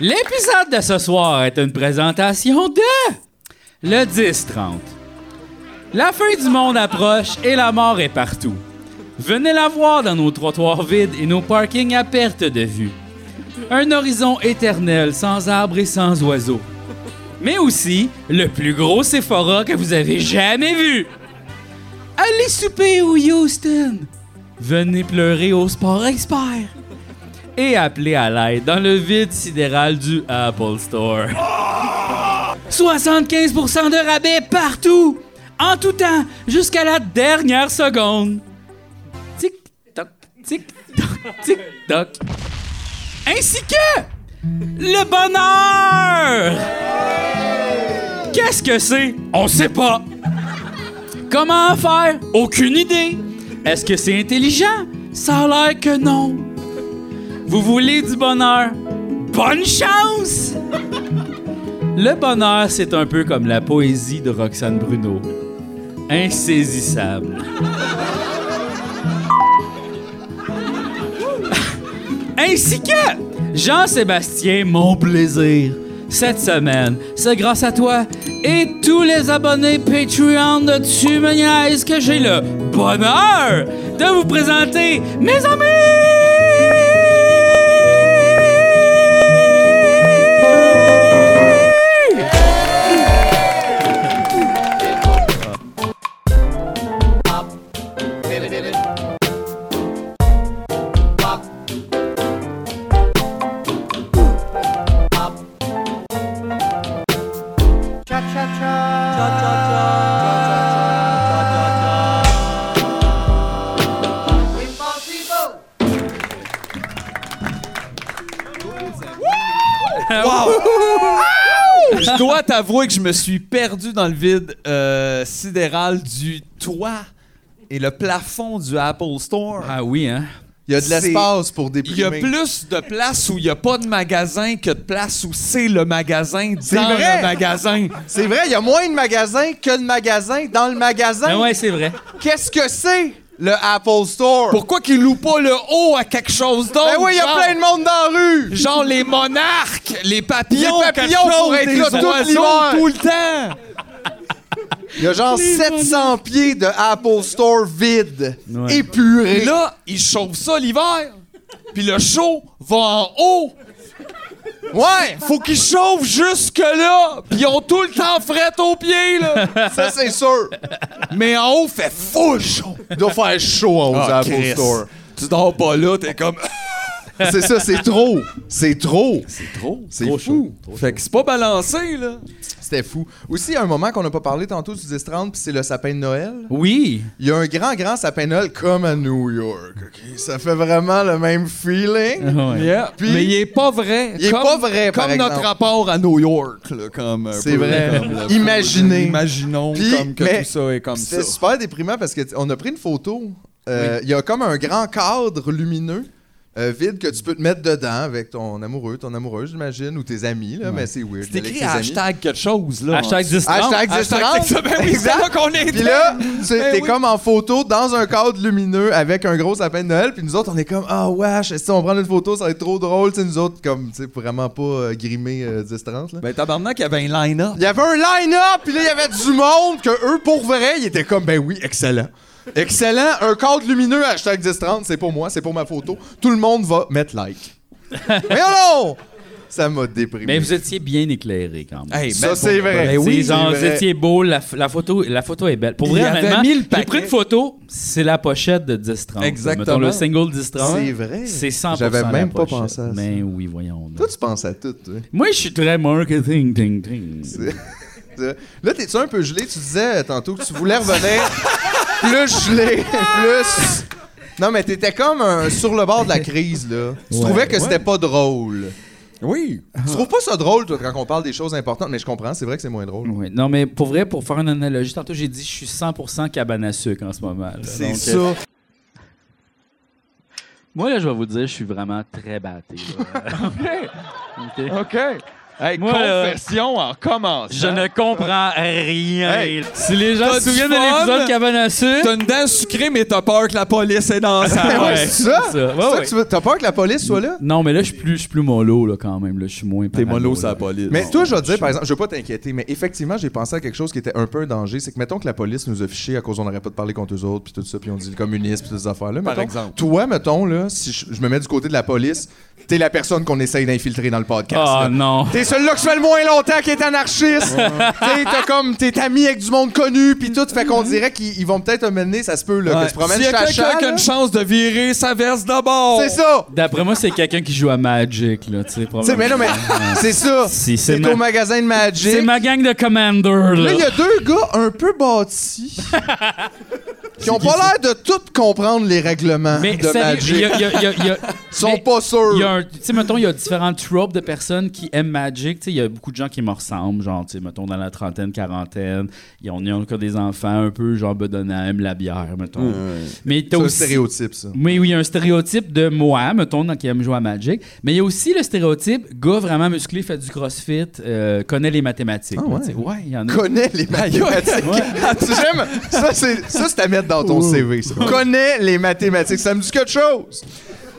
L'épisode de ce soir est une présentation de le 10-30. La fin du monde approche et la mort est partout. Venez la voir dans nos trottoirs vides et nos parkings à perte de vue. Un horizon éternel sans arbres et sans oiseaux. Mais aussi le plus gros Sephora que vous avez jamais vu. Allez souper au Houston. Venez pleurer au Sport Expert. Et appelez à l'aide dans le vide sidéral du Apple Store. 75% de rabais partout, en tout temps, jusqu'à la dernière seconde. Tic toc, tic toc, tic toc. Ainsi que le bonheur. Qu'est-ce que c'est On sait pas. Comment faire Aucune idée. Est-ce que c'est intelligent Ça a l'air que non. Vous voulez du bonheur Bonne chance. Le bonheur, c'est un peu comme la poésie de Roxane Bruno. Insaisissable. Ainsi que Jean-Sébastien, mon plaisir. Cette semaine, c'est grâce à toi et tous les abonnés Patreon de Tu me niaises que j'ai le bonheur de vous présenter mes amis! Je dois t'avouer que je me suis perdu dans le vide euh, sidéral du toit et le plafond du Apple Store. Ah oui, hein? Il y a de C'est- l'espace pour Il y a déprimer. plus de places où il n'y a pas de magasin que de places où c'est le magasin C'est dans vrai! le magasin. C'est vrai, il y a moins de magasins que de magasins dans le magasin. Ben Ah ouais, c'est vrai. Qu'est-ce que c'est le Apple Store? Pourquoi qu'ils louent pas le haut à quelque chose d'autre? Ben oui, il y a genre- plein de monde dans la rue! Genre les monarques, les papillons, Les quelque papillons chose, pour être des là tout oiseaux l'hiver. tout le temps. Il y a genre 700 pieds de Apple Store vide, Ouais. Et épuré. là, ils chauffent ça l'hiver. Puis le chaud va en haut. Ouais! Faut qu'ils chauffent jusque-là. Puis ils ont tout le temps fret aux pieds, là. Ça, c'est sûr! Mais en haut, fait full chaud. Il doit faire chaud en haut du Ah, Apple Chris. Store. Tu dors pas là, t'es comme... C'est ça, c'est trop! C'est trop! Trop. C'est Trop fou. chaud, trop Fait que c'est pas balancé, là. C'était fou. Aussi, un moment qu'on n'a pas parlé tantôt du 10-30, puis c'est le sapin de Noël. Oui. Il y a un grand, grand sapin de Noël comme à New York. ok? Ça fait vraiment le même feeling. Uh-huh. Yeah. Puis- Mais il est pas vrai. Il est Comme- pas vrai, par Comme notre exemple. rapport à New York, là, comme... euh, C'est peu- vrai. comme le- Imaginez. Imaginons Puis, comme que mais- tout ça est comme ça. C'était super déprimant parce que t- on a pris une photo. Euh, Il y a comme un grand cadre lumineux. euh, vide que tu peux te mettre dedans avec ton amoureux, ton amoureuse, j'imagine, ou tes amis, là, mais c'est weird. C'est d'aller avec écrit tes amis. hashtag quelque chose, là. Hashtag 10 Hashtag Hashtag ça, ben oui, c'est Exact. là qu'on est. Ben Puis là, ben tu- t'es oui. comme en photo dans un cadre lumineux avec un gros sapin de Noël. Puis nous autres, on est comme, ah wesh, si on prend une photo, ça va être trop drôle. Tu sais, nous autres, comme, tu sais, pour vraiment pas euh, grimer euh, 10-30. là. Ben tabarnak, il y avait un line-up. Il y avait un line-up, puis là, il y avait du monde que eux, pour vrai, ils étaient comme, ben oui, excellent. Excellent. Un cadre lumineux, hashtag 1030, c'est pour moi, c'est pour ma photo. Tout le monde va mettre like. Mais non! Ça m'a déprimé. Mais Ben, vous étiez bien éclairé quand même. Hey, Ça, ben, c'est pour- vrai. ben oui, C'est genre, c'est vous vrai. étiez beau, la, f- la photo, la photo est belle. Pour Il vrai, y avait honnêtement, mis le j'ai paquet. pris une photo, c'est la pochette de 10-30. Exactement. Mettons, le single 10-30. C'est vrai. C'est 100% J'avais la même pas pochette. pensé à ça. Mais oui, voyons. donc. Toi, tu penses à tout, toi. Moi, je suis très marketing, ting, ting. Là, t'es-tu un peu gelé? Tu disais euh, tantôt que tu voulais revenir plus gelé, plus. Non, mais t'étais comme un- sur le bord de la crise, là. Tu Ouais. Uh-huh. trouvais que c'était pas drôle. Oui. Tu trouves pas ça drôle, toi, quand on parle des choses importantes, mais je comprends, c'est vrai que c'est moins drôle. Ouais. Non, mais pour vrai, pour faire une analogie, tantôt j'ai dit je suis 100% cabane à sucre en ce moment. là. C'est Donc, ça. euh, moi, là, je vais vous dire, je suis vraiment très batté. là. OK. OK. Hey, Moi, là, confession en Ah, commence. Je ne comprends rien. Hey, si les gens t'as se du souviennent de fun? l'épisode Cabane à sucre, T'as une dent sucrée, mais t'as peur que la police est dans Ah ça. Ouais, ouais, c'est ça? c'est ça. Ouais, C'est ça ouais. que tu veux- T'as peur que la police soit là? Non, mais là, je suis plus, je suis plus mollo, là, quand même. là. Je suis moins T'es parano, mollo, là. c'est la police. Mais Bon. toi, je vais te dire, par exemple, je veux pas t'inquiéter, mais effectivement, j'ai pensé à quelque chose qui était un peu un danger. C'est que, mettons que la police nous a fichés à cause on n'aurait pas de parler contre eux autres, puis tout ça, puis on dit le communisme, puis toutes ces affaires-là. Par Mettons, exemple. Toi, mettons, là, si je, je me mets du côté de la police, t'es la personne qu'on essaye d'infiltrer dans le podcast. Ah là. non. T'es celui-là que je fais le moins longtemps qui est anarchiste. T'sais, t'as comme t'es ami avec du monde connu puis tout, fait qu'on dirait qu'ils ils vont peut-être mener, ça se peut là, Ouais. que se promène S'il y a quelqu'un qui a une chance de virer sa verse d'abord. C'est ça. D'après moi, c'est quelqu'un qui joue à Magic, là, tu sais, T'sais, mais non mais c'est ça. Si, c'est C'est ma- au magasin de C'est Magic. ma gang de Commander, Là, là. il y a deux gars un peu bâtis qui ont pas l'air de tout comprendre les règlements Mais de sérieux, il y Magic. a- il y a- il y a- il y a- Ils sont mais il pas y sûrs. a un- Tu sais, mettons, il y a différents tropes de personnes qui aiment Magic. Tu sais, il y a beaucoup de gens qui me ressemblent, genre, tu sais, mettons, dans la trentaine, quarantaine. Ils ont, ils ont encore des enfants un peu, genre, bedonnants, aiment la bière, mettons. Mais t'as C'est un aussi... stéréotype ça. Mais oui, il y a un stéréotype de moi, mettons, dans- qui aime jouer à Magic. Mais il y a aussi le stéréotype gars vraiment musclé, fait du crossfit, euh, connaît les mathématiques. Ah là, ouais. tu sais. ouais, il y en a. Connais les mathématiques. Ah, J'aime. Ça, c'est, ça, c'est à mettre dans ton CV. ça. Connais les mathématiques. Ça me dit quelque chose.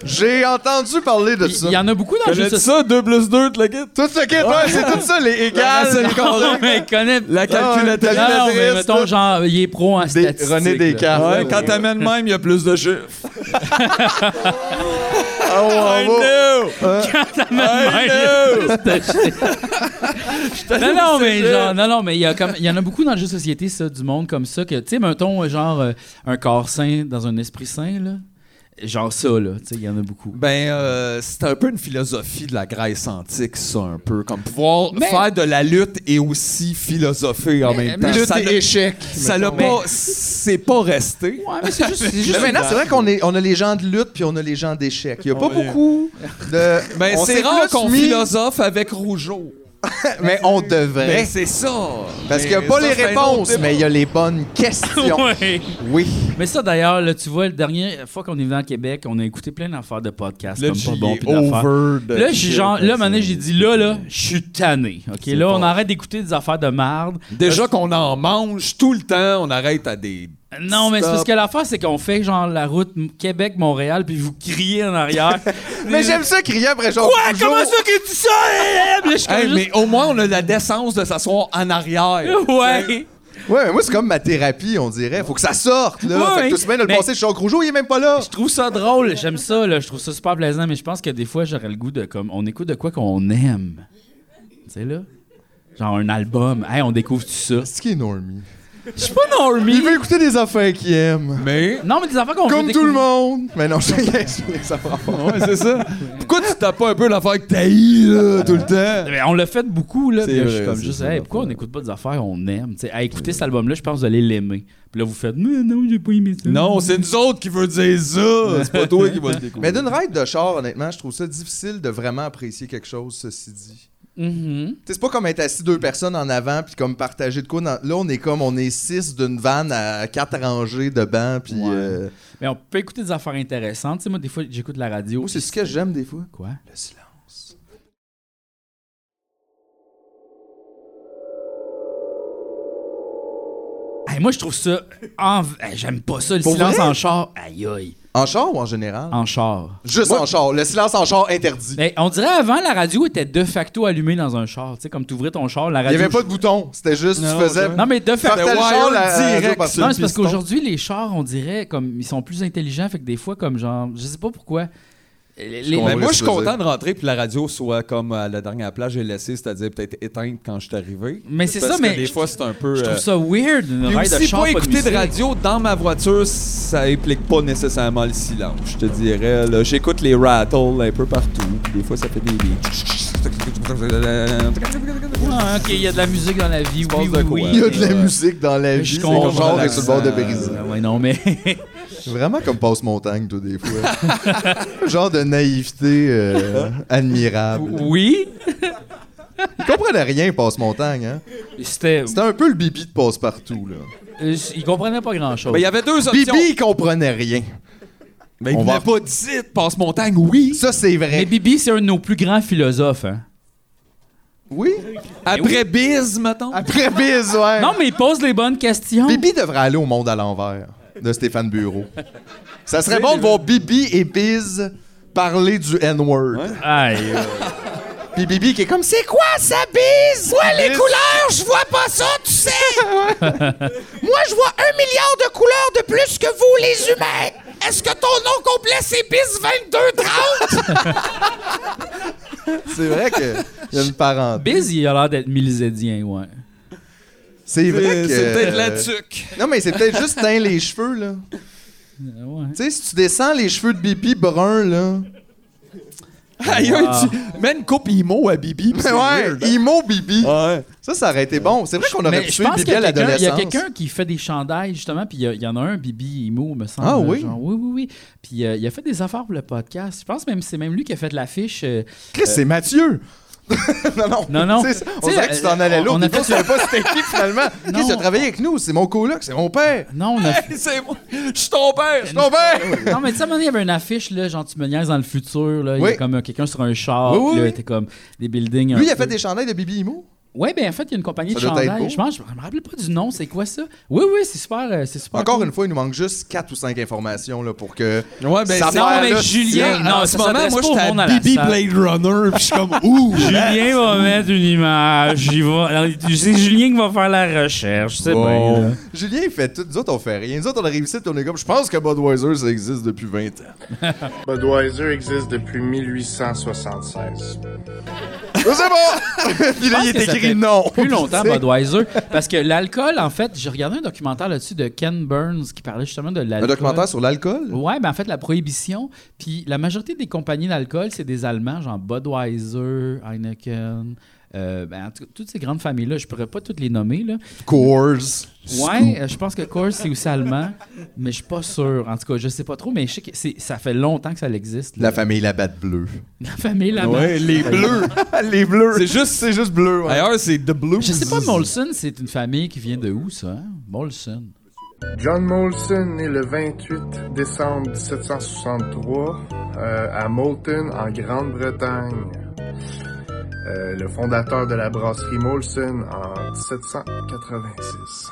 J'ai entendu parler de Il ça. il y en a beaucoup dans le jeu Connais-tu social. ça, 2 plus 2, te le guide? Tout ce qui est, ouais, c'est tout ça, hein. les La égales. race, les- Non, mais il connaît. Ah, La calculatrice. la- Non, mais calculatrice, mettons, là. genre, il est pro en Des- statistiques. René là. Descartes. Ouais, quand t'amènes même, il y a plus de chiffres. Ah ouais, I on va- know! I know! Non, non, mais genre, non, non, mais il y, a comme- il y en a beaucoup dans le jeu de société, ça, du monde comme ça, que, tu sais, mettons, genre, euh, un corps sain dans un esprit sain, là. Genre ça, là, tu sais, il y en a beaucoup. Ben, euh, c'est un peu une philosophie de la Grèce antique, ça, un peu. Comme pouvoir Mais- faire de la lutte et aussi philosopher en Mais- même mais- temps. Lutte ça et l'a- échec. ça l'a mettons. pas... C'est pas resté. Ouais, mais c'est juste. c'est Mais juste maintenant, c'est vrai qu'on est, on a les gens de lutte puis on a les gens d'échec. Il n'y a pas beaucoup de. Ben, on c'est s'est rare plus qu'on mis- philosophe avec Rougeau. Mais on Ben, devrait. c'est ça! Parce qu'il n'y a Mais pas ça, les c'est un autre réponses, débat. mais il y a les bonnes questions. Ouais. Oui. Mais ça, d'ailleurs, là, tu vois, la dernière fois qu'on est venu à Québec, on a écouté plein d'affaires de podcasts, Là, comme j'ai pas bon, puis d'affaires. over de Là, je suis genre, là, maintenant, j'ai dit, là, là, je suis tanné. OK, là, on fort. arrête d'écouter des affaires de marde. Déjà qu'on en mange tout le temps, on arrête à des. Non, mais c'est Stop. parce que l'affaire, c'est qu'on fait, genre, la route M- Québec-Montréal, puis vous criez en arrière. Mais j'aime ça crier après genre. Quoi? toujours. Comment ça que tu dis ça? Eh, eh, eh, là, je suis comme Hey, juste- mais au moins, on a la décence de s'asseoir en arrière. Ouais. Ouais, mais moi, c'est comme ma thérapie, on dirait. Faut que ça sorte, là. Ouais, fait que ouais. deux semaines, le Mais- passé, je suis en Rougeau, il est même pas là. Je trouve ça drôle, j'aime ça, là, je trouve ça super plaisant, mais je pense que des fois, j'aurais le goût de, comme, on écoute de quoi qu'on aime. Tu sais, là? Genre un album. Hey, on découvre tout ça. C'est qui est normie? Je suis pas normie. Il veut écouter des affaires qu'il aime. Mais. Non, mais des affaires qu'on Comme veut tout le découvrir. monde. Mais non, je ça va. Ouais, c'est ça. Pourquoi tu tapes pas un peu l'affaire que t'haïs, là, tout le temps? Mais on l'a fait beaucoup, là. C'est puis là, je suis vrai, comme c'est juste, ça, Hey, l'affaire. pourquoi on n'écoute pas des affaires qu'on aime? T'sais, hey, écoutez cet album-là, je pense que vous allez l'aimer. Puis là, vous faites, non, non, j'ai pas aimé ça. Non, c'est nous autres qui veut dire ça. C'est pas toi qui va le découvrir. Mais d'une ride de char, honnêtement, je trouve ça difficile de vraiment apprécier quelque chose, ceci dit. Mhm. Tu sais, C'est pas comme être assis deux personnes en avant puis comme partager de quoi. dans- Là, on est comme, on est six d'une vanne à quatre rangées de bancs. Puis. Ouais. euh, Mais on peut écouter des affaires intéressantes. Tu sais, moi, des fois, j'écoute la radio. Oh, Moi, c'est ce que j'aime des fois. Quoi? Le silence. Hey, moi, je trouve ça. en- hey, J'aime pas ça, le Pour silence vrai? en char. Aïe, aïe. En char ou en général? En char. Juste en char. Le silence en char interdit. Mais Ben, on dirait avant, la radio était de facto allumée dans un char. Tu sais, comme t'ouvrais ton char, la Il n'y radio. avait pas de bouton. C'était juste, Non, tu faisais. Non, mais de facto. Partais le Wire char, la- la- direct la- sur Non, le c'est parce piston. qu'aujourd'hui, les chars, on dirait, comme ils sont plus intelligents, fait que des fois, comme genre, je sais pas pourquoi. Les- les- Mais comprends. moi, je suis Ouais, c'est content de rentrer puis la radio soit comme à la dernière place, j'ai laissé, c'est-à-dire peut-être éteinte quand je suis arrivé. Mais c'est Parce ça, que mais Des je- fois, c'est un peu. je euh, trouve ça weird. Une Puis ride de aussi, char, pas de écouter de, musique. radio dans ma voiture, ça implique pas nécessairement le silence, je te dirais. là. J'écoute les rattles un peu partout. puis Des fois, ça fait des... des- Ah, ok, il y a de la musique dans la vie. passe Oui, de oui, quoi? oui. Il y a de la Mais- musique dans la vie. Je C'est comprends. comme genre, est sur le bord de Bérizy. Ah, ouais, non, mais. Vraiment comme passe-montagne, toi, des fois. genre de naïveté euh, admirable. oui, Il comprenait rien, passe-montagne. Hein? c'était. C'était un peu le bibi de passe-partout. là. euh, Ils comprenaient pas grand chose. Ben, il y avait deux options. Bibi, il comprenait rien. Mais il On venait va- pas d'ici, de passe-montagne, oui. Ça, c'est Mais vrai. Bibi, c'est un de nos plus grands philosophes. Hein. Oui? Après bise, mettons. Après Biz, ouais. Non, mais il pose les bonnes questions. Bibi devrait aller au monde à l'envers de Stéphane Bureau. Ça serait bon de voir Bibi et Biz parler du N-word. Aïe. euh, Puis Bibi qui est comme c'est quoi ça bise Moi les couleurs, je vois pas ça, tu sais. Moi je vois un milliard de couleurs de plus que vous les humains. Est-ce que ton nom complet c'est bis 2230 C'est vrai que il y a une parenté. Biz, il a l'air d'être milzédien, ouais. C'est vrai C'est que c'est peut-être la euh, tuque. Non mais c'est peut-être juste teint les cheveux là. Euh, ouais. Tu sais si tu descends les cheveux de Bibi bruns là. Aïe, Wow. tu mets une coupe IMO à Bibi. Mais hein. ouais, Imo Bibi. Ah Ouais. Ça ça aurait été bon. C'est vrai qu'on aurait Mais pu je tuer pense Bibi qu'il y à a quelqu'un- il y a l'adolescence. quelqu'un qui fait des chandails, justement, puis il y a- il y, en a un, Bibi Imo, me semble. Ah oui? genre, oui, oui, oui. Puis euh, il a fait des affaires pour le podcast. Je pense même c'est même lui qui a fait l'affiche. euh, Chris, c'est Mathieu. non, non. Non, non. C'est ça. On Tu sais, dirait que tu t'en euh, allais on- là. on On a ne fait- savais pas c'était qui finalement. Non. Qui a travaillé avec nous? C'est mon coloc, c'est mon père. Non, on a fait- Hey, c'est moi. Je suis ton père. Mon père! Non, mais tu sais, à un moment donné, il y avait une affiche, là, genre, tu me niaises dans le futur, là. Il y a Oui. comme euh, quelqu'un sur un char, Oui, oui, puis là, oui. il était comme des buildings. Lui, il a fait des chandails de Bibi Imo. Oui, ben en fait, il y a une compagnie Ça de doit être chandail. beau. Je pense, je me rappelle pas du nom, c'est quoi ça? Oui, oui, c'est super, euh, c'est super. Encore cool. une fois, il nous manque juste 4 ou 5 informations là, pour que. Ouais, ben, Ça c'est- Non, Ouais, mais là, Julien, c'est- non, en ça ce moment, s'adresse moi, pas je au suis monde à à la Bibi salle. Blade Runner, puis je suis comme, ouh, Julien va mettre une image. il va- C'est Julien qui va faire la recherche. C'est Bon. bien, là. Julien, il fait tout. Nous autres, on fait rien. Nous autres, on arrive ici, puis on est comme. Je pense que Budweiser, ça existe depuis 20 ans. Budweiser existe depuis 1876. Mais Ah, c'est bon! puis là, pense il que est ça fait écrit non. Plus longtemps, Tu sais. Budweiser. Parce que l'alcool, en fait, j'ai regardé un documentaire là-dessus de Ken Burns qui parlait justement de l'alcool. Un documentaire sur l'alcool? Ouais, ben en fait, la prohibition. Puis la majorité des compagnies d'alcool, c'est des Allemands, genre Budweiser, Heineken. euh, ben, en tout cas, toutes ces grandes familles-là, je pourrais pas toutes les nommer. Là. Coors. Ouais, euh, je pense que Coors, c'est aussi allemand, mais je suis pas sûr. En tout cas, je sais pas trop, mais je sais que c'est- ça fait longtemps que ça existe. là. La famille Labatt Bleue. La famille là Ouais, les bleus. Les bleus. C'est juste, c'est juste bleu. ouais. D'ailleurs, c'est The Blues. Je sais pas, Molson, c'est une famille qui vient de où, ça? hein? Molson. John Molson né le 28 décembre 1763 euh, à Moulton en Grande-Bretagne. Euh, le fondateur de la brasserie Molson en 1786.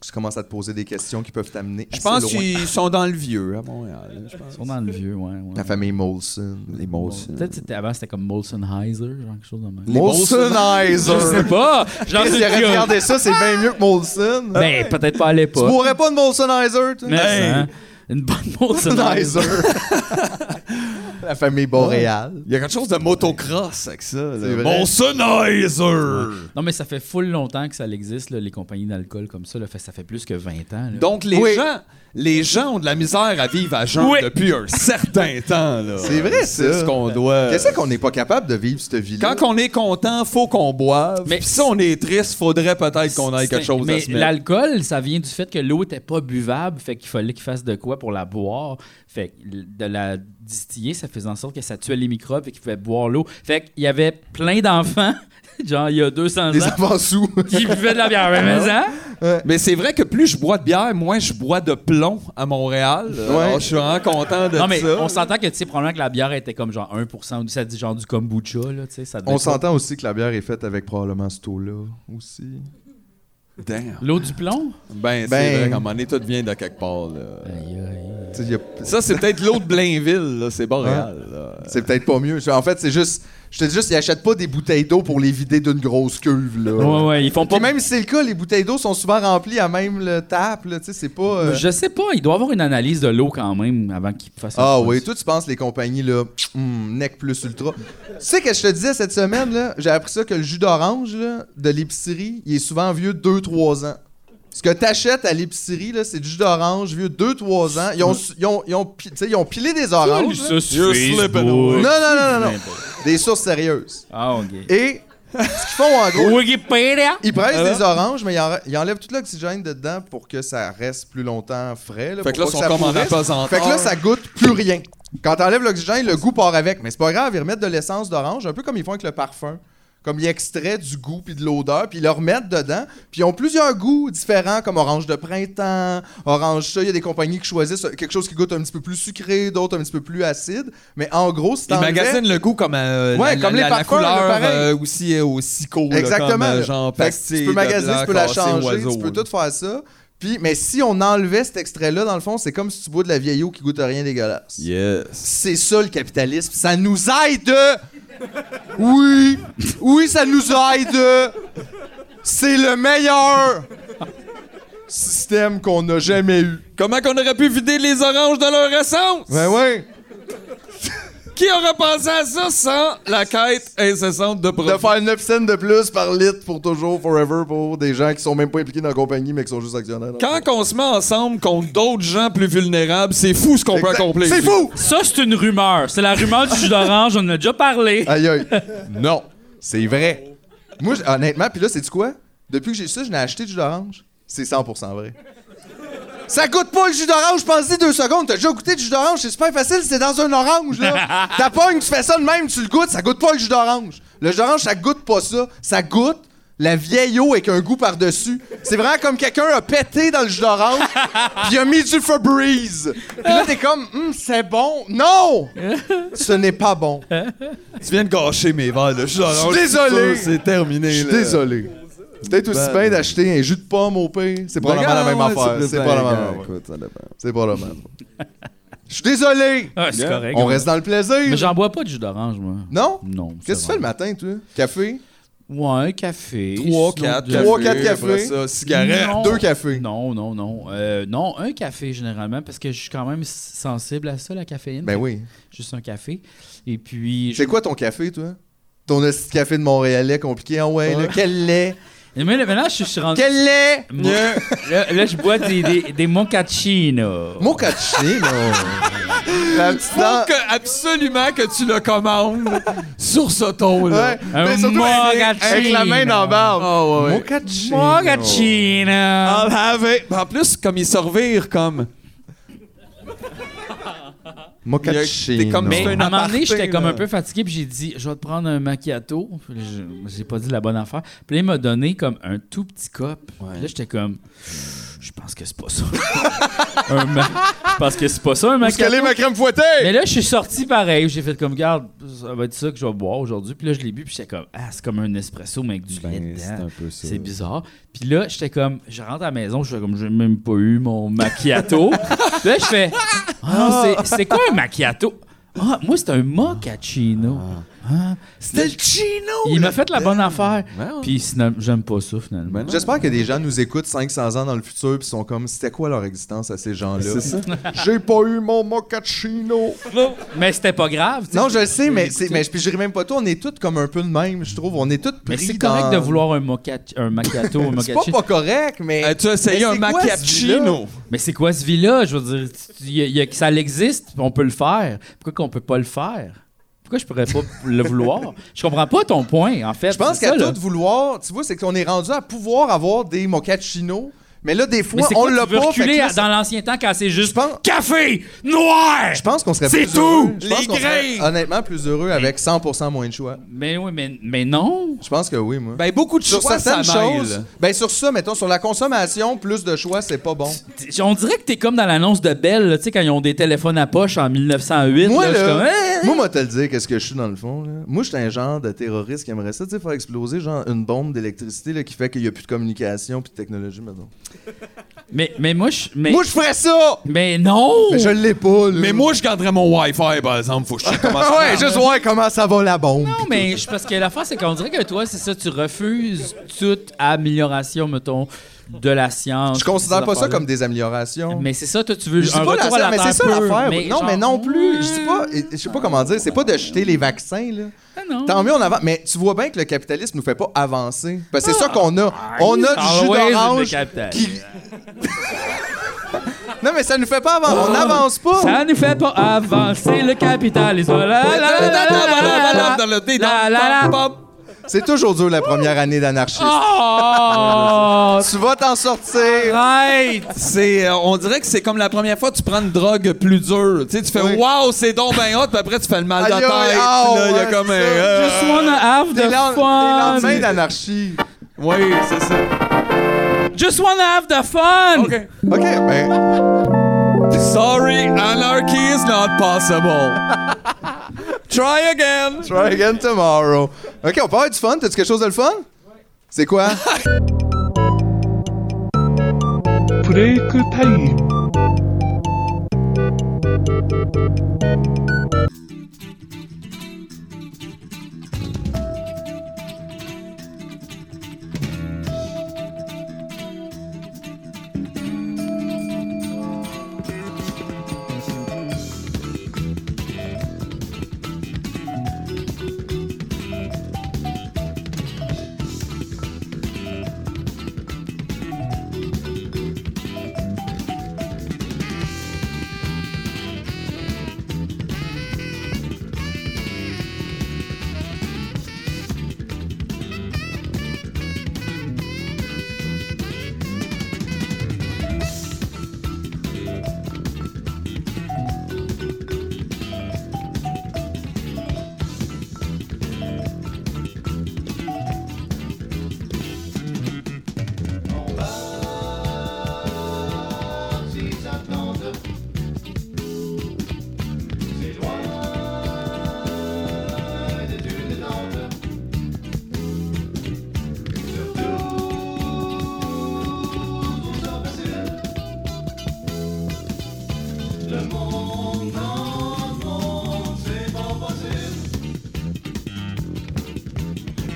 Tu commences à te poser des questions qui peuvent t'amener. Je pense assez loin. qu'ils sont dans le vieux à Montréal. hein, Je pense. Ils sont dans le vieux, ouais. ouais. La famille Molson. Les Molson. Peut-être que c'était- avant, c'était comme Molson Heiser, genre quelque chose de même. Molsonizer. Je sais pas! Je lance une Chris, il aurait gueule. regardé ça, c'est bien mieux que Molson. Ben, peut-être pas à tu l'époque. boirais pas de Molsonizer, toi? Mais hein, une bonne Molson Heiser. Molsonizer. La famille boréale. Il y a quelque chose de motocross avec ça. C'est là. vrai. Bolsonaiser! Non, mais ça fait full longtemps que ça existe, là, les compagnies d'alcool comme ça. là. Fait- ça fait plus que 20 ans. là. Donc, les, Oui. gens, les gens ont de la misère à vivre à jeun Oui. depuis un certain temps. là. C'est vrai, C'est ça. ce qu'on doit. Qu'est-ce qu'on n'est pas capable de vivre cette vie-là? Quand on est content, faut qu'on boive. Mais- Mais si on est triste, faudrait peut-être qu'on Ah, aille quelque C'est- chose mais à se mettre. l'alcool, ça vient du fait que l'eau était pas buvable, fait qu'il fallait qu'il fasse de quoi pour la boire. Fait que l- de la distiller, ça faisait en sorte que ça tuait les microbes et qu'ils pouvaient boire l'eau. Fait qu'il y avait plein d'enfants, genre il y a 200 Les ans, enfants Ah, sous. qui buvaient de la bière. Mais, mais, hein? Mais c'est vrai que plus je bois de bière, moins je bois de plomb à Montréal. Alors, je suis vraiment content de Non, mais ça. on s'entend que, tu sais, probablement que la bière était comme genre 1% ou du- ça dit genre du kombucha, là, tu sais. ça devait on pas- s'entend aussi que la bière est faite avec probablement ce taux-là aussi. Damn. L'eau du plomb? Ben, c'est Ben. vrai qu'à un moment donné, tout vient de quelque part. là. Tu sais, y a- Ça, c'est peut-être l'autre Blainville, là, Hein? c'est Boréal. là. C'est peut-être pas mieux. En fait, c'est juste. Je te dis juste, ils achètent pas des bouteilles d'eau pour les vider d'une grosse cuve, là. Ouais, ouais, ils font pas... Puis même si c'est le cas, les bouteilles d'eau sont souvent remplies à même le tap, là, tu sais, c'est pas... euh, Je sais pas, il doit avoir une analyse de l'eau quand même avant qu'ils fassent Ah une- oui, toi tu penses les compagnies là, hum, Nec plus ultra. tu sais que je te disais cette semaine là, j'ai appris ça que le jus d'orange là, de l'épicerie, il est souvent vieux 2-3 ans. Ce que t'achètes à l'épicerie là, c'est du jus d'orange vieux 2-3 ans. Ils ont, su- ils ont, ils ont, pi- tu sais, ils ont pilé des Ah, oranges. là. You're slipping Non away. non non non non, des sources sérieuses. Ah, OK. Et ce qu'ils font en gros, Wikipédia! Ils pressent Voilà. des oranges, mais ils, en- ils enlèvent tout l'oxygène de dedans pour que ça reste plus longtemps frais. Là, pour Fait que là, pas ils sont ça comme en pourrisse. apesanteur. Fait que là, ça goûte plus rien. Quand t'enlèves l'oxygène, le goût part avec. Mais c'est pas grave, ils remettent de l'essence d'orange, un peu comme ils font avec le parfum. comme ils extraient du goût puis de l'odeur, puis ils le remettent dedans, puis ils ont plusieurs goûts différents, comme orange de printemps, orange ça, il y a des compagnies qui choisissent euh, quelque chose qui goûte un petit peu plus sucré, d'autres un petit peu plus acide, mais en gros, c'est Ils magasinent le goût comme, euh, Ouais, comme les parfums, là, couleur pareil. euh, aussi euh, au cico. là, Exactement. comme, euh, là. genre Fait que pastilles, tu peux magasiner, tu peux la changer, tu peux tout tout faire ça. Puis, mais si on enlevait cet extrait-là, dans le fond, c'est comme si tu bois de la vieille eau qui goûte à rien dégueulasse. Yes. C'est ça le capitalisme. Ça nous aide. Oui, oui, ça nous aide. C'est le meilleur système qu'on a jamais eu. Comment qu'on aurait pu vider les oranges de leur essence? Ben ouais. Qui aurait pensé à ça sans la quête incessante de De profit? faire 9 cents de plus par litre pour toujours, forever, pour des gens qui sont même pas impliqués dans la compagnie, mais qui sont juste actionnaires. Quand on se met ensemble contre d'autres gens plus vulnérables, c'est fou ce qu'on peut Exact. accomplir. C'est fou! Ça, c'est une rumeur. C'est la rumeur du jus d'orange, on en a déjà parlé. Aïe aïe. Non, c'est vrai. Moi, j'- honnêtement, puis là, c'est du quoi? Depuis que j'ai ça, je n'ai acheté du jus d'orange. C'est 100% vrai. Ça goûte pas le jus d'orange, pense-y deux secondes. T'as déjà goûté du jus d'orange, c'est super facile, c'est dans un orange, là. T'as pas une, tu fais ça de même, tu le goûtes, ça goûte pas le jus d'orange. Le jus d'orange, ça goûte pas ça. Ça goûte la vieille eau avec un goût par-dessus. C'est vraiment comme quelqu'un a pété dans le jus d'orange, puis il a mis du Febreze. Puis là, t'es comme, Hum, c'est bon. Non! Ce n'est pas bon. Tu viens de gâcher mes verres de jus d'orange. Je suis désolé. C'est terminé. Je suis là. désolé. C'est peut-être aussi Ben, bien d'acheter un jus de pomme au pain. C'est Regarde, probablement la même ouais, affaire. plus C'est fin, probablement la gars, même affaire. écoute, ça dépend. C'est probablement la même affaire. Je suis désolé. Ah, c'est correct. On reste dans le Mais plaisir. j'en bois pas de jus d'orange, moi. Non? Non. Qu'est-ce que ça tu fais le va. matin, toi? Café? Ouais, un café. 3, sinon 4, deux. Trois, quatre cafés. Après ça, cigarette. Non. Deux cafés. Non, non, non. Euh, non, un café généralement, parce que je suis quand même s- sensible à ça, la caféine. Ben oui. Juste un café. Et puis. je- C'est quoi ton café, toi? Ton esti de café de Montréalais compliqué. Ah ouais, là, quel lait! Mais là, maintenant, je suis rendu. Quel lait! Mo- là, là, je bois des, des, des mochaccino. Mocachino! La petite dent- Faut que- absolument que tu le commandes sur ce ton-là. Ouais. Mais surtout avec, avec la main dans la barbe. Ah ouais, ouais. Mocachino. Ah, Mochaccino. I'll have it. En plus, comme ils se revirent comme. Mocachino. T'es comme- Mais C'est à un un moment donné, aparté, j'étais comme là. un peu fatigué, puis j'ai dit, je vais te prendre un macchiato. Puis là, je- J'ai pas dit la bonne affaire. Puis là, il m'a donné comme un tout petit cop. Puis là, j'étais comme, je pense que c'est pas ça. un ma- Je pense que c'est pas ça, un Où est-ce qu'elle macchiato. est, ma crème fouettée? Mais là, je suis sorti pareil. J'ai fait comme, garde, ça va être ça que je vais boire aujourd'hui. Puis là, je l'ai bu, puis j'étais comme, ah, c'est comme un espresso, mais avec du lait dedans. Ben, peu ça. C'est bizarre. Puis là, j'étais comme, je rentre à la maison, je fais comme, j'ai même pas eu mon macchiato. Puis là, je fais, ah, c'est- c'est quoi un macchiato? Ah, moi, c'est un mochaccino. Ah. C'était le chino! Il m'a fait la bonne affaire. Ben, Ouais. Puis sinon, j'aime pas ça, finalement. Ben non. J'espère que des gens nous écoutent 500 ans dans le futur puis sont comme c'était quoi leur existence à ces gens-là C'est ça. J'ai pas eu mon mochaccino. Mais c'était pas grave. tu sais. Ben, Non, je le sais, mais c'est mais je puis je ris même pas tout, on est tous comme un peu de même, je trouve, on est tous pris Mais c'est dans- correct de vouloir Euh, un, mocha, un macchiato, un C'est pas, mochaccino. pas correct, mais As-tu essayé Mais un c'est quoi, macchiato? Mais c'est quoi ce vie-là? Je veux dire, tu- tu- il y a- il y a- ça existe, on peut le faire. Pourquoi qu'on peut pas le faire? Pourquoi je pourrais pas le vouloir? Je comprends pas ton point, en fait. je pense C'est qu'à ça, là. tout vouloir, tu vois, c'est qu'on est rendu à pouvoir avoir des mocaccinos, mais là des Mais fois c'est on quoi, l'a tu veux pas fait que reculer là, à- dans l'ancien temps quand c'est juste Je pense- café noir. je pense qu'on serait C'est plus heureux. tout! Je pense Les qu'on serait grains! honnêtement plus heureux avec 100% moins de choix. Mais oui, mais, mais non. Je pense que oui, moi. Ben, beaucoup de sur choses, ça certaines mêle. choses, ben sur ça, mettons, sur la consommation, plus de choix, c'est pas bon. T- On dirait que t'es comme dans l'annonce de Bell, là, tu sais, quand ils ont des téléphones à poche en 1908. Moi, là, je suis comme, là, Hein? moi, moi, te le dire, qu'est-ce que je suis dans le fond. Là. Moi, je suis un genre de terroriste qui aimerait ça, tu sais, faire exploser genre une bombe d'électricité là, qui fait qu'il n'y a plus de communication puis de technologie maintenant. mais, mais moi, je. Mais, Moi, je ferais ça! mais non! Mais je l'ai pas, là. Mais moi, je garderais mon Wi-Fi, par exemple. Faut que je sais comment ça Ah ouais, marche. juste voir comment ça va la bombe. hein. Non, mais je- parce que la fin, c'est qu'on dirait que toi, c'est ça, tu refuses toute amélioration, mettons, de la science. Je considère ces pas ça affaires-là. comme des améliorations. Mais c'est ça, toi, tu veux Je dis un pas la retour à la mais c'est ça terre pure, l'affaire. Non, genre- mais non plus. Je dis pas, je sais pas comment dire, c'est pas de jeter les vaccins, là. Ah, non. Tant mieux, on avance. Mais tu vois bien que le capitalisme nous fait pas avancer. Parce que c'est ça qu'on a. On a du jus Always in the d'orange capital. qui... Non, mais ça nous fait pas avancer. On n'avance pas. Ça ne fait pas avancer le capitalisme. La la la la la la la la la la C'est toujours dur la première année d'anarchie. Ah. Oh! Tu vas t'en Ah. sortir. Right! C'est, euh, on dirait que c'est comme la première fois que tu prends une drogue plus dure. Tu sais, tu fais Oui. waouh, c'est donc ben hot, puis après tu fais le mal de la Aïe, tête. aïe, Puis oh, là, il y a ouais, comme un. c'est ça. euh, Just wanna have T'es the lan- t'es lendemain fun! d'anarchie. oui, c'est ça. Just wanna have the fun! OK. OK, ben, Sorry, anarchy is not possible. Try again. try again tomorrow. OK, on peut avoir du fun. T'as-tu quelque chose de le fun? C'est quoi? Break time.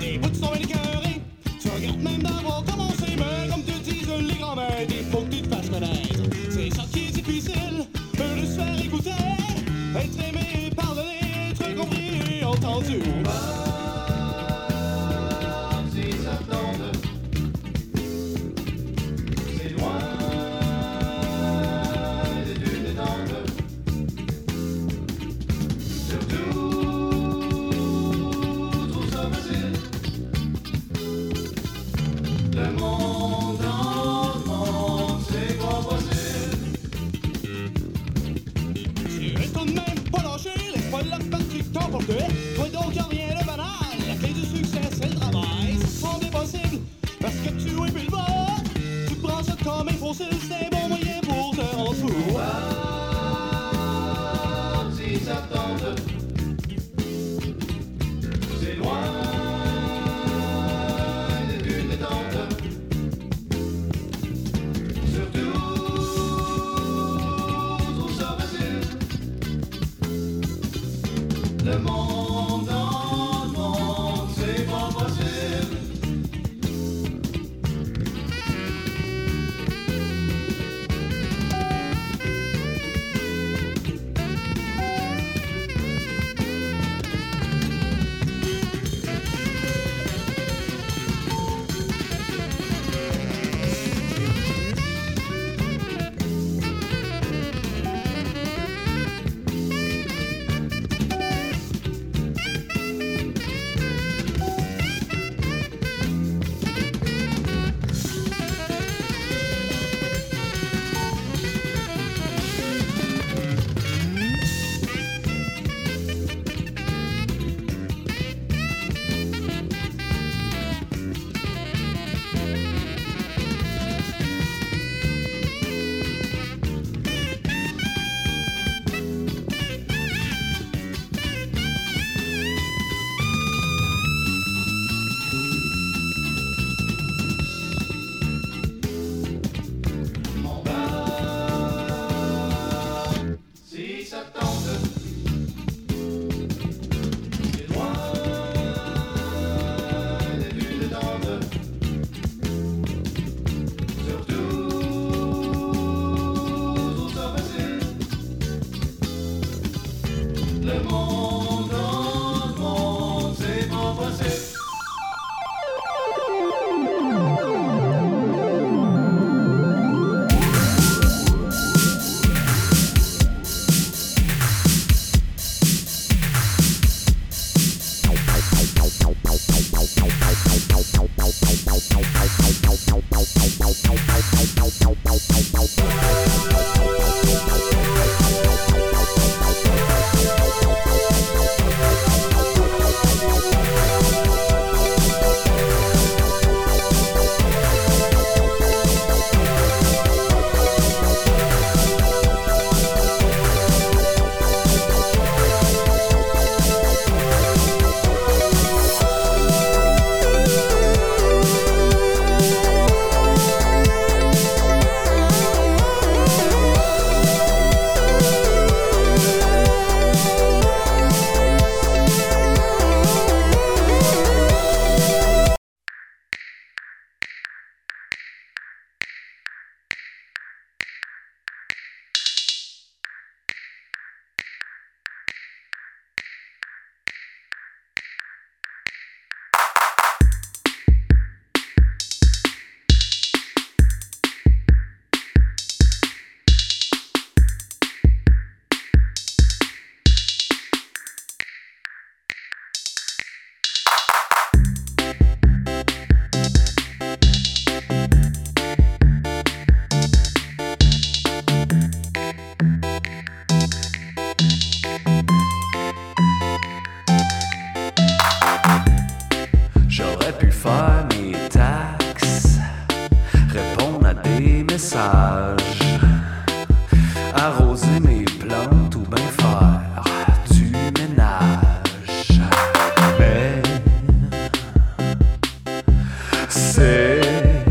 Des bouts de sont écœurés. Tu regardes même d'avoir commencé, mais comme te disent les grands-mères, il faut que tu te fasses connaître. C'est ça qui est difficile, de se faire écouter, être aimé, pardonné, être compris et entendu. Tu es tout de même pas lâché, laisse pas la fatigue t'emporter. Toi donc, y a rien de banal, sage. Arroser mes plantes ou bien faire du ménage. Mais c'est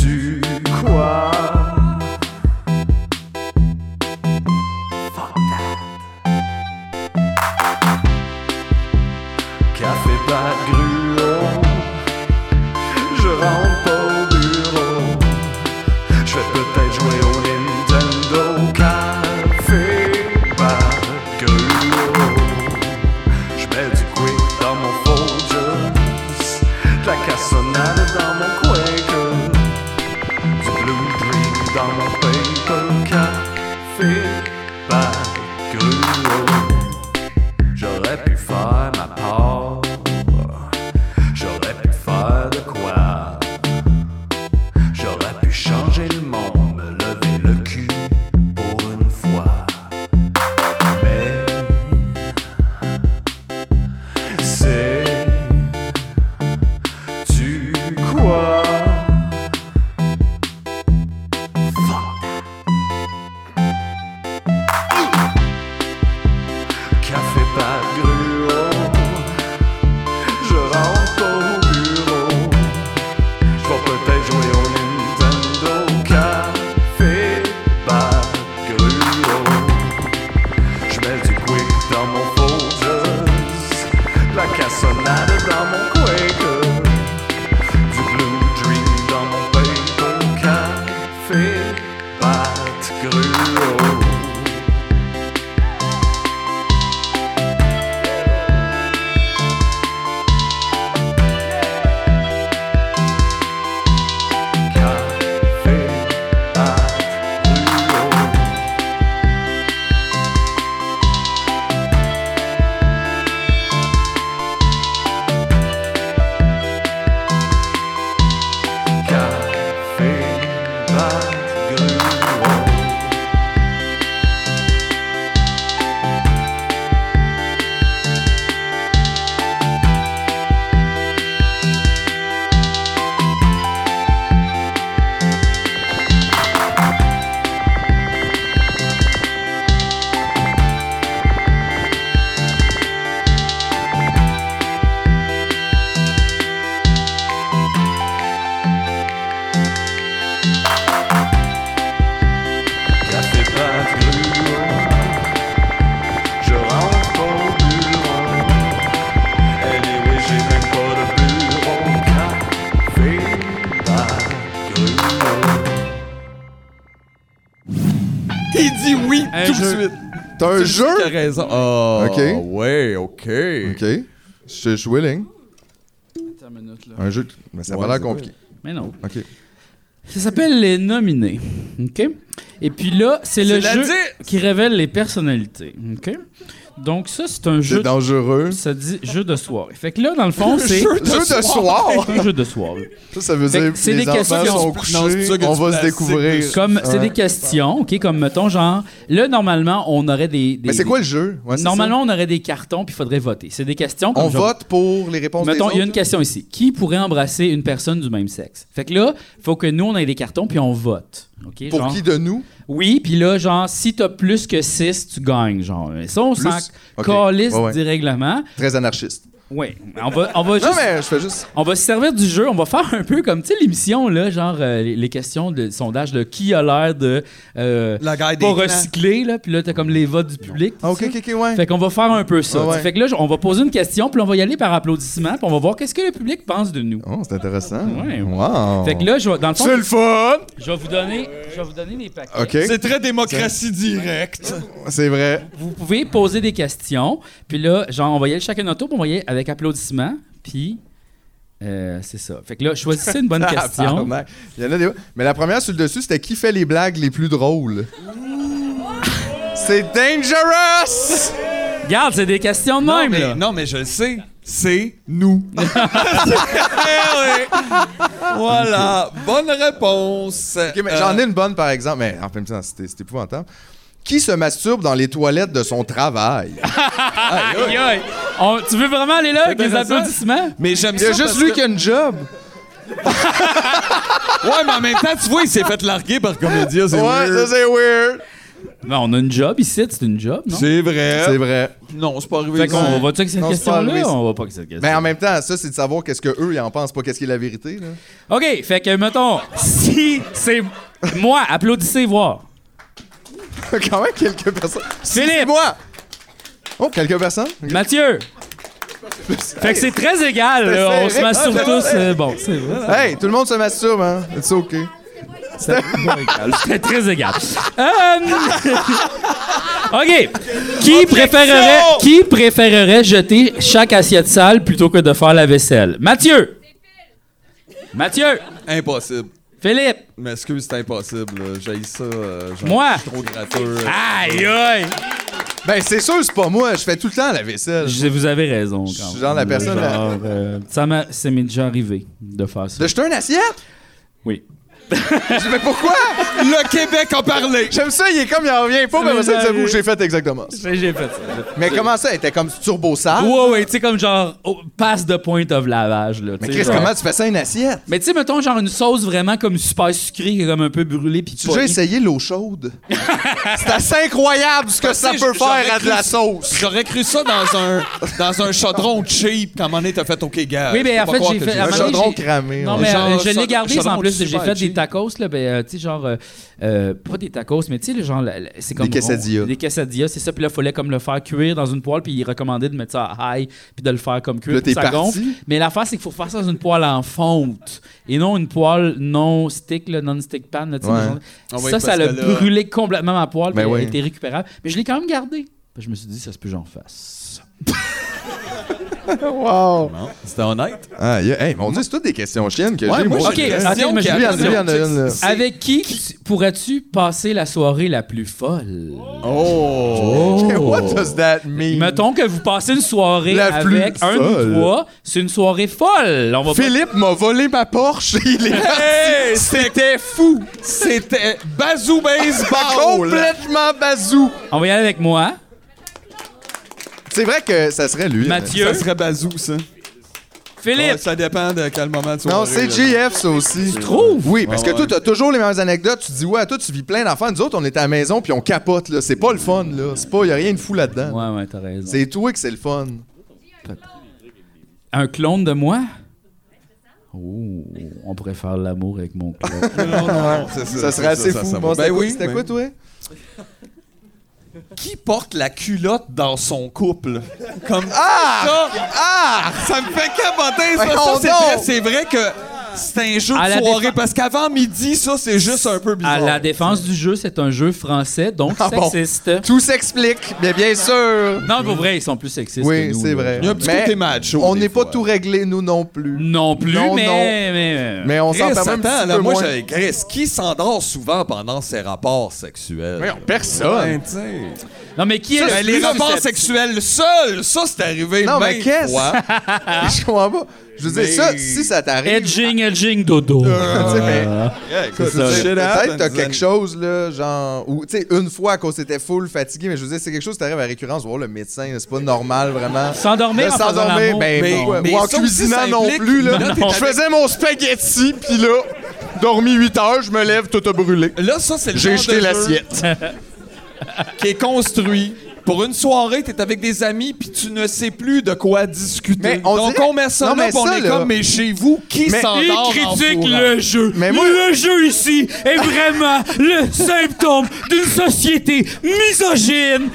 tu quoi? Fuck that. Café pas gruau, je rentre pas au bureau. Je vais peut-être jouer au Nintendo Café pas gruau. Je mets du quick dans mon Folgers, de la cassonade dans mon Quaker, du blue dream dans mon paper café pas gruau. J'aurais pu faire ma part. J'aurais pu faire de quoi. J'aurais pu changer le monde, me lever le cul pour une fois. Mais c'est tu quoi? Fuck. café pas gruau. Je rentre au bureau. Je vais peut-être jouer au Nintendo Café pas gruau. Je mets du quick dans mon Folgers, la cassonade dans mon Quaker, du Blue Dream dans mon paper café pas gruau. Café Patrulo. Café Patrulo. Café pas Je rentre au bureau. Anyway, j'ai même pas de bureau. Café pas Il dit oui Un tout jeu. de suite. T'as un jeu? T'as raison. Ah, Ok. ouais, ok. Ok. Je suis willing. Attends une minute, là. Un jeu. que- Mais ça va Ouais, l'air c'est compliqué. Mais non. Ok. Ça s'appelle Les Nominés. OK? Et puis là, c'est le C'est la jeu dix! qui révèle les personnalités. OK? Donc ça, c'est un jeu... C'est dangereux. Ça dit jeu de soirée. Fait que là, dans le fond, c'est... Mmh. Jeu de soir! un jeu de soirée. Ça, ça veut Fait dire que que c'est les des questions enfants qui ont- sont Non, c'est couchés, sûr que on du va se plastique découvrir. dessus. Comme, c'est Ouais. des questions, OK? Comme, mettons, genre... Là, normalement, on aurait des... des- Mais c'est quoi le jeu? Ouais, c'est ça. Normalement, on aurait des cartons, puis il faudrait voter. C'est des questions... comme On genre- vote pour les réponses Mettons, des il y a une autres? question ici. Qui pourrait embrasser une personne du même sexe? Fait que là, faut que nous, on ait des cartons, puis on vote. OK? Pour genre- qui de nous? Oui, puis là, genre, si t'as plus que 6, tu gagnes, genre. Et Ça, on Plus? s'en Ok. calisse Ouais, ouais. des règlements. Très anarchiste. Oui, on va, on, va Non, juste, mais je fais juste. on va se servir du jeu. On va faire un peu comme, tu sais, l'émission, là, genre, euh, les, les questions de sondage de qui a l'air de euh, La guy des pas clans. recycler, là. Puis là, t'as comme les votes du public. tout Ah, ok, ça. ok, ok, ouais. Fait qu'on va faire un peu ça. Ah ouais. Fait que là, on va poser une question, puis on va y aller par applaudissement, puis on va voir qu'est-ce que le public pense de nous. Oh, c'est intéressant. Ouais. Wow. Fait que là, je vais, dans le fond, C'est le fun! je vais vous donner, je vais vous donner les paquets. Ok. C'est très démocratie directe. C'est vrai. Vous pouvez poser des questions, puis là, genre, on va y aller chacun notre tour, puis on va y aller avec applaudissements, puis euh, c'est ça. Fait que là, choisissez une bonne Ah, question. Tabarnak. Il y en a des- Mais la première sur le dessus, c'était qui fait les blagues les plus drôles? C'est dangerous! Regarde, c'est des questions de Non, même, mais- là. non, mais je le sais. C'est nous. Eh oui. Voilà. Bonne réponse. Euh, Ok, mais J'en ai une bonne, par exemple. Mais en même temps, c'était c'était épouvantable. Qui se masturbe dans les toilettes de son travail? Aïe, aïe. On- tu veux vraiment aller là avec les intéressant. applaudissements? Mais j'aime Il y ça. a juste parce lui que- qui a une job. Ouais, mais en même temps, tu vois, il s'est fait larguer par Comédia, c'est Ouais, ça weird. c'est weird. Ben, on a une job ici, c'est une job, non? C'est vrai. C'est vrai. Non, c'est pas arrivé. Fait qu'on ici. va-tu avec cette Non, c'est pas arrivé, question-là? ça. On va pas avec cette question. Mais en même temps, ça, c'est de savoir qu'est-ce que eux ils en pensent, pas qu'est-ce qui est la vérité. Là. OK, fait que, mettons, si c'est moi, applaudissez, voir. Quand même, quelques personnes. Si, Philippe! c'est moi! Oh, quelques personnes? Mathieu! Fait que c'est très égal, C'est là, on se serré. masturbe Ah, tous. c'est euh, bon, c'est vrai. Hey, tout le monde se masturbe, hein? C'est OK. C'était très égal. Euh, OK. Qui préférerait, qui préférerait jeter chaque assiette sale plutôt que de faire la vaisselle? Mathieu! Mathieu! Impossible. Philippe! Je M'excuse, c'est impossible. là. J'haïs ça. euh, genre, Moi? Je suis trop gratteux. Aïe, aïe! Ben, c'est sûr, c'est pas moi. Je fais tout le temps la vaisselle. Je- vous avez raison. Je quand suis genre même. la personne à- Genre, euh, ça m'a, ça m'est déjà arrivé de faire ça. De jeter une assiette? Oui. Je- Mais pourquoi? Le Québec a parlé. J'aime ça, il est comme, il en revient pas, Ça mais m'est moi, c'est arrivé. où j'ai fait exactement ça. J'ai fait ça. Mais comment ça? Elle était comme turbo sale? Ouais, ouais, tu sais, comme genre, oh, passe de point of lavage, là. tu Mais sais, Chris, genre. comment tu fais ça une assiette? Mais tu sais, mettons, genre une sauce vraiment comme super sucrée, qui est comme un peu brûlée, puis Tu as déjà essayé l'eau chaude? c'est assez incroyable ce que ça Tu sais, peut j'aurais faire à de cru- la sauce. J'aurais cru ça dans un, dans un chaudron cheap quand m'en est t'as fait OK gars. Oui, mais en fait, j'ai fait. à un Un moment donné, chaudron j'ai- cramé, Non, ouais. mais Genre, euh, je chaudron- l'ai gardé, ça, en chaudron plus. J'ai super fait des cheap. tacos, là, ben, euh, tu sais, genre. euh, euh, pas des tacos, mais tu sais, le genre. la- la- C'est comme. Des quesadillas. on- Des quesadillas, c'est ça. Puis là, il fallait comme le faire cuire dans une poêle, puis il recommandait de mettre ça à high, puis de le faire comme cuire. Là, pour que t'es ça parti. gonfle. Mais l'affaire, c'est qu'il faut faire ça dans une poêle en fonte, et non une poêle non-stick, là, non-stick pan, là, tu sais, Ouais. genre- Ah oui, Ça, ça parce l'a que là- brûlé complètement ma poêle, puis Ben elle oui. était récupérable. Mais je l'ai quand même gardé. Je me suis dit, ça se peut, j'en fasse. Wow. C'était honnête. Ah, yeah. Hey, mon Dieu, c'est toutes des questions chiennes que j'ai. moi, moi. Ok, j'ai- attends, mais j'ai- Lui, il y en a- lui, il y en a une, là. Avec qui tu- pourrais-tu passer la soirée la plus folle? Oh! What does that mean? Mettons que vous passez une soirée La avec plus un ou folle. trois, c'est une soirée folle. On va pas- Philippe m'a volé ma Porsche. Il est Hey, C'était fou! C'était Bazoo Baseball! complètement bazou. On va y aller avec moi, C'est vrai que ça serait lui. Mathieu, Ça serait Bazoo, ça. Ouais, Ah, Philippe. ça dépend de quel moment tu mais- Non, c'est JF, ça aussi. Tu trouves? Oui, parce que Ah Ouais, ouais. toi, t'as toujours les mêmes anecdotes. Tu dis, ouais, toi, tu vis plein d'enfants. Nous autres, on est à la maison puis on capote, là. C'est pas le fun, là. C'est pas, y a rien de fou là-dedans. Ouais, ouais, t'as raison. C'est toi que c'est le fun. Un clone de moi? Oh, on pourrait faire l'amour avec mon clone. Ça, Ça serait assez fou. Bon, c'était Ben quoi- oui. C'était quoi, ben- toi? Qui porte la culotte dans son couple? Comme ah! Ça, ah! Ça me fait capoter, ça. Voyons Ça, c'est donc! vrai, c'est vrai que c'est un jeu À la de soirée. défense- Parce qu'avant midi, ça, c'est juste un peu bizarre. à Ah, la défense du jeu, c'est un jeu français, donc Ah bon. sexiste. Tout s'explique, mais bien sûr. Non, pour vrai, ils sont plus sexistes que Oui, nous. c'est là. vrai. Il y a un petit Mais côté macho, On des n'est pas fois. tout réglé, nous non plus. Non plus, Non, mais, non. mais- euh, Mais on s'en Chris, permet un attends, petit là, peu moi, moins. j'avais Chris, qui s'endort souvent pendant ses rapports sexuels? Voyons, personne. Ben, tu sais. Non, mais qui est Ça, le c'est les plus rapports susceptible? sexuels seuls, ça, c'est arrivé. Non, maintes mais qu'est-ce? fois. je comprends pas. Je veux Mais- dire, ça, si ça t'arrive. Edging, edging, dodo. euh, tu sais, mais- C'est je veux ça. dire, Shit Peut-être happens, t'as quelque and- chose, là, genre. Ou, tu sais, une fois qu'on s'était full fatigué, mais je veux dire, c'est quelque chose qui t'arrive à récurrence. Voir le médecin, c'est pas normal, vraiment. S'endormir Là, en faisant s'endormir, l'amour. ben Mais- non. Ou mais en ça aussi, ça cuisinant non implique- plus, là. Non, non. je faisais mon spaghetti, puis là, dormi 8 heures, je me lève, tout a brûlé. Là, ça, c'est le J'ai genre jeté de jeu l'assiette. qui est construit. Pour une soirée, t'es avec des amis puis tu ne sais plus de quoi discuter. Mais on Donc dirait- on met ça Non, là, mais puis on ça, est là- comme mais chez vous qui Mais- Il s'endort en critique fourrant? le jeu. Mais moi- Le jeu ici est vraiment le symptôme d'une société misogyne.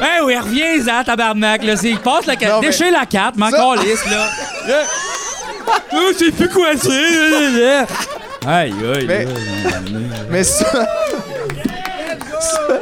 Eh oui, reviens-en, tabarnak. Là. C'est- Il passe la carte. Non, mais- Déchez la carte, mais Ça- encore lisse, là. Je sais plus quoi dire. euh. Aïe, aïe. Mais- là. Mais ça. Ça-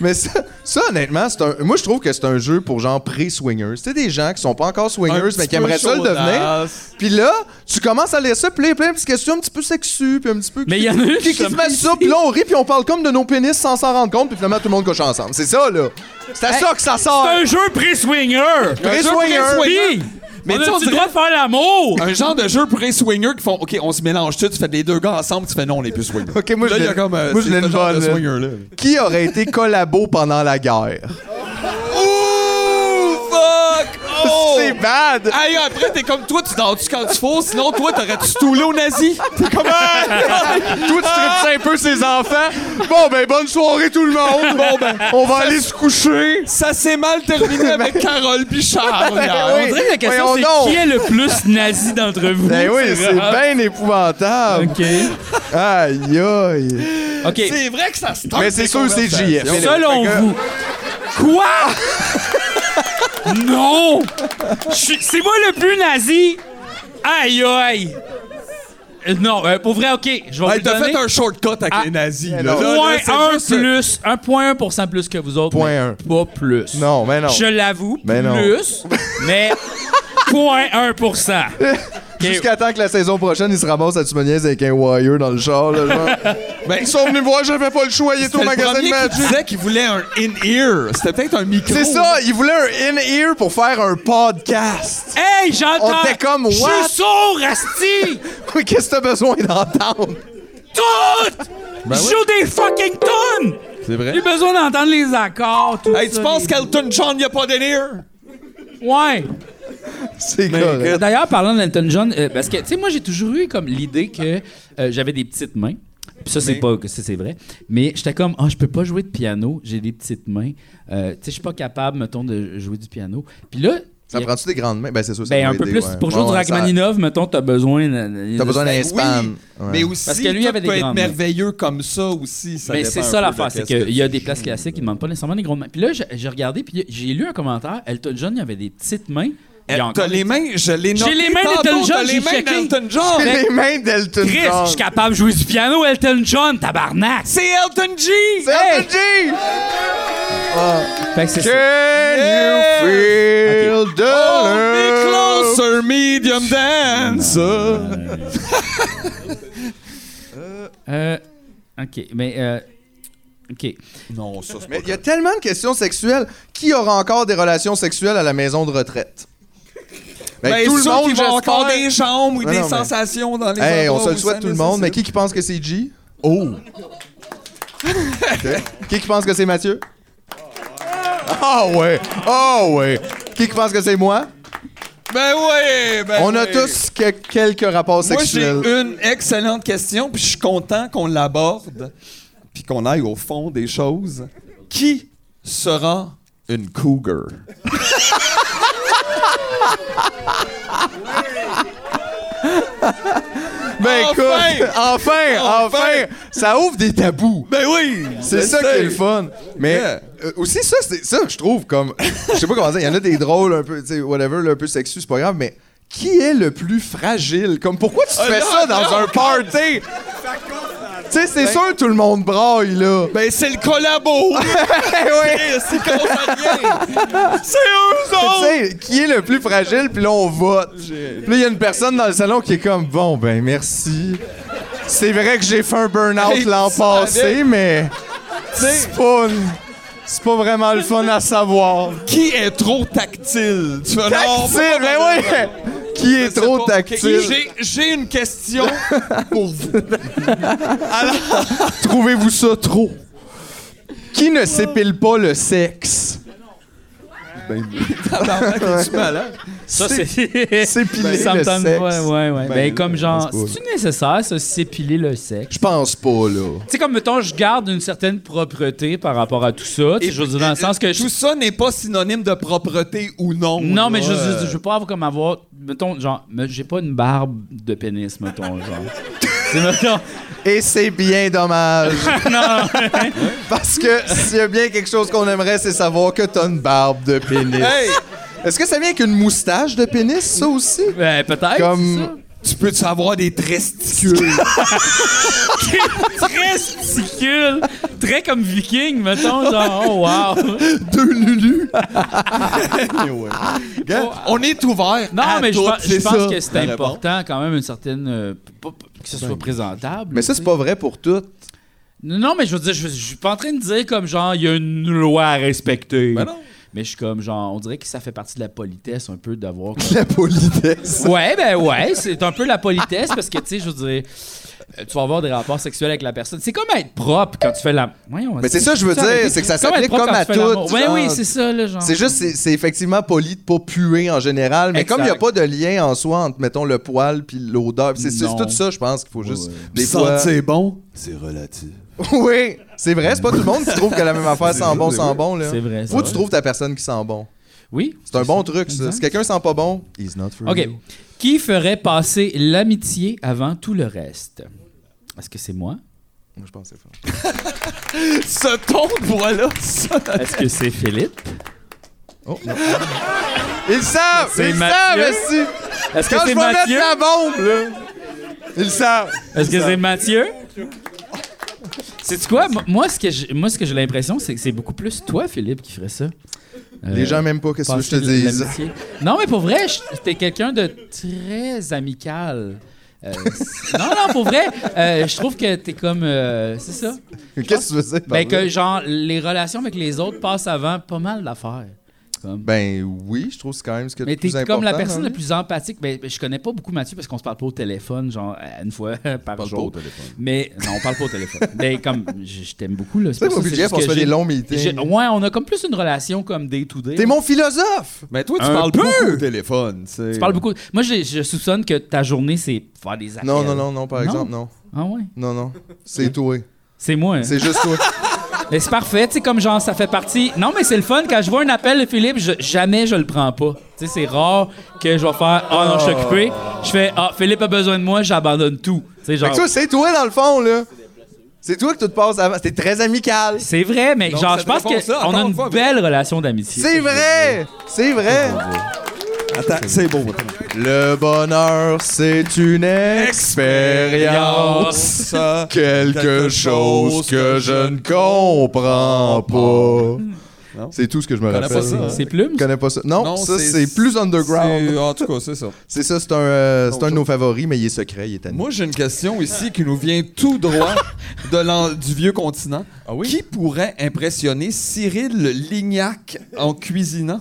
Mais ça, ça, honnêtement, c'est un. Moi, je trouve que c'est un jeu pour genre pré-swingers. C'est des gens qui sont pas encore Un swingers, petit mais qui peu aimeraient ça le devenir. chaudasse. Puis là, tu commences à lire ça, puis là, il y a plein de petites questions un petit peu sexues, puis un petit peu. Mais il y en a une, Puis qui se justement, met ça, puis là, on rit, puis on parle comme de nos pénis sans s'en rendre compte, puis finalement, tout le monde coche ensemble. C'est ça, là. C'est à ça que ça sort. C'est un jeu pré-swinger. Pré-swinger. Oui. Mais on Mais tu sais, on a-tu le dirait- droit de faire l'amour? Un genre de jeu pré-swinger qui font OK, on se mélange tout, tu fais les deux gars ensemble, tu fais non, on est plus swingers. Ok, moi, là, je il y a l'ai- comme euh, moi, je c'est l'ai ce une genre de bonne, là. swinger là. Qui aurait été collabo pendant la guerre? Ouh fuck! Oh! C'est c'est bad! Hey, après, t'es comme toi, tu dors-tu quand tu fous? Sinon, toi, t'aurais-tu toulé aux nazis? Comment? Toi, tu traites un peu ses enfants. Bon, ben, bonne soirée, tout le monde. Bon, ben, on va aller se coucher. Ça s'est mal terminé avec Carole Bichard. Ben Ah, On regarde. dirait que la question, Voyons c'est donc. qui est le plus nazi d'entre vous? Ben oui, c'est vraiment- bien épouvantable. OK. Aïe, aïe. OK. C'est vrai que ça se tente. Mais c'est sûr, c'est JF. Selon Fait que- vous. Quoi? non! Je suis- C'est moi le plus nazi? Aïe aïe! Euh, Non, euh, pour vrai, OK. Je vais Hey, vous t'as donner fait un shortcut avec Ah. les nazis. Là. non. Là, là, c'est point un juste que- plus. 1,1% plus que vous autres. Point mais un. Pas plus. Non, mais non. Je l'avoue, Mais non. plus, mais 0.1%. Jusqu'à temps que la saison prochaine, ils se ramassent à Tumoniaise avec un wire dans le char. Là, genre. Ben, ils sont venus me voir, j'avais pas le choix, ils étaient au C'était le magasin de premier qui Magic. disait qu'il voulait un in-ear. C'était peut-être un micro. C'est ça, ils voulaient un in-ear pour faire un podcast. Hey, j'entends! On était comme, Je what? suis sourd, Asti! Oui, Qu'est-ce que t'as besoin d'entendre? Tout! Ben Je oui. joue des fucking tonnes! C'est vrai. J'ai besoin d'entendre les accords, tout Hey, tu ça, penses les- qu'Elton John, y a pas d'in-ear? Ouais! C'est correct. D'ailleurs, parlant d'Elton John, euh, parce que, tu sais, moi, j'ai toujours eu comme l'idée que euh, j'avais des petites mains. Puis ça, c'est pas que ça, c'est vrai. Mais j'étais comme, ah, je peux pas jouer de piano, j'ai des petites mains. Euh, tu sais, je suis pas capable, mettons, de jouer du piano. Puis là. Ça il y a- prend-tu des grandes mains? Ben, c'est sûr, ça Ben, doit un peu aider, plus. ouais. Pour jouer Ouais, du ouais, ça- Rachmaninov, mettons, t'as besoin. de- T'as besoin d'un Ben, spam. oui. Ouais. Mais aussi, Parce que lui, il tout avait des peut être grandes mains. merveilleux comme ça aussi. Ça Mais dépend c'est un ça peu l'affaire, de c'est qu'est-ce qu'il que y a tu des joues. places classiques qui demandent pas nécessairement des grandes mains. Puis là, j'ai- j'ai regardé, puis j'ai lu un commentaire. Elton John, il avait des petites mains. Il y a Eh, encore T'as les mains, je l'ai noté. les mains tantôt, d'Elton t'as John, les j'ai mains checké. d'Elton John. Mais- Les mains d'Elton Chris, John. je suis capable de jouer du piano, Elton John, tabarnak! C'est Elton G! C'est Elton G! Fait que c'est ça. Can Yeah. you Oh, feel the Hold me love? Oh, closer, medium dance. Ben, Euh, ok, mais. Euh, ok. Non, ça, c'est Mais il y a tellement de questions sexuelles. Qui aura encore des relations sexuelles à la maison de retraite? Ben, Ben, tout le ceux qui monde, vont encore j'espère. des jambes ou Ouais, des non, mais- sensations dans les Hey, on endroits se le où souhaite ça tout le monde, mais qui qui pense que c'est G? Oh! Ok. Qui qui pense que c'est Mathieu? Ah ouais! Ah ouais! Qui qui pense que c'est moi? Ben oui! Ben On a oui. tous que- quelques rapports Moi, j'ai sexuels. une excellente question, puis je suis content qu'on l'aborde, puis qu'on aille au fond des choses. Qui sera une cougar? Ben écoute, enfin, enfin, Enfin! ça ouvre des tabous. Ben oui! C'est ça qui est le fun. Mais Yeah. euh, aussi ça, c'est ça je trouve comme, je sais pas comment dire, il y en a des drôles un peu, tu sais, whatever, là, un peu sexu, c'est pas grave, mais qui est le plus fragile Comme pourquoi tu fais Euh, non, ça dans Ah, non, un party Tu sais, c'est sûr tout le monde braille là. Ben c'est le collabo! ouais. C'est qu'on s'en vient. C'est eux Tu autres! sais, qui est le plus fragile, puis là, on vote. Puis là, il y a une personne dans le salon qui est comme, bon, ben, merci. C'est vrai que j'ai fait un burn-out Hey, l'an tu passé, savais- mais sais- c'est pas, une- c'est pas vraiment le fun à savoir. Qui est trop tactile? Tu vas non, Tactile, ben oui! Qui est c'est trop pas- tactile? J'ai- J'ai une question. Trouvez-vous ça trop? Qui ne s'épile pas le sexe? Tabarnak, es-tu malade? Ça, c'est. S'épiler Ben, Ça me le donne- sexe. Ouais, ouais, ouais. Ben, Ben, comme genre, c'est pas- c'est-tu nécessaire, ça, s'épiler le sexe? Je pense pas, là. Tu sais, comme, mettons, je garde une certaine propreté par rapport à tout ça. Tu sais, je veux dire, dans le sens que je. Tout ça n'est pas synonyme de propreté ou non. Non, mais je, là. je, je veux pas avoir comme avoir. Mettons, genre, me- j'ai pas une barbe de pénis, mettons, genre. C'est mettons. Et c'est bien dommage. Parce que s'il y a bien quelque chose qu'on aimerait, c'est savoir que t'as une barbe de pénis. Hey, Est-ce que ça vient avec une moustache de pénis, ça aussi? Ben, peut-être. Comme. tu peux-tu avoir des testicules? Très sticule. Très comme viking, mettons, genre, oh, wow. Gars, On est ouvert. Non, à mais je, tout, pense- je c'est pense ça, que c'est la important quand même une certaine euh, p- p- p- que ce soit présentable. Ben, Mais ça, c'est pas vrai pour toutes. Non, mais je veux dire, je, je suis pas en train de dire comme genre il y a une loi à respecter. Ben non. Mais je suis comme, genre, on dirait que ça fait partie de la politesse un peu d'avoir. La politesse. Ouais, ben ouais, c'est un peu la politesse parce que, tu sais, je veux dire, euh, tu vas avoir des rapports sexuels avec la personne. C'est comme être propre quand tu fais la. Voyons, Mais c'est ça, je veux arrêter. dire, c'est que ça comme être s'applique propre comme quand à tu fais l'amour. tout, Ouais, genre. oui, c'est ça, là, genre. C'est juste, c'est- c'est effectivement poli de pas puer en général, mais Exact. comme il n'y a pas de lien en soi entre, mettons, le poil puis l'odeur, c'est c'est Non. tout ça, je pense qu'il faut juste. Des fois... Sentir bon, c'est relatif. oui, c'est vrai, c'est pas tout le monde qui trouve que la même affaire sent bon, sent bon. Là. C'est vrai, ça. Faut que tu trouves ta personne qui sent bon. Oui. C'est un bon truc, ça. Si Exact. quelqu'un sent pas bon, he's not for OK. you. Qui ferait passer l'amitié avant tout le reste? Est-ce que c'est moi? Moi, je pensais pas. Ce ton de voix-là, ça. Est-ce que c'est Philippe? Ils le savent! C'est Ils le savent, Mathieu. esti! Est-ce que Quand je c'est vais Mathieu? mettre la bombe, là! Ils le savent! Est-ce que c'est Mathieu? C'est quoi? Mo- Moi, ce que j'ai, moi, ce que j'ai l'impression, c'est que c'est beaucoup plus toi, Philippe, qui ferait ça. Euh, Les gens m'aiment pas, qu'est-ce que je te dise? Non, mais pour vrai, je- t'es quelqu'un de très amical. Euh, c'est- non, non, pour vrai, euh, je trouve que t'es comme. euh, c'est ça? Qu'est-ce que tu veux dire? par Ben, là? que genre, les relations avec les autres passent avant pas mal d'affaires. Comme. Ben oui, je trouve que c'est quand même ce que Mais le plus t'es important. hein. comme la personne dans la plus empathique. Ben, ben, je connais pas beaucoup Mathieu parce qu'on se parle pas au téléphone, genre euh, une fois par Parle pas jour. au téléphone. Mais non, on parle pas au téléphone. ben comme je, je t'aime beaucoup là. C'est pas ça, ça, mon budget, juste on se que fait des j'ai- longs j'ai- meetings. Ouais, on a comme plus une relation comme day to day. T'es mon philosophe! Mais toi, tu Un parles peu. beaucoup au téléphone, sais. Tu parles beaucoup. Moi, je, je soupçonne que ta journée c'est faire des appels. Non, non, non, non, par Non. exemple, non. Ah ouais. Non, non. C'est toi. C'est moi. hein. C'est juste toi. Ah Mais c'est parfait, tu sais comme genre ça fait partie. Non, mais c'est le fun quand je vois un appel de Philippe, je- jamais je le prends pas. Tu sais, c'est rare que je vais faire "Ah non, je suis occupé." Je fais "Ah, Philippe a besoin de moi, j'abandonne tout." Tu sais Fait genre que toi, c'est toi dans le fond, là. C'est toi que tout te passe avant. C'était très amical. C'est vrai, mais Donc, genre, ça je pense répond ça, qu'on encore a une une fois, belle relation d'amitié. C'est vrai! C'est vrai! Attends, c'est beau. Le bonheur, c'est une expérience. Quelque chose que je ne comprends pas. Non. C'est tout ce que je me Connais rappelle. pas ça, hein? C'est plume? Je connais pas ça. Non, Non, ça, c'est c'est- plus underground. C'est- En tout cas, c'est ça. C'est ça, c'est un, euh, c'est Autre un de chose. nos favoris, mais il est secret, il est animé. Moi, j'ai une question ici qui nous vient tout droit de l'en- du vieux continent. Qui pourrait impressionner Cyril Lignac en cuisinant?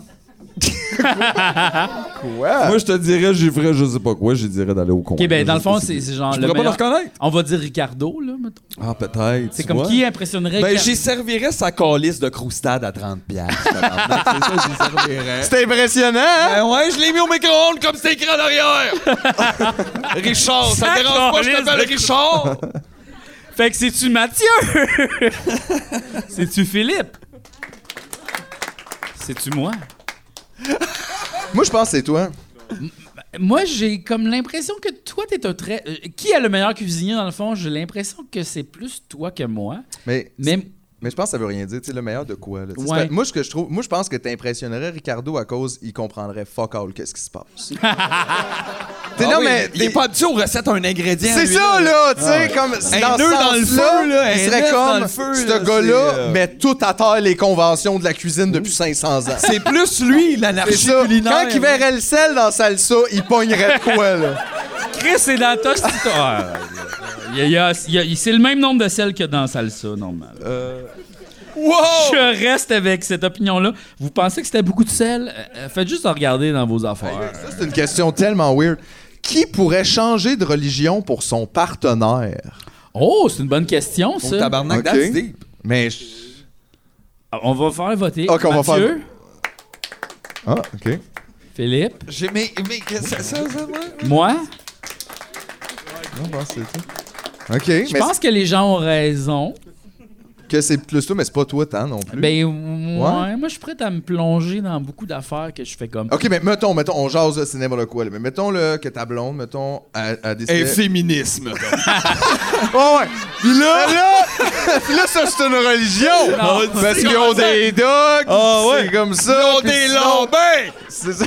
Quoi? Moi, je te dirais, j'y ferais je sais pas quoi, je dirais d'aller au con. Ok, ben dans le Je sais fond, pas c'est c'est genre Je le pourrais pas le meilleur. reconnaître. On va dire Ricardo, là, mettons. Ah, peut-être. C'est tu comme vois. qui impressionnerait Ben, Ricardo? j'y servirais sa calice de croustade à 30 piastres. tabarnak. c'est ça, j'y servirais. C'est impressionnant, hein? Ben ouais, je l'ai mis au micro-ondes comme c'était écrit en arrière. Richard, ça te dérange pas, je calice t'appelle Richard. Ah, Fait que c'est-tu Mathieu? c'est-tu Philippe? C'est-tu moi? Moi, je pense que c'est toi. Moi, j'ai comme l'impression que toi, t'es un très. euh, Qui est le meilleur cuisinier, dans le fond? J'ai l'impression que c'est plus toi que moi. Mais, Mais mais je pense que ça veut rien dire. Tu sais, le meilleur de quoi, là? Tu sais, Ouais. c'est- Moi, ce que je trouve, moi, je pense que t'impressionnerais Ricardo à cause il comprendrait fuck all qu'est-ce qui se passe. T'sais, Ah non, Ah mais... il est t'es- pas habitué aux recettes un ingrédient. C'est lui, ça, là, tu sais, comme... Un dans nœud ce dans le sens-là, feu, il là, un serait nœud dans comme, le feu, là, ce c'est, gars-là euh, met tout à terre les conventions de la cuisine depuis 500 ans. C'est plus lui, C'est l'anarchie ça. culinaire. Quand il verrait le sel dans salsa, il pognerait de quoi, là? Chris est dans Tostito. Ah, il y a- il y a- il y a- c'est le même nombre de sel que dans Salsa, normalement. Wow! Euh, Je reste avec cette opinion-là. Vous pensez que c'était beaucoup de sel? Euh, euh, faites juste regarder dans vos affaires. Ça, c'est une question tellement weird. Qui pourrait changer de religion pour son partenaire? Oh, c'est une bonne question, Oh, ça. tabarnak, Ok. that's deep. Mais. Ah, On va faire voter. Ok, on va Mathieu, faire- Ah, OK. Philippe, J'ai- Mais, mais qu'est-ce que ça, ça, moi? moi. Non, bon, c'est tout. OK, mais Je pense que les gens ont raison. c'est- que c'est plus toi, mais c'est pas toi tant non plus. Ben, ouais, moi, je suis prête à me plonger dans beaucoup d'affaires que je fais comme. OK, mais mettons, mettons, on jase, là, c'est n'importe quoi. là, mais mettons là, que ta blonde, mettons, a, a décidé. féminisme. Oh, ouais. Puis Ah, là, là, puis là, ça, c'est une religion. Non. Parce qu'ils ont des dogs. Ah, ouais. C'est comme ça. Ils ont puis des sinon- lambins! C'est ça.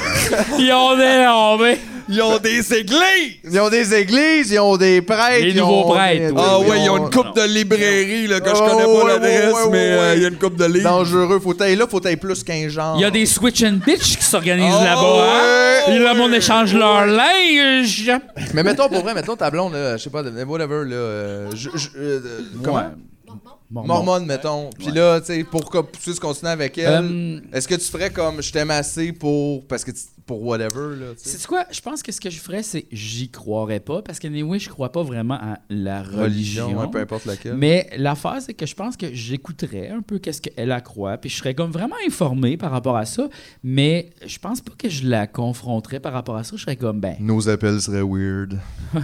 Ils ont des lambés. Ils ont des églises! Ils ont des églises, ils ont des prêtres. Les ils nouveaux ont- prêtres, oui. Ah Ils ouais, ils ont une coupe non. de librairie là, que je Oh, connais ouais, pas l'adresse, ouais, ouais, mais ouais, euh, ouais. il y a une coupe de livres. dangereux. Faut tailler là, faut tailler plus qu'un genre. Il y a des switch and bitch qui s'organisent Oh, là-bas. hein? Ah. ouais. Et là, on échange leur linge. Mais mettons, pour vrai, mettons ta blonde, là, je sais pas, devenez whatever, là. euh, je- je- euh, euh, comment? Mormon. Mormone, mettons. Puis là, tu sais, pour que tu puisses continuer avec elle, Euh, est-ce que tu ferais comme je t'aime assez pour. Parce que tu- pour whatever, là, tu sais? C'est quoi? Je pense que ce que je ferais, c'est j'y croirais pas parce que anyway, je crois pas vraiment à la religion. ouais, peu importe laquelle. mais l'affaire, c'est que je pense que j'écouterais un peu qu'est-ce qu'elle la croit, puis je serais comme vraiment informé par rapport à ça, mais je pense pas que je la confronterais par rapport à ça. Je serais comme, ben, Nos appels seraient weird.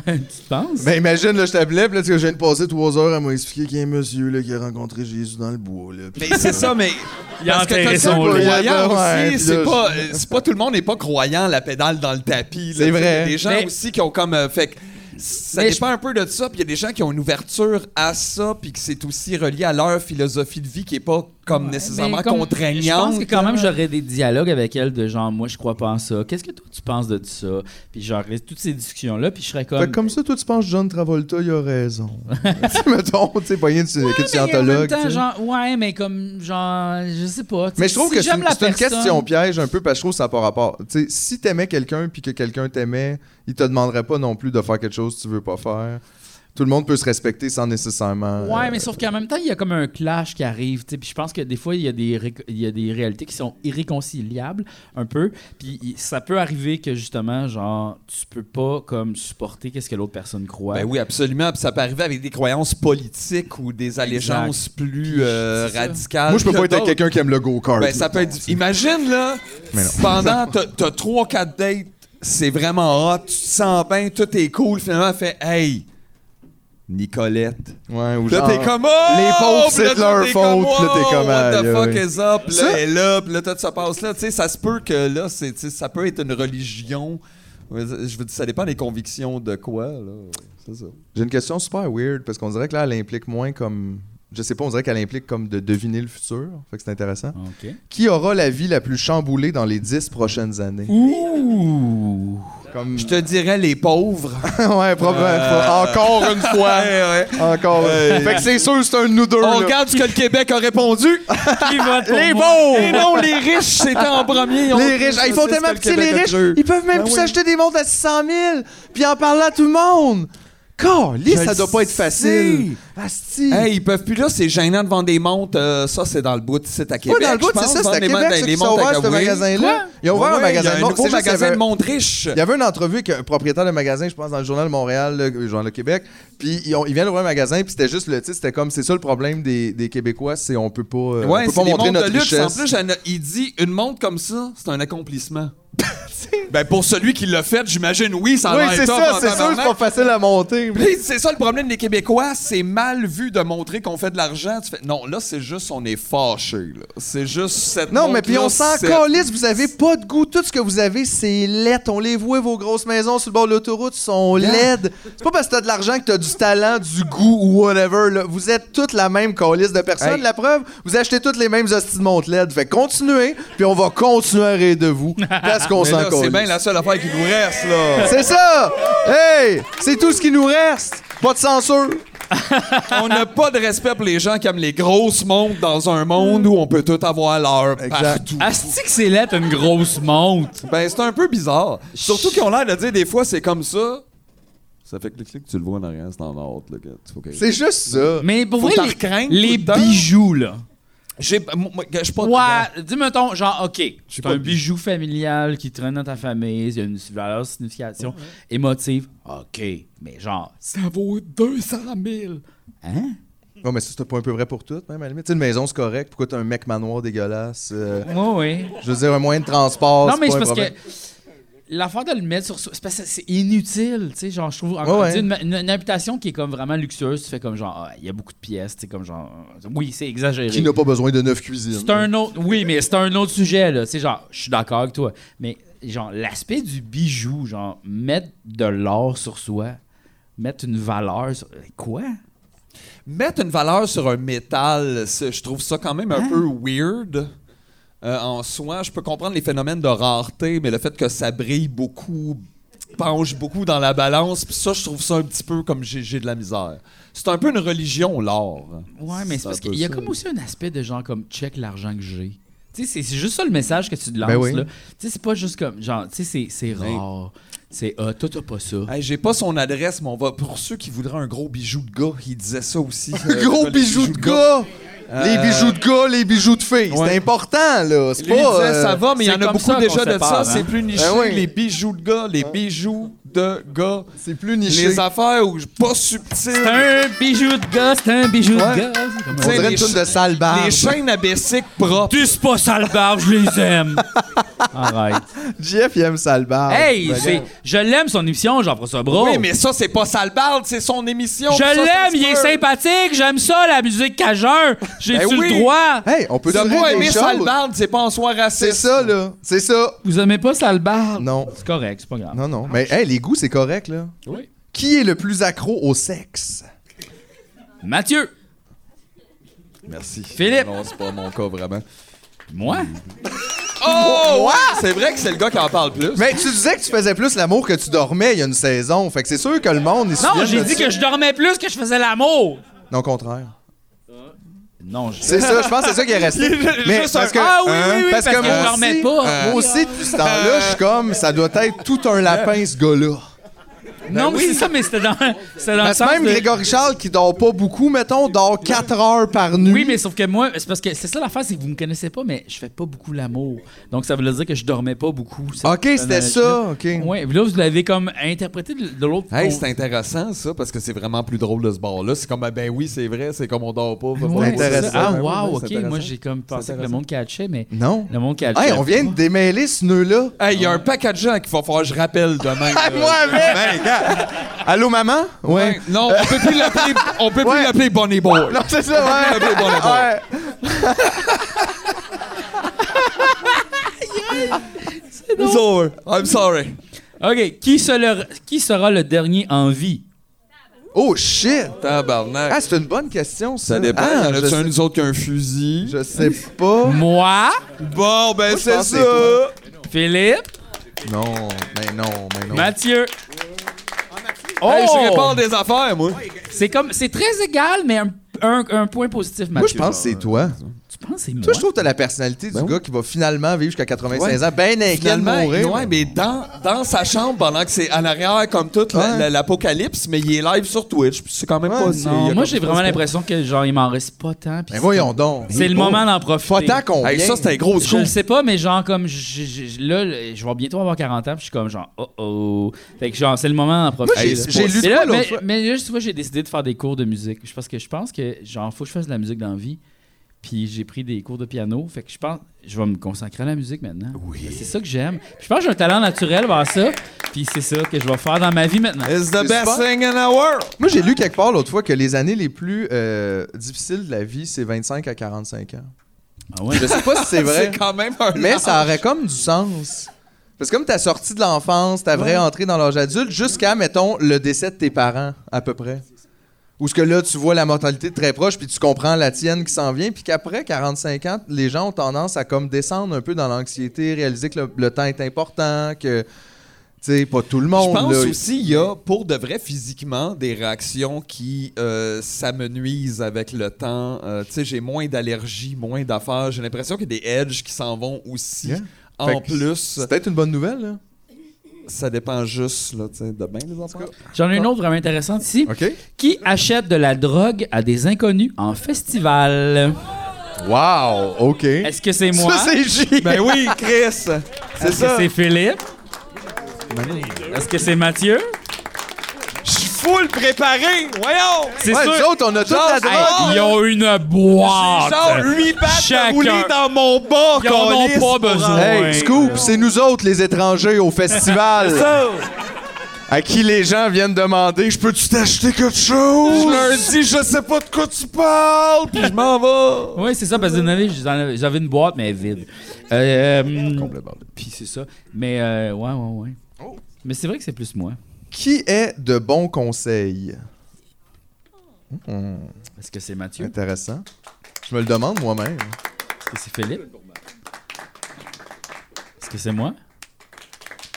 tu penses? Ben imagine, là, je t'appelais, puis là, tu sais, je viens de passer trois heures à m'expliquer qu'il y a un monsieur là, qui a rencontré Jésus dans le bois. Là, Mais c'est ça, mais. Il a parce que enterré t'as son ça, loup. croyant Ouais, puis aussi, c'est là, pas, euh, c'est pas tout le monde n'est pas croyant la pédale dans le C'est tapis. là. Tu sais, vrai. Il y a des gens Mais- aussi qui ont comme. euh, fait que ça Mais dépend un peu de ça, puis il y a des gens qui ont une ouverture à ça, puis que c'est aussi relié à leur philosophie de vie qui est pas comme nécessairement Mais Ben, comme- Je contraignante. pense que quand même, j'aurais des dialogues avec elle de genre, moi, je crois pas en ça. Qu'est-ce que toi, tu penses de ça? Puis genre, toutes ces discussions-là, puis je serais comme... ça, toi, tu penses John Travolta, il a raison. tu mettons, tu sais, poigné de Ouais, mais en même temps, genre, ouais, mais comme, genre, je sais pas. tu Mais sais, je trouve si que c'est j'aime une, la c'est une personne- question piège un peu parce que je trouve que ça n'a pas rapport. Tu sais, si t'aimais quelqu'un puis que quelqu'un t'aimait, il te demanderait pas non plus de faire quelque chose que tu veux pas faire. Tout le monde peut se respecter sans nécessairement. euh, Ouais, mais sauf qu'en même temps, il y a comme un clash qui arrive, tu sais, puis je pense que des fois, il y, a des ré- il y a des réalités qui sont irréconciliables, un peu, puis il- ça peut arriver que, justement, genre, tu peux pas, comme, supporter qu'est-ce que l'autre personne croit. Ben oui, absolument. Puis ça peut arriver avec des croyances politiques ou des allégeances plus euh, C'est ça. radicales. Moi, je peux que pas être avec d'autres. quelqu'un qui aime le go-kart. Ben, ça peut être. Imagine, là, Mais non. pendant, t'as- t'as 3-4 dates, c'est vraiment hot, tu te sens bien, tout est cool. Finalement, fait, hey, Nicolette. Ouais, ou Là, genre- t'es comme, oh! les pauvres, Puis là, c'est de leur t'es comme, faute. Puis là, t'es oh, comme, What the aïe, fuck aïe. is up? Puis Là, Ça- elle est là, puis là, tout ça passe là. Tu sais, ça se peut que là, c'est, tu sais, ça peut être une religion. Je veux dire, ça dépend des convictions de quoi, là. C'est ça. J'ai une question super weird parce qu'on dirait que là, elle implique moins comme. Je sais pas, on dirait qu'elle implique comme de deviner le futur. Fait que c'est intéressant. OK. Qui aura la vie la plus chamboulée dans les dix prochaines années? Ouh! Comme... Je te Euh, dirais les pauvres. ouais, probablement. Encore une fois. Encore. Fait que c'est sûr, c'est un de nous deux. On là. regarde ce que le Québec a répondu. Qui vote pour Les moi? pauvres! Et non, les riches, c'était en premier. Ils ont- Les riches, hey, ils font C'est ce tellement que le petits, les Québec a riches. cru. Ils peuvent même Ben plus oui. s'acheter des montres à 600 000 puis en parler à tout le monde. Calisse, Je ça le doit pas être facile. Asti. Hey, ils peuvent plus là, c'est gênant de vendre des montres. euh, ça, c'est dans le bout, c'est à Québec. Pas dans le bout, je c'est pense, ça, vendre c'est à des Québec, montres- ceux des qui sont montres à ouverts ce Gawaii. magasin-là. Ils ont ouvert Ouais, un magasin il y de a un montres. nouveau C'est juste qu'il y magasin avait- de montres riches. Il y avait une entrevue avec un propriétaire de magasin, je pense, dans le Journal de Montréal, le, le Journal de Québec. Puis ils, ont- ils viennent ouvrir un magasin, puis c'était juste le titre, c'était comme c'est ça le problème des, des Québécois, c'est on peut pas, euh, Ouais, on peut c'est pas des montrer montres notre de luxe. richesse. En plus, j'en ai- il dit une montre comme ça, c'est un accomplissement. ben pour celui qui l'a fait, j'imagine oui, ça en oui, a c'est été ça, en c'est sûr, c'est tabarnak. pas facile à monter. mais- Puis C'est ça le problème des Québécois, c'est mal vu de montrer qu'on fait de l'argent. Tu fais non, là c'est juste on est fâché là. C'est juste cette Non, mais montre-là, puis on s'en c'est- calisse, vous avez pas de goût. Tout ce que vous avez, c'est laid. On les voit, vos grosses maisons sur le bord de l'autoroute Hein? sont laides. C'est pas parce que t'as de l'argent que t'as du talent, du goût ou whatever. là. Vous êtes toutes la même calisse de personnes. Hey. La preuve, vous achetez toutes les mêmes hosties de montres laides. Fait continuez, puis on va continuer à rire de vous parce qu'on Mais s'en là, c'est bien calisse. la seule affaire qui nous reste là. C'est ça! Hey! C'est tout ce qui nous reste! Pas de censure! on n'a pas de respect pour les gens qui aiment les grosses montres dans un monde où on peut tout avoir l'heure partout. Asti que c'est lettre, une grosse montre! Ben c'est un peu bizarre. Surtout qu'ils ont l'air de dire des fois c'est comme ça. Ça fait clic-clic, tu le vois en arrière, c'est en hâte, là, que tu- faut que- C'est juste ça! Mais pour Faut vrai, t'en les- recraindre tout les le temps. bijoux, là... J'ai- moi, moi, Je suis pas dedans. Ouais, dis mettons, genre, OK, c'est pas un le bijou familial qui traîne dans ta famille, il y a une valeur signification émotive. OK, mais genre, ça vaut 200 000. Hein? Non, mais ça, c'est pas un peu vrai pour toutes, même à la limite. Tu sais, une maison, c'est correct. Pourquoi t'as un mec manoir dégueulasse? euh, Oui, oui. Je veux dire, un moyen de transport. non, Oh, c'est mais pas c'est un parce problème. que l'affaire de le mettre sur. C'est parce que c'est inutile, tu sais, genre, je trouve. Encore Ouais, tu sais, Une, une- une habitation qui est comme vraiment luxueuse, tu fais comme genre, ah, il y a beaucoup de pièces, tu sais, comme genre. euh, Oui, c'est exagéré. Qui n'a pas besoin de neuf cuisines. C'est un autre. Oui, mais c'est un autre sujet, là. C'est genre, je suis d'accord avec toi. Mais, genre, l'aspect du bijou, genre, mettre de l'or sur soi, mettre une valeur sur. Quoi? Mettre une valeur sur un métal, c'est- je trouve ça quand même Hein? un peu weird. Euh, en soi, je peux comprendre les phénomènes de rareté, mais le fait que ça brille beaucoup, penche beaucoup dans la balance, puis ça, je trouve ça un petit peu comme j'ai j'ai de la misère. C'est un peu une religion, l'or. Ouais, mais c'est un parce peu qu'il y a ça. comme aussi un aspect de genre, comme, check l'argent que j'ai. Tu sais, c'est- c'est juste ça le message que tu te lances, Ben oui. là. Tu sais, c'est pas juste comme, genre, tu sais, c'est- c'est rare. C'est ah, toi, t'as pas ça. Hey, J'ai pas son adresse, mais on va. Pour ceux qui voudraient un gros bijou de gars, il disait ça aussi. Un gros bijou de gars! Les Euh, bijoux de gars, les bijoux de filles. ouais. C'est important, là. C'est Lui, il pas. disait, euh, ça va, mais il y c'est en a comme beaucoup ça qu'on déjà de sépare, ça. hein. C'est plus niché. Ben oui. Les bijoux de gars, les bijoux de gars. C'est plus niché. Les affaires où je pas subtil. C'est un bijou de gars, c'est un bijou Ouais. de gars. Comme On on T'sais, dit. dirait les une toune cha- de sale barbe. Les chaînes à bessic propres. Tu c'est pas sale barbe, je les aime. Arrête. Jeff, il aime sale barbe. Hey, Regarde. c'est- je l'aime son émission, Jean-François Brault. Oui, mais ça, c'est pas sale barbe, c'est son émission. Je puis ça, ça l'aime, se il est peut. sympathique, j'aime ça, la musique cajun. J'ai-tu Ben oui. le droit? Hey, on peut De dire pas des aimer choses. sale barbe, c'est pas en soi raciste. C'est ça, là. C'est ça. Vous aimez pas sale barbe? Non. C'est correct, c'est pas grave. Non, non. Mais hey, les goûts, c'est correct, là. Oui. Qui est le plus accro au sexe? Mathieu, Merci. Philippe. Non, c'est pas mon cas, vraiment. moi? Oh! C'est vrai que c'est le gars qui en parle plus. Mais tu disais que tu faisais plus l'amour que tu dormais il y a une saison. Fait que c'est sûr que le monde, il se Non, souvient j'ai de dit ça. que je dormais plus que je faisais l'amour. Non, au contraire. Non, je... C'est ça, je pense que c'est ça qui est resté. Mais juste parce un- que, hein, Ah oui, oui, oui, parce parce que que moi je aussi, dormais pas. euh, moi ah. aussi, depuis ce temps-là, je suis comme, ça doit être tout un lapin, ce gars-là. non, mais c'est ça, mais c'était dans, c'était dans le Parce que sens Ben, même de- Grégory Charles, qui dort pas beaucoup, mettons, dort 4 heures par nuit. Oui, mais sauf que moi, c'est parce que c'est ça l'affaire, c'est que vous me connaissez pas, mais je fais pas beaucoup l'amour. Donc ça veut dire que je dormais pas beaucoup. Euh, OK, c'était ça, OK. Oui, là, vous l'avez comme interprété de de l'autre Hey, côté. c'est intéressant ça parce que c'est vraiment plus drôle de ce bord-là. C'est comme ben, ben oui, c'est vrai, c'est comme on dort pas. faut Ouais, pas- c'est intéressant. ça. Ah, Ouais, ouais, wow, ouais, ok. c'est Moi, intéressant. j'ai comme pensé que C'est le intéressant. monde catchait, mais Non. le monde catchait. Hey, on vient de démêler ce nœud-là. Hey, il y a un paquet de gens qu'il va falloir que je rappelle demain. Ah, là. Moi avec! ben, Allô, maman? Ouais. Ouais. Non, on peut plus l'appeler, on peut plus Ouais. l'appeler Bonnie Boy. Non, c'est ça, ouais. Un peu bon, là-bas. Ouais. It's over. I'm sorry. Ok, qui, se le- qui sera le dernier en vie? Oh, shit! Tabarnak. Ah, c'est une bonne question, ça. ça dépend. Ah, y en je, a-tu un sais, de nous autres qui a un fusil? je sais pas. Moi, Bon, ben je c'est pense que ça. c'est toi. Philippe, Non, mais non, mais non. Mathieu. Hey, je Oh! réponds des affaires, moi. C'est comme, c'est très égal, mais un, un- un point positif, Mathieu. Moi, je pense que c'est toi. Tu penses que c'est moi? Toi, je trouve que t'as la personnalité du Ben oui. gars qui va finalement vivre jusqu'à 96 ans, ben inquiet de Finalement, mourir. ouais, mais dans, dans sa chambre, pendant que c'est à l'arrière comme tout la- Ouais. la- l'apocalypse, mais il est live sur Twitch, puis c'est quand même Ouais, pas... c'est- il y Non, a moi, comme- j'ai vraiment l'impression que, genre, il m'en reste pas tant. puis Mais Ben voyons donc. C'est le moment d'en profiter. Pas tant qu'on. Hey, ça, c'était un gros Je scoop. le sais pas, mais genre, comme, j'ai- j'ai- là, le- je vais bientôt avoir 40 ans, puis je suis comme, genre, oh oh. Fait que, genre, c'est le moment d'en profiter. Moi, j'ai- là. j'ai lu mais de là, quoi l'autre mais, fois? mais là, tu vois, j'ai décidé de faire des cours de musique. Je pense que je pense que, genre, faut que je fasse de la musique dans la vie. Puis j'ai pris des cours de piano. Fait que je pense, je vais me consacrer à la musique maintenant. Oui. C'est ça que j'aime. Puis Je pense que j'ai un talent naturel vers ça. Puis c'est ça que je vais faire dans ma vie maintenant. It's the C'est best super. thing in the world. Moi, j'ai lu quelque part l'autre fois que les années les plus euh, difficiles de la vie, c'est 25 à 45 ans. Ah ouais. Je sais pas si c'est vrai, C'est quand même un... mais Ah. ça aurait comme du sens. Parce que comme t'as sorti de l'enfance, ta vraie entrée dans l'âge adulte, jusqu'à, mettons, le décès de tes parents, à peu près. Ou ce que là, tu vois la mortalité de très proche, puis tu comprends la tienne qui s'en vient, puis qu'après 45 ans, les gens ont tendance à comme descendre un peu dans l'anxiété, réaliser que le, le temps est important, que, tu sais, pas tout le monde. Je pense là, aussi il y a, pour de vrai, physiquement, des réactions qui euh, s'amenuisent avec le temps. Euh, tu sais, j'ai moins d'allergies, moins d'affaires. J'ai l'impression qu'il y a des edges qui s'en vont aussi. Yeah. Fait En que plus, C'est peut-être une bonne nouvelle, là. ça dépend juste là, tu sais, de bien les affaires. J'en ai une autre vraiment intéressante ici. OK. Qui achète de la drogue à des inconnus en festival? Wow, OK. Est-ce que c'est moi? Ça, c'est J. Ben oui, Chris! C'est Est-ce que ça! c'est Philippe? Est-ce que c'est Mathieu? Je suis full préparé! Voyons! C'est Ouais, nous sûr! autres, on a toute la Hey, drogue. ils ont une Genre boîte! 8 pattes Chacun. de rouler dans mon bas, Ils en ont câlisse, pas pour besoin. en- Hey, Ouais. Scoop, c'est nous autres les étrangers au festival Ça! à qui les gens viennent demander Je peux-tu t'acheter quelque Je chose leur dis, je sais pas de quoi tu parles, puis je m'en vais! Oui, c'est ça, parce que vous en avez- j'en avais- j'avais une boîte, mais elle est vide. Euh, euh, Puis c'est ça. Mais, euh, ouais, ouais, ouais. Mais c'est vrai que c'est plus moi. Qui est de bons conseils Hmm, Est-ce que c'est Mathieu? Intéressant. Je me le demande moi-même. Est-ce que c'est Philippe? Est-ce que c'est moi?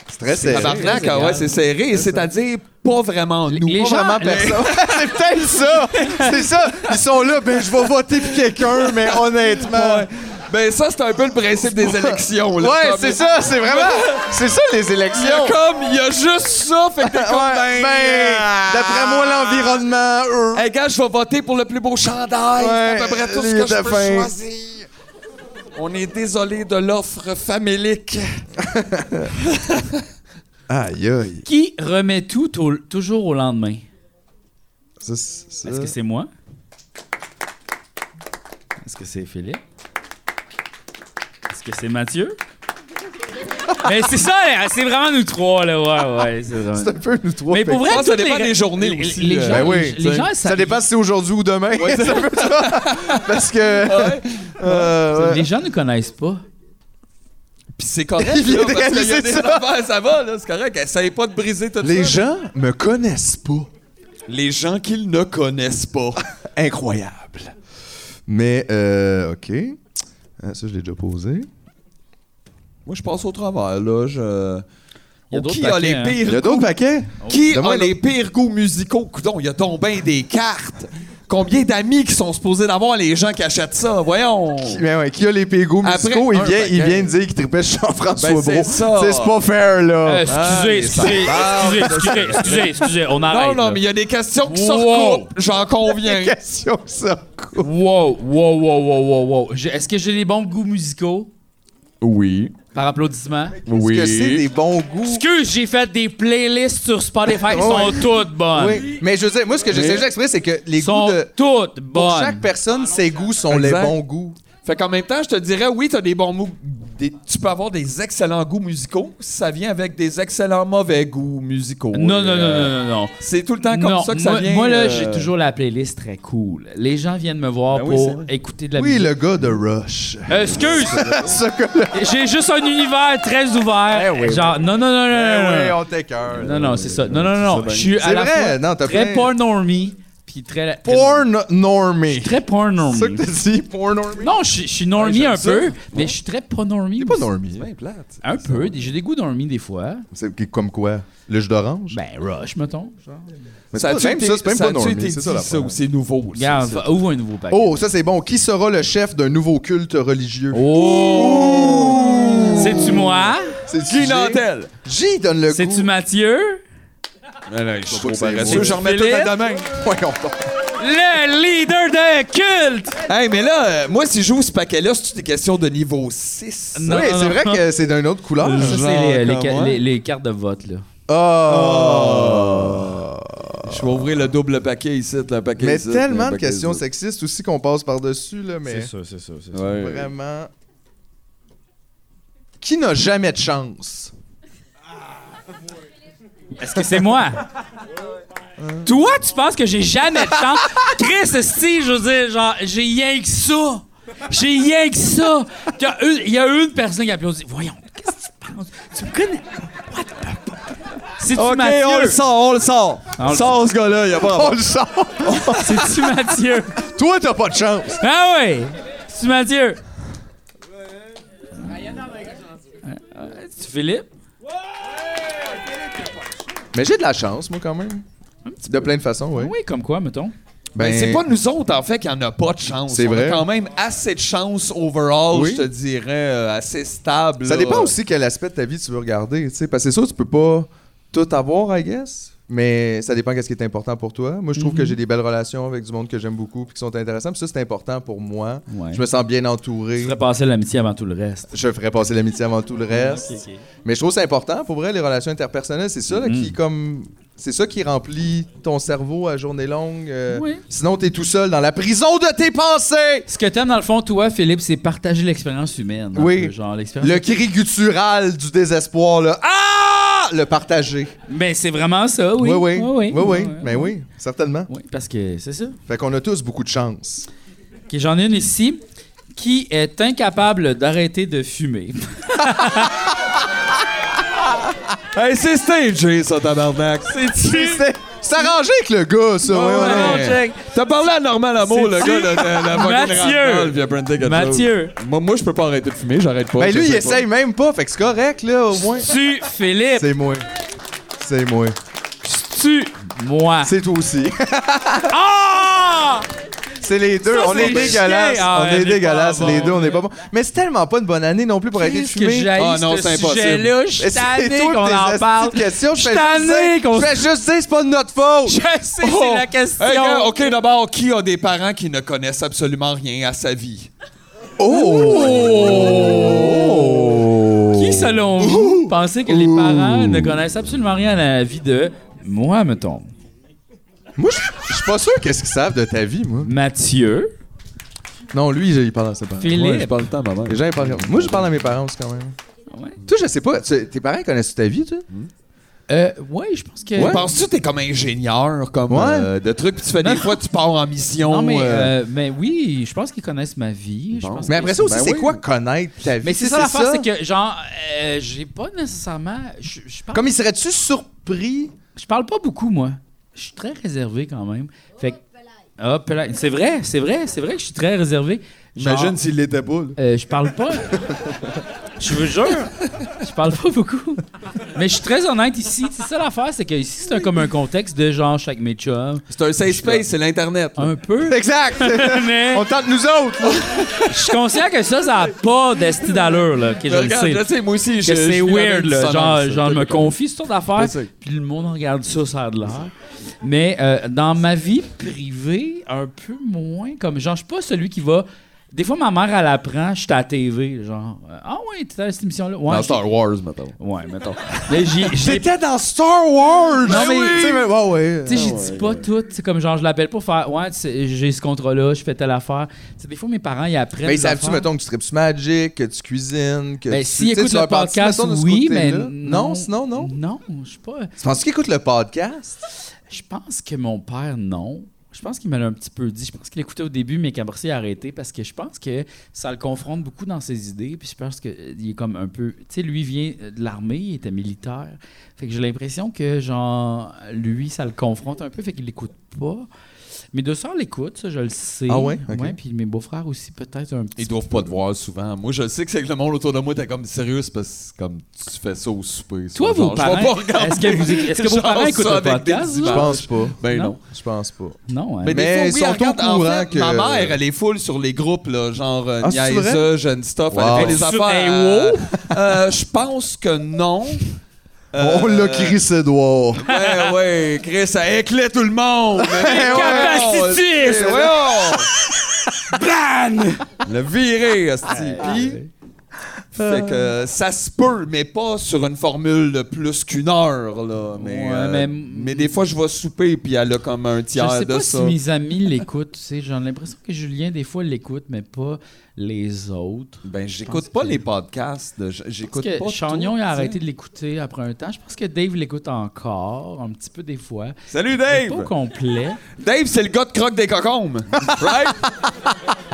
C'est très serré. Tabarnak, ah ouais, c'est serré, c'est-à-dire pas vraiment nous. Les Pas gens- vraiment personne. c'est peut-être ça. C'est ça. Ils sont là, ben je vais voter pour quelqu'un, mais honnêtement. Ben ça, c'est un peu le principe des élections. Là, Ouais, Comme- c'est ça, c'est vraiment. C'est ça, les Il y a élections. Comme, il y a juste ça, fait que t'es comme, Ouais, ben... ben, euh, d'après moi, l'environnement, eux. Hey, gars, je vais voter pour le plus beau chandail. Ouais, c'est à peu près tout ce les que je peux dauphins. choisir. On est désolé de l'offre famélique. Aïe, aïe. Qui remet tout au- toujours au lendemain? Ça, c'est- ça. Est-ce que c'est moi? Est-ce que c'est Philippe? Est-ce que c'est Mathieu? Mais c'est ça, là, c'est vraiment nous trois, là. Ouais, ouais, c'est vraiment- C'est un peu nous trois. Mais pour vrai, Je pense que ça toutes dépend les- des journées les- aussi, euh, Les, là. gens, Ben oui, les- tu les sais, gens, ça dépend si c'est aujourd'hui ou demain. C'est un peu ça. Parce que. Euh, ouais. Les gens ne connaissent pas. Oh, Puis c'est correct, Il vient là, de parce qu'il y a réaliser des ça. affaires, ça va, là, c'est correct. Essayez pas de briser tout Les ça. gens me connaissent pas. Les gens qu'ils ne connaissent pas. Incroyable. Mais, euh, OK. Ah, Ça, je l'ai déjà posé. Moi, je passe au travers, là. Je... Il y a Oh, d'autres qui a paquets, les hein. Il y pires a d'autres paquets? Oh. Qui Donne-moi a les pires goûts musicaux? Coudon, il y a donc bien des cartes. Combien d'amis qui sont supposés d'avoir les gens qui achètent ça? Voyons. Ben ouais, qui a les pégos Après, musicaux, il un vient, il paquet. vient de dire qu'il tripait Jean-François Ben, Brault. c'est ça. C'est pas fair, là. Euh, ah, excusez, excusez, excusez, excusez, excusez, excusez, on Non, arrête. non, là. mais il y a des questions qui se Wow. recoupent. J'en conviens. Question, ça. Wow, wow, wow, wow, wow, wow. J'ai- Est-ce que j'ai les bons goûts musicaux? Oui. Par applaudissement. Est-ce que c'est des bons goûts? Excuse, j'ai fait des playlists sur Spotify qui Oh, sont ouais. toutes bonnes. Oui, mais je veux dire, moi, ce que j'essaie d'exprimer, c'est que les Ils sont goûts de. toutes Pour bonnes. chaque Ah personne, ses goûts sont Exact. les bons goûts. Fait qu'en même temps, je te dirais, oui, t'as des bons mots. des- tu peux avoir des excellents goûts musicaux si ça vient avec des excellents mauvais goûts musicaux. Non, non, non, non, Euh, non, non. C'est tout le temps comme Non, ça que moi, ça vient. moi, là, euh, j'ai toujours la playlist très cool. Les gens viennent me voir Ben oui, c'est pour vrai. écouter de la Oui, musique. le gars de Rush. Euh, excuse! Ce gars-là. j'ai juste un univers très ouvert. Ben oui. genre, non, non, non, non, non, non. Eh non. on t'écœure. Non, non, c'est ça. Non, non, non. Je suis à C'est la vrai, fois non, t'as très plein- pornormie, puis très... Porn normé. Très C'est pornormie. ça que t'as dit, porn normé? Non, je suis- je suis normie un peu, mais je suis très pas normie. T'es pas aussi. normé. hein? Un peu. J'ai des goûts normie des fois. C'est comme quoi? Le jus d'orange? Ben, rush, mettons. Mais c'est pas- a-tu même été- ça, c'est même pas a-tu normé. été C'est ça, dit, la ça ou première. c'est nouveau. ça, Regarde, ça? va- ouvre un nouveau paquet. Oh, ça, c'est bon. Qui sera le chef d'un nouveau culte religieux? Oh! C'est-tu moi? C'est Guy Nantel. J donne le goût. C'est-tu Mathieu? Je suis Faut trop que c'est- paresseux. Je remets tout Philippe? à demain. Voyons donc. Le leader de culte! Hey, mais là, euh, moi, si j'ouvre ce paquet-là, c'est-tu des questions de niveau 6? Non, oui, non, c'est non. vrai que c'est d'une autre couleur. Ça, c'est les, euh, les comme ca- moi. les- les cartes de vote, là. Oh. Je vais ouvrir le double paquet ici, le paquet Mais ici, tellement le de paquet questions ici. sexistes aussi qu'on passe par-dessus, là, mais sûr, c'est sûr. c'est sûr. Ouais. Euh. vraiment... Qui n'a jamais de chance? Est-ce que c'est moi? Toi, tu penses que j'ai jamais de chance? Chris, si, je veux dire, genre, j'ai rien que ça. J'ai rien que ça. T'as une- Il y a une personne qui a applaudi. Voyons, qu'est-ce que tu penses? Tu me connais? What the- C'est-tu OK, Mathieu? on le sort, on le sort. On le Sors ce gars-là, il a pas On le sent! C'est-tu Mathieu? Ah Toi, t'as pas de chance! Ah oui! C'est-tu Mathieu? C'est-tu Philippe? Mais j'ai de la chance, moi, quand même. De plein de façons, oui. Oui, comme quoi, mettons. Ben, c'est pas nous autres, en fait, qui en a pas de chance. C'est On vrai. a quand même assez de chance overall, Oui. je te dirais, euh, assez stable. Ça là. dépend aussi quel aspect de ta vie tu veux regarder, tu sais. Parce que c'est sûr, tu peux pas tout avoir, I guess. Mais ça dépend qu'est-ce qui est important pour toi. Moi, je trouve que j'ai des belles relations avec du monde que j'aime beaucoup puis qui sont intéressants. Puis ça, c'est important pour moi. Ouais. Je me sens bien Je entouré. ferais passer l'amitié avant tout le reste. Je ferais passer l'amitié avant tout le reste. Ok, ok. Mais je trouve que c'est important. Pour vrai, les relations interpersonnelles, c'est ça là, Mm-hmm. qui comme c'est ça qui remplit ton cerveau à journée longue. euh, Oui. Sinon, t'es tout seul dans la prison de tes pensées. Ce que t'aimes, dans le fond, toi, Philippe, c'est partager l'expérience humaine. un Oui. peu, genre, l'expérience. Le cri guttural du désespoir, là. Ah! Le partager. Mais Ben, c'est vraiment ça, oui. oui. Oui, oui. oui. Ouais, ouais. Mais oui, certainement. Oui, parce que c'est ça. Fait qu'on a tous beaucoup de chance. Ok, J'en ai une ici qui est incapable d'arrêter de fumer. Hey, c'est stagé, ça, tabarnak. C'est-tu? C'est c'est arrangé avec le gars, ça. ouais, ouais, ouais. T'as parlé à Norman Lamour, le C'est-tu- gars, là, de la fucking Mathieu. randonnée, puis après, t'es quelque Mathieu. chose. Moi, moi, je peux pas arrêter de fumer, j'arrête pas. Ben je lui, sais il pas. essaye même pas. Fait que c'est correct, là, au moins. Tu, Philippe, C'est moi. C'est moi. tu, moi. C'est toi aussi. Ah! C'est les deux. Ça, on est, c'est dégueulasses. chiant. Ah, on on est est pas dégueulasses, bon. les deux. On est pas bon. Mais c'est tellement pas une bonne année non plus pour arrêter de Qu'est-ce que fumer. Ah, j'ai Ah non, ce c'est impossible. sujet-là? Je Mais suis c'est tanné toi qu'on tes en astuces parle. de questions. Je Je suis fais juste tanné dire- qu'on... je fais juste dire, c'est pas de notre Je faute. sais, c'est Oh! la question. Hey, gars, OK, d'abord, qui a des parents qui ne connaissent absolument rien à sa vie? Oh. Qui, selon vous, pensait que les parents ne connaissent absolument rien à la vie de moi, mettons? Moi, je je suis pas sûr qu'est-ce qu'ils savent de ta vie, moi. Mathieu, Non, lui, il parle à ses parents. Philippe. Ouais, je parle tant, maman. Les gens, ils parlent comme- Moi, je parle à mes parents aussi, quand même. Ouais. Toi, je sais pas. tu- Tes parents connaissent ta vie, tu Euh, ouais, je pense que. Penses-tu que t'es comme ingénieur, comme Ouais. euh, de trucs, puis tu fais des fois, tu pars en mission. Non, mais, euh, euh, mais oui, je pense qu'ils connaissent ma vie. je Bon. pense Mais que- après ça aussi, Ben c'est oui. quoi connaître ta vie? Mais c'est ça l'affaire, c'est que, genre, euh, j'ai pas nécessairement. Je je parle, Comme il serait-tu surpris? je parle pas beaucoup, moi. Je suis très réservé quand même. Fait que. Ah, peut-être. c'est vrai, c'est vrai, c'est vrai que je suis très réservé. Genre, Imagine s'il l'était pas, là. Euh, je parle pas. Je vous jure, je parle pas beaucoup. Mais je suis très honnête ici. C'est ça l'affaire, c'est que ici, c'est un- comme un contexte de genre, chaque mes chums. c'est un safe space, c'est l'Internet. là. Un peu. Exact! Mais On tente nous autres! là. je suis conscient que ça, ça a pas d'esti d'allure, là, que je le Regarde, sais. je sais, moi aussi, je- que je c'est vis la même weird, là. dissonance, Genre, genre, là. je me confie sur d'affaires, Je sais. puis le monde en regarde ça, ça a de l'air. Mais euh, dans ma vie privée, un peu moins. Comme, genre, je suis pas celui qui va. Des fois, ma mère, elle apprend, je suis à la TV. Genre, euh, ah ouais, t'étais à cette émission-là. Ouais, Dans Star Wars, mettons. ouais, mettons. Mais j'y- j'ai J'étais dans Star Wars! Non, mais- Tu sais, mais- ouais, Ah ouais. Tu sais, j'y dis pas tout. C'est comme genre, je l'appelle pour faire, ouais, tu sais, j'ai ce contrat-là, je fais telle affaire. Tu sais, des fois, mes parents, ils apprennent. Mais ils des savent-tu, affaires. mettons, que tu tripes Magic, que tu cuisines, que Ben, tu... s'ils tu sais, écoutent tu le leur parles-tu, podcast, mettons, de ce oui, mais côté-là? Non, sinon, non. Non, je sais pas. Tu penses qu'ils écoutent le podcast? Je pense que mon père, non. Je pense qu'il me l'a un petit peu dit. Je pense qu'il écoutait au début, mais qu'après, il a arrêté parce que je pense que ça le confronte beaucoup dans ses idées. Puis je pense qu'il est comme un peu. Tu sais, lui vient euh, de l'armée, il était militaire. Fait que j'ai l'impression que, genre, lui, ça le confronte un peu. Fait qu'il l'écoute pas. Mes deux sœurs l'écoutent, ça, je le sais. Ah ouais? Ok. puis mes beaux-frères aussi, peut-être un petit Ils doivent pas te voir souvent. Moi, je sais que c'est que le monde autour de moi, t'es comme sérieux, c'est parce que comme tu fais ça au souper. Toi, Genre, vos je vais parents, pas regarder est-ce que, vous, est-ce que vos genre parents ça écoutent le avec des podcast? Je genre? pense pas. Ben Non. non. Je pense pas. Non, hein? Mais ils sont au regarde, en courant fait, que- Ma mère, elle est full sur les groupes, là, genre euh, Ah, c'est niaiseux, jeune stuff. Elle Wow. fait les Sur- affaires. Hey, euh, euh, Je pense que non. Euh, On l'a Chris Edouard. Ouais, Ben ouais, Chris, ça éclate tout le monde. Capacitiste! Ouais, ouais. Le viré, esti. Puis, fait que euh, ça se peut, mais pas sur une formule de plus qu'une heure, là. Mais, Ouais, euh, mais- mais... des fois, je vais souper, puis elle a comme un tiers Je sais de pas ça. si mes amis l'écoutent, tu sais, j'ai l'impression que Julien des fois l'écoute, mais pas les autres. Ben, pense j'écoute pas que- les podcasts. là. J- Parce J'écoute que pas. Chagnon tout, il a tu sais. arrêté de l'écouter après un temps. Je pense que Dave l'écoute encore, un petit peu des fois. Salut, Mais Pas au Dave! complet. Dave, c'est le gars de croque des cocombes. right?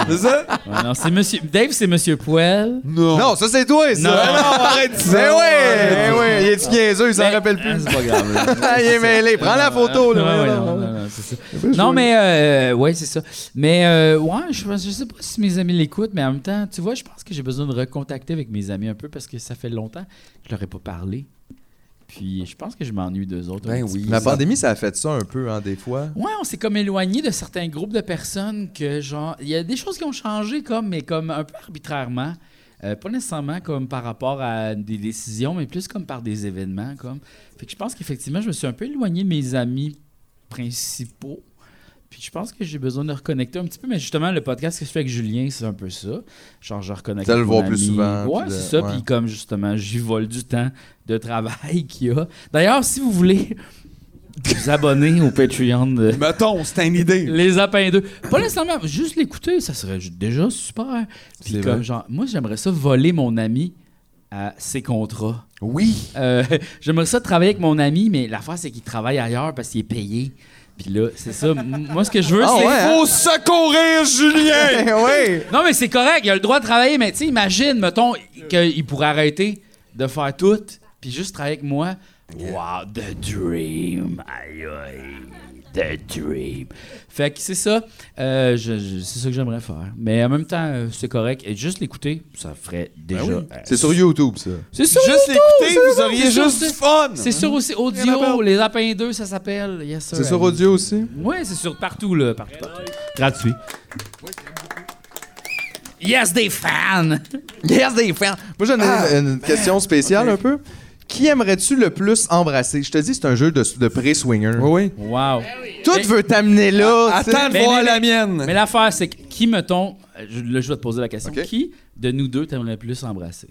C'est ça? Ouais, non, c'est Monsieur Dave, c'est Monsieur Poel. Non. ça, c'est toi, ça. Ah, Non. Ah. Ben- Ben arrête ça. Mais ouais, mais ouais. Il est niaiseux, il s'en rappelle plus. C'est pas grave. là. Ah, il est mêlé. Prends la photo, là. Ouais, ouais, voyons. non, non, non, c'est ça. Non, mais euh, ouais, c'est ça. Mais euh, ouais, je, pense- je sais pas si mes amis l'écoutent, mais en même temps, tu vois, je pense que j'ai besoin de recontacter avec mes amis un peu parce que ça fait longtemps que je leur ai pas parlé. Puis je pense que je m'ennuie d'eux autres. un Ben petit oui. La pandémie, ça a fait ça un peu, hein, des fois. peu. Ouais, on s'est comme éloigné de certains groupes de personnes que genre, il y a des choses qui ont changé comme, mais comme un peu arbitrairement. Euh, pas nécessairement comme par rapport à des décisions, mais plus comme par des événements. Comme. Fait que je pense qu'effectivement, je me suis un peu éloigné de mes amis principaux. Puis je pense que j'ai besoin de reconnecter un petit peu, mais justement, le podcast que je fais avec Julien, c'est un peu ça. Genre, je reconnecte. De le avec voir mon plus ami. souvent, Ouais, puis de- c'est ça. ouais. Puis comme justement, j'y vole du temps de travail qu'il y a. D'ailleurs, si vous voulez vous abonner au Patreon de Mettons, c'est une idée. Les Apins 2, pas nécessairement, juste l'écouter, ça serait ju- déjà super. Puis C'est comme vrai. genre, moi, j'aimerais ça voler mon ami à ses contrats. Oui. Euh, J'aimerais ça travailler avec mon ami, mais l'affaire, c'est qu'il travaille ailleurs parce qu'il est payé. Puis là, c'est ça. M- Moi, ce que je veux, Ah c'est. ouais, hein? Faut secourir Julien! Eh ouais. Non, mais c'est correct, il a le droit de travailler, mais tu sais, imagine, mettons, qu'il pourrait arrêter de faire tout, puis juste travailler avec moi. Wow, the dream. Aïe, aïe. The dream. Fait que c'est ça. Euh, je- je- c'est ça que j'aimerais faire. Mais en même temps, euh, c'est correct. Et juste l'écouter, ça ferait déjà. euh, Ben C'est sur YouTube, ça. C'est sûr. Juste l'écouter, vous auriez C'est sûr, juste c'est- du fun. C'est sûr aussi Rien à audio, perdre. les Lapins 2, ça s'appelle. Yes, sir. C'est sur audio aussi? Oui, c'est sur partout, là. Partout, partout. Gratuit. Yes, des fans! Yes, des fans! Moi, j'en ai une, une question spéciale un peu. Qui aimerais-tu le plus embrasser? Je te dis, c'est un jeu de, de pré-swinger. Oui, oui. Wow. Tout Mais- veut t'amener là. tu sais. Attends de Ah, Mais- voir mais- la mienne. Mais l'affaire, c'est que qui, mettons, euh, je- là, je vais te poser la question. Ok. Qui de nous deux t'aimerais le plus embrasser?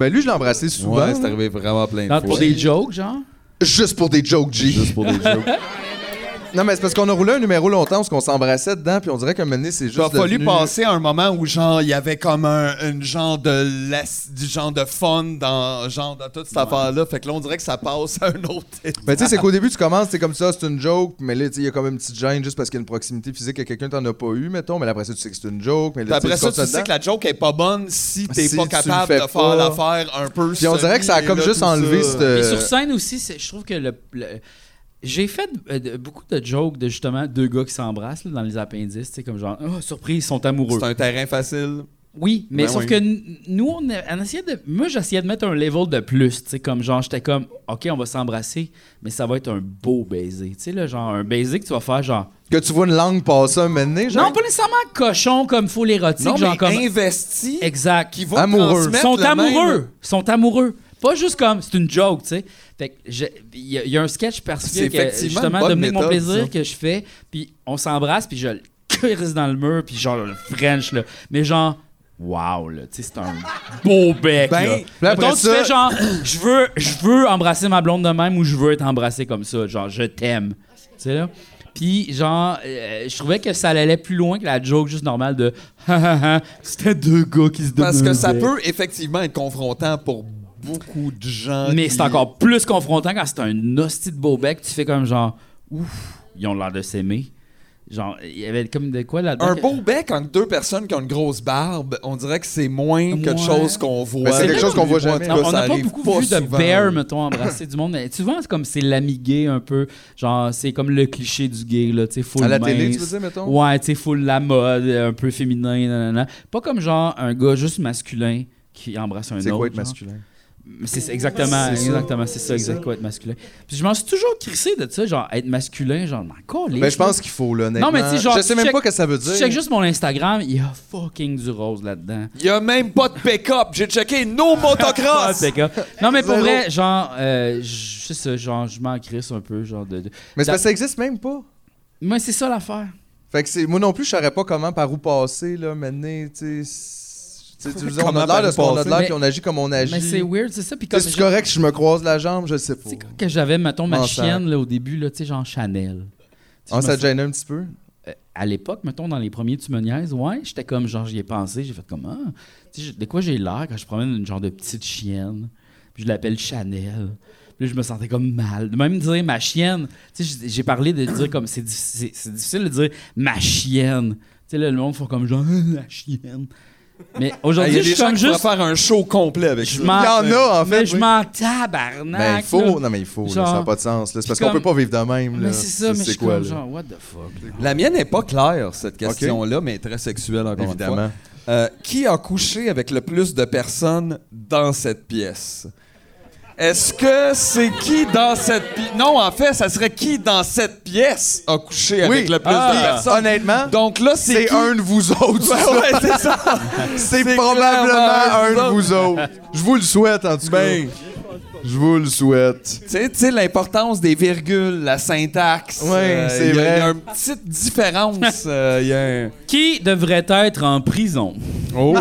Ben, lui, je l'ai embrassé souvent. Ouais, c'est arrivé vraiment plein de Dans- fois. pour des jokes, genre? Juste pour des jokes, G. Juste pour des jokes. non, mais c'est parce qu'on a roulé un numéro longtemps parce qu'on s'embrassait dedans, puis on dirait qu'à un moment donné, c'est juste. Il a fallu devenu- passer à un moment où genre il y avait comme un, une genre de lass- du genre de fun dans genre dans toute cette affaire là fait que là on dirait que ça passe à un autre Ben, tu sais, c'est qu'au début, tu commences, c'est comme ça, c'est une joke, mais là, tu sais, il y a quand même une petite gêne juste parce qu'il y a une proximité physique que quelqu'un t'en a pas eu, mettons, mais après ça, tu sais que c'est une joke. Mais Puis là, après ça, continues tu sais dedans. que la joke est pas bonne si t'es Si pas tu capable le de fais faire pas. l'affaire un peu. Puis on dirait que ça a semi, comme là, juste tout enlevé ça. cette. Et sur scène aussi, c'est- je trouve que le. le- j'ai fait euh, de- beaucoup de jokes de justement deux gars qui s'embrassent là, dans les appendices, tu sais, comme genre, oh, surprise, ils sont amoureux. C'est un terrain facile. Oui, mais Ben sauf oui. que n- nous, on, a- on essayait de. Moi, j'essayais de mettre un level de plus. Tu sais, comme genre, j'étais comme, OK, on va s'embrasser, mais ça va être un beau baiser. Tu sais, là, genre, un baiser que tu vas faire, genre. Que tu vois une langue passer un moment donné, genre. Non, pas nécessairement cochon comme faux l'érotique, Non, genre mais comme. investi. Exact. Qui vont Amoureux. transmettre sont le même- amoureux. sont amoureux. Pas juste comme c'est une joke, tu sais. Fait que je- il y, a- il y a un sketch C'est particulier que effectivement une justement bonne Dominique mon méthode, plaisir ça. que je fais, puis on s'embrasse puis je le crisse dans le mur puis genre le French là, mais genre Wow, là, tu sais, c'est un beau bec, Ben, là. puis après Mettons, tu ça- fais genre, je veux, je veux embrasser ma blonde de même ou je veux être embrassé comme ça, genre, je t'aime. Tu sais, là. Puis, genre, euh, je trouvais que ça allait plus loin que la joke juste normale de, ha, ha, ha, c'était deux gars qui se donnent Parce un que ça bec. peut effectivement être confrontant pour beaucoup de gens. Mais qui- c'est encore plus confrontant quand c'est un hostie de beau bec. Tu fais comme genre, ouf, ils ont l'air de s'aimer. Genre, il y avait comme de quoi là-dedans? Un que- beau bec entre deux personnes qui ont une grosse barbe, on dirait que c'est moins quelque Ouais. chose qu'on voit. Mais Ben, c'est quelque chose qu'on voit Moi, en jamais. tout Non, cas, on ça n'a pas arrive beaucoup pas vu de souvent. bear, mettons, embrasser du monde. Mais souvent, c'est comme c'est l'amigué un peu. Genre, c'est comme le cliché du gay, là. Tu sais, full À la mince. télé, tu veux dire, mettons? Ouais, tu sais, full la mode, un peu féminin, nanana. Pas comme genre un gars juste masculin qui embrasse un autre. C'est quoi être genre. masculin? C'est ça, exactement, exactement, c'est ça, exactement, être masculin. Puis je m'en suis toujours crissé de ça, genre être masculin, genre, mais encore les. Ben, je pense qu'il faut, là, honnêtement. Non, mais tu sais, genre, Je sais tu même check- pas ce que ça veut Tu check dire. juste mon Instagram, il y a fucking du rose là-dedans. Il y a même pas de pick-up. J'ai checké nos Ah, motocross. c'est que- non, mais pour Zéro. vrai, genre, euh, je c'est ça, genre, je m'en crisse un peu, genre de. de- Mais c'est parce que ça existe même pas. Mais c'est ça l'affaire. Fait que c'est- moi non plus, je saurais pas comment, par où passer, là, maintenant, tu sais. c'est- Tu sais, tu veux dire, on Comment a par de l'air de où ce qu'on a de l'air, passer? puis on agit comme on agit. Mais c'est Tu weird, c'est ça. Puis sais, comme. C'est je- correct si je me croise la jambe, je sais pas. C'est quand que j'avais, mettons, ma Bon, ça- chienne, là, au début, là, tu sais, genre Chanel. Tu sais, Ah, je me ça te gêne un petit peu? Euh, à l'époque, mettons, dans les premiers Tu me niaises, ouais, j'étais comme, genre, j'y ai pensé, j'ai fait comme, ah, tu sais, de quoi j'ai l'air quand je promène une genre de petite chienne, puis je l'appelle Chanel. Puis là, je me sentais comme mal. De même dire ma chienne, tu sais, j'ai- j'ai parlé de dire comme, c'est diffi- c'est- c'est difficile de dire ma chienne. Tu sais, là, le monde font comme genre, la chienne. Ah, Mais Il aujourd'hui, y a je des suis gens comme qui pourraient juste. faire un show complet avec Je ça. m'en, Il y en a, en mais fait, je oui. m'en tabarnak. Ben, il là. faut. Non, mais il faut, là, Genre- ça n'a pas de sens, là. C'est parce Puis qu'on comme- peut pas vivre de même, là. Mais c'est ça, mais je suis quoi, comme là? genre, what the fuck. là? La mienne n'est pas claire, cette question-là, mais très sexuelle, encore une fois. Évidemment. Euh, qui a couché avec le plus de personnes dans cette pièce? Est-ce que c'est qui dans cette pièce? Non, en fait, ça serait qui dans cette pièce a couché avec le plus de Ah, personnes? honnêtement, Donc là, c'est c'est qui? un de vous autres. ça. Ouais, ouais, c'est ça. c'est c'est probablement un clairement un de vous autres. Je vous le souhaite, en tout cas. Ben. Je vous le souhaite. Tu sais- tu sais, l'importance des virgules, la syntaxe. Ouais, euh, c'est il y a- vrai. Il y a une petite différence. euh, il y a un- Qui devrait être en prison? Oh!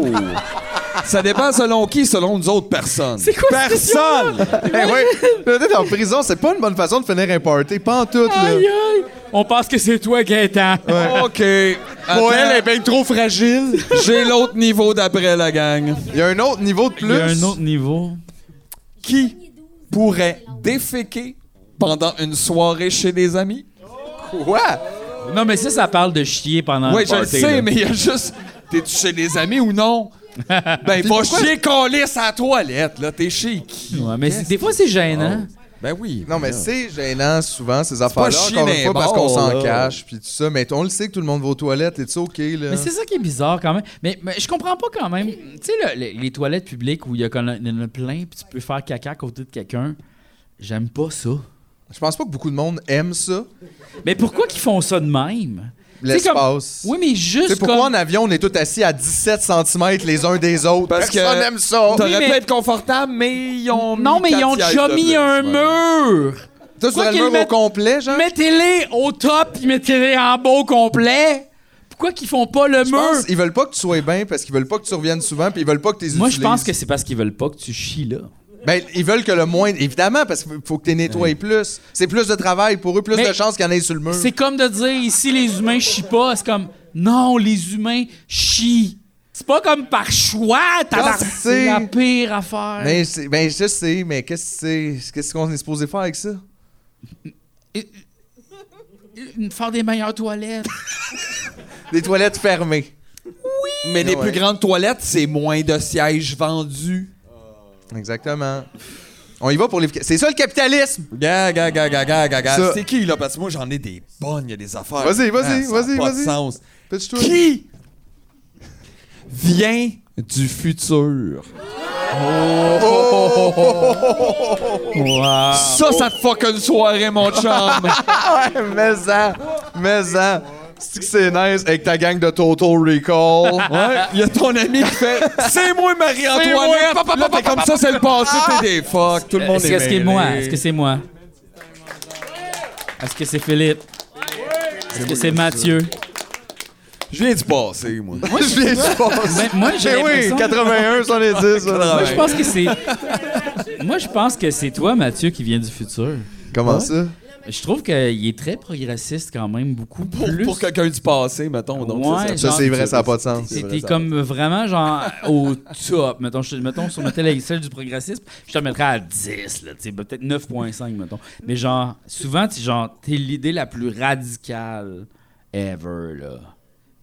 Ça dépend selon qui, selon nous autres personnes. C'est quoi cette Personne! Eh oui, peut-être en prison, c'est pas une bonne façon de finir un party, pas en tout, là. Aïe, aïe. On pense que c'est toi, Gaëtan. OK. elle est bien trop fragile. J'ai l'autre niveau d'après la gang. Il y a un autre niveau de plus. Il y a un autre niveau. Qui pourrait déféquer pendant une soirée chez des amis? Quoi? Non, mais ça, ça parle de chier pendant Oui, le je le party, sais, là. mais il y a juste... T'es-tu chez des amis ou non? Ben, va chier qu'on lisse à la toilette, là. T'es chez qui? Ouais, mais c'est- des fois, c'est gênant. Ben oui. Non, mais c'est gênant souvent, ces pas affaires-là, chier encore dans une fois, les parce qu'on bars, s'en là. cache, puis tout ça. Mais on le sait que tout le monde va aux toilettes, et tout ça, OK, là. Mais c'est ça qui est bizarre quand même. Mais, mais je comprends pas quand même. Tu sais, le- les, les toilettes publiques où il y, a comme- il y en a plein, puis tu peux faire caca à côté de quelqu'un, j'aime pas ça. Je pense pas que beaucoup de monde aime ça, Mais pourquoi qu'ils font ça de même? C'est comme- l'espace. Oui, mais C'est juste pourquoi comme... en avion, on est tous assis à 17 cm les uns des autres? Parce Parce que- Personne aime ça. T'aurais Oui, mais- pu être confortable, mais ils ont. Non, mais ils ont déjà mis un mur! Toi, tu Pourquoi voudrais qu'ils le mur mettent- au complet, genre? Mettez-les au top, puis mettez-les en bas au complet! Pourquoi qu'ils font pas le Je mur? pense ils veulent pas que tu sois bien parce qu'ils veulent pas que tu reviennes souvent puis ils veulent pas que tu les Moi, je utilises. pense que c'est parce qu'ils veulent pas que tu chies là. Ben, ils veulent que le moins. Évidemment, parce qu'il faut que tu nettoies plus. C'est plus de travail pour eux, plus Mais- de chances qu'il y en ait sur le mur. C'est comme de dire ici les humains chient pas, c'est comme non, les humains chient. C'est pas comme par choix, t'as Non, c'est c'est- la pire affaire. Mais c'est- ben, je sais, mais qu'est-ce que c'est? Qu'est-ce qu'on est supposé faire avec ça? Une- Faire des meilleures toilettes. Des toilettes fermées. Mais des Ouais. plus grandes toilettes, c'est moins de sièges vendus. Exactement. On y va pour les. C'est ça le capitalisme! Gars, gars, gars, gars, gars, gars, gars. Ça. C'est qui, là? Parce que moi, j'en ai des bonnes, il y a des affaires. Vas-y, vas-y, Ah, ça a vas-y, pas de vas-y. sens. Pitch-toi. Qui vient du futur? Wow. Oh! Ça, ça te fuck une soirée, mon chum! mais ça! Mais ça! C'est que c'est nice avec ta gang de Total Recall. Ouais, il y a ton ami qui fait C'est C'est moi, moi. Marie-Antoinette! Pa, pa, pa, Là, pa, t'es comme ça, c'est le passé, t'es des fuck, tout le monde Euh, Est-ce est. que est-ce que c'est mêlé. moi? Est-ce que c'est moi? Est-ce que c'est Philippe? Est-ce que c'est Mathieu? Je viens du passé, moi. Moi, je viens du passé. Ben, moi, j'ai Eh oui, l'impression- 81, 70. Moi, je pense que c'est. Moi, je pense que c'est toi, Mathieu, qui vient du futur. Hein? Comment ça? Je trouve qu'il est très progressiste quand même, beaucoup Pour, plus. pour quelqu'un du passé, mettons. Donc, ça, Ouais, ça- Ça, genre, c'est vrai, ça n'a pas de sens. T'es t'es comme vraiment genre au top. Mettons, je, te- mettons sur ma télé Excel du progressisme, je te mettrais à 10, là, tu sais, ben, peut-être 9.5, mettons. Mais genre, souvent, tu genre, t'es l'idée la plus radicale ever, là.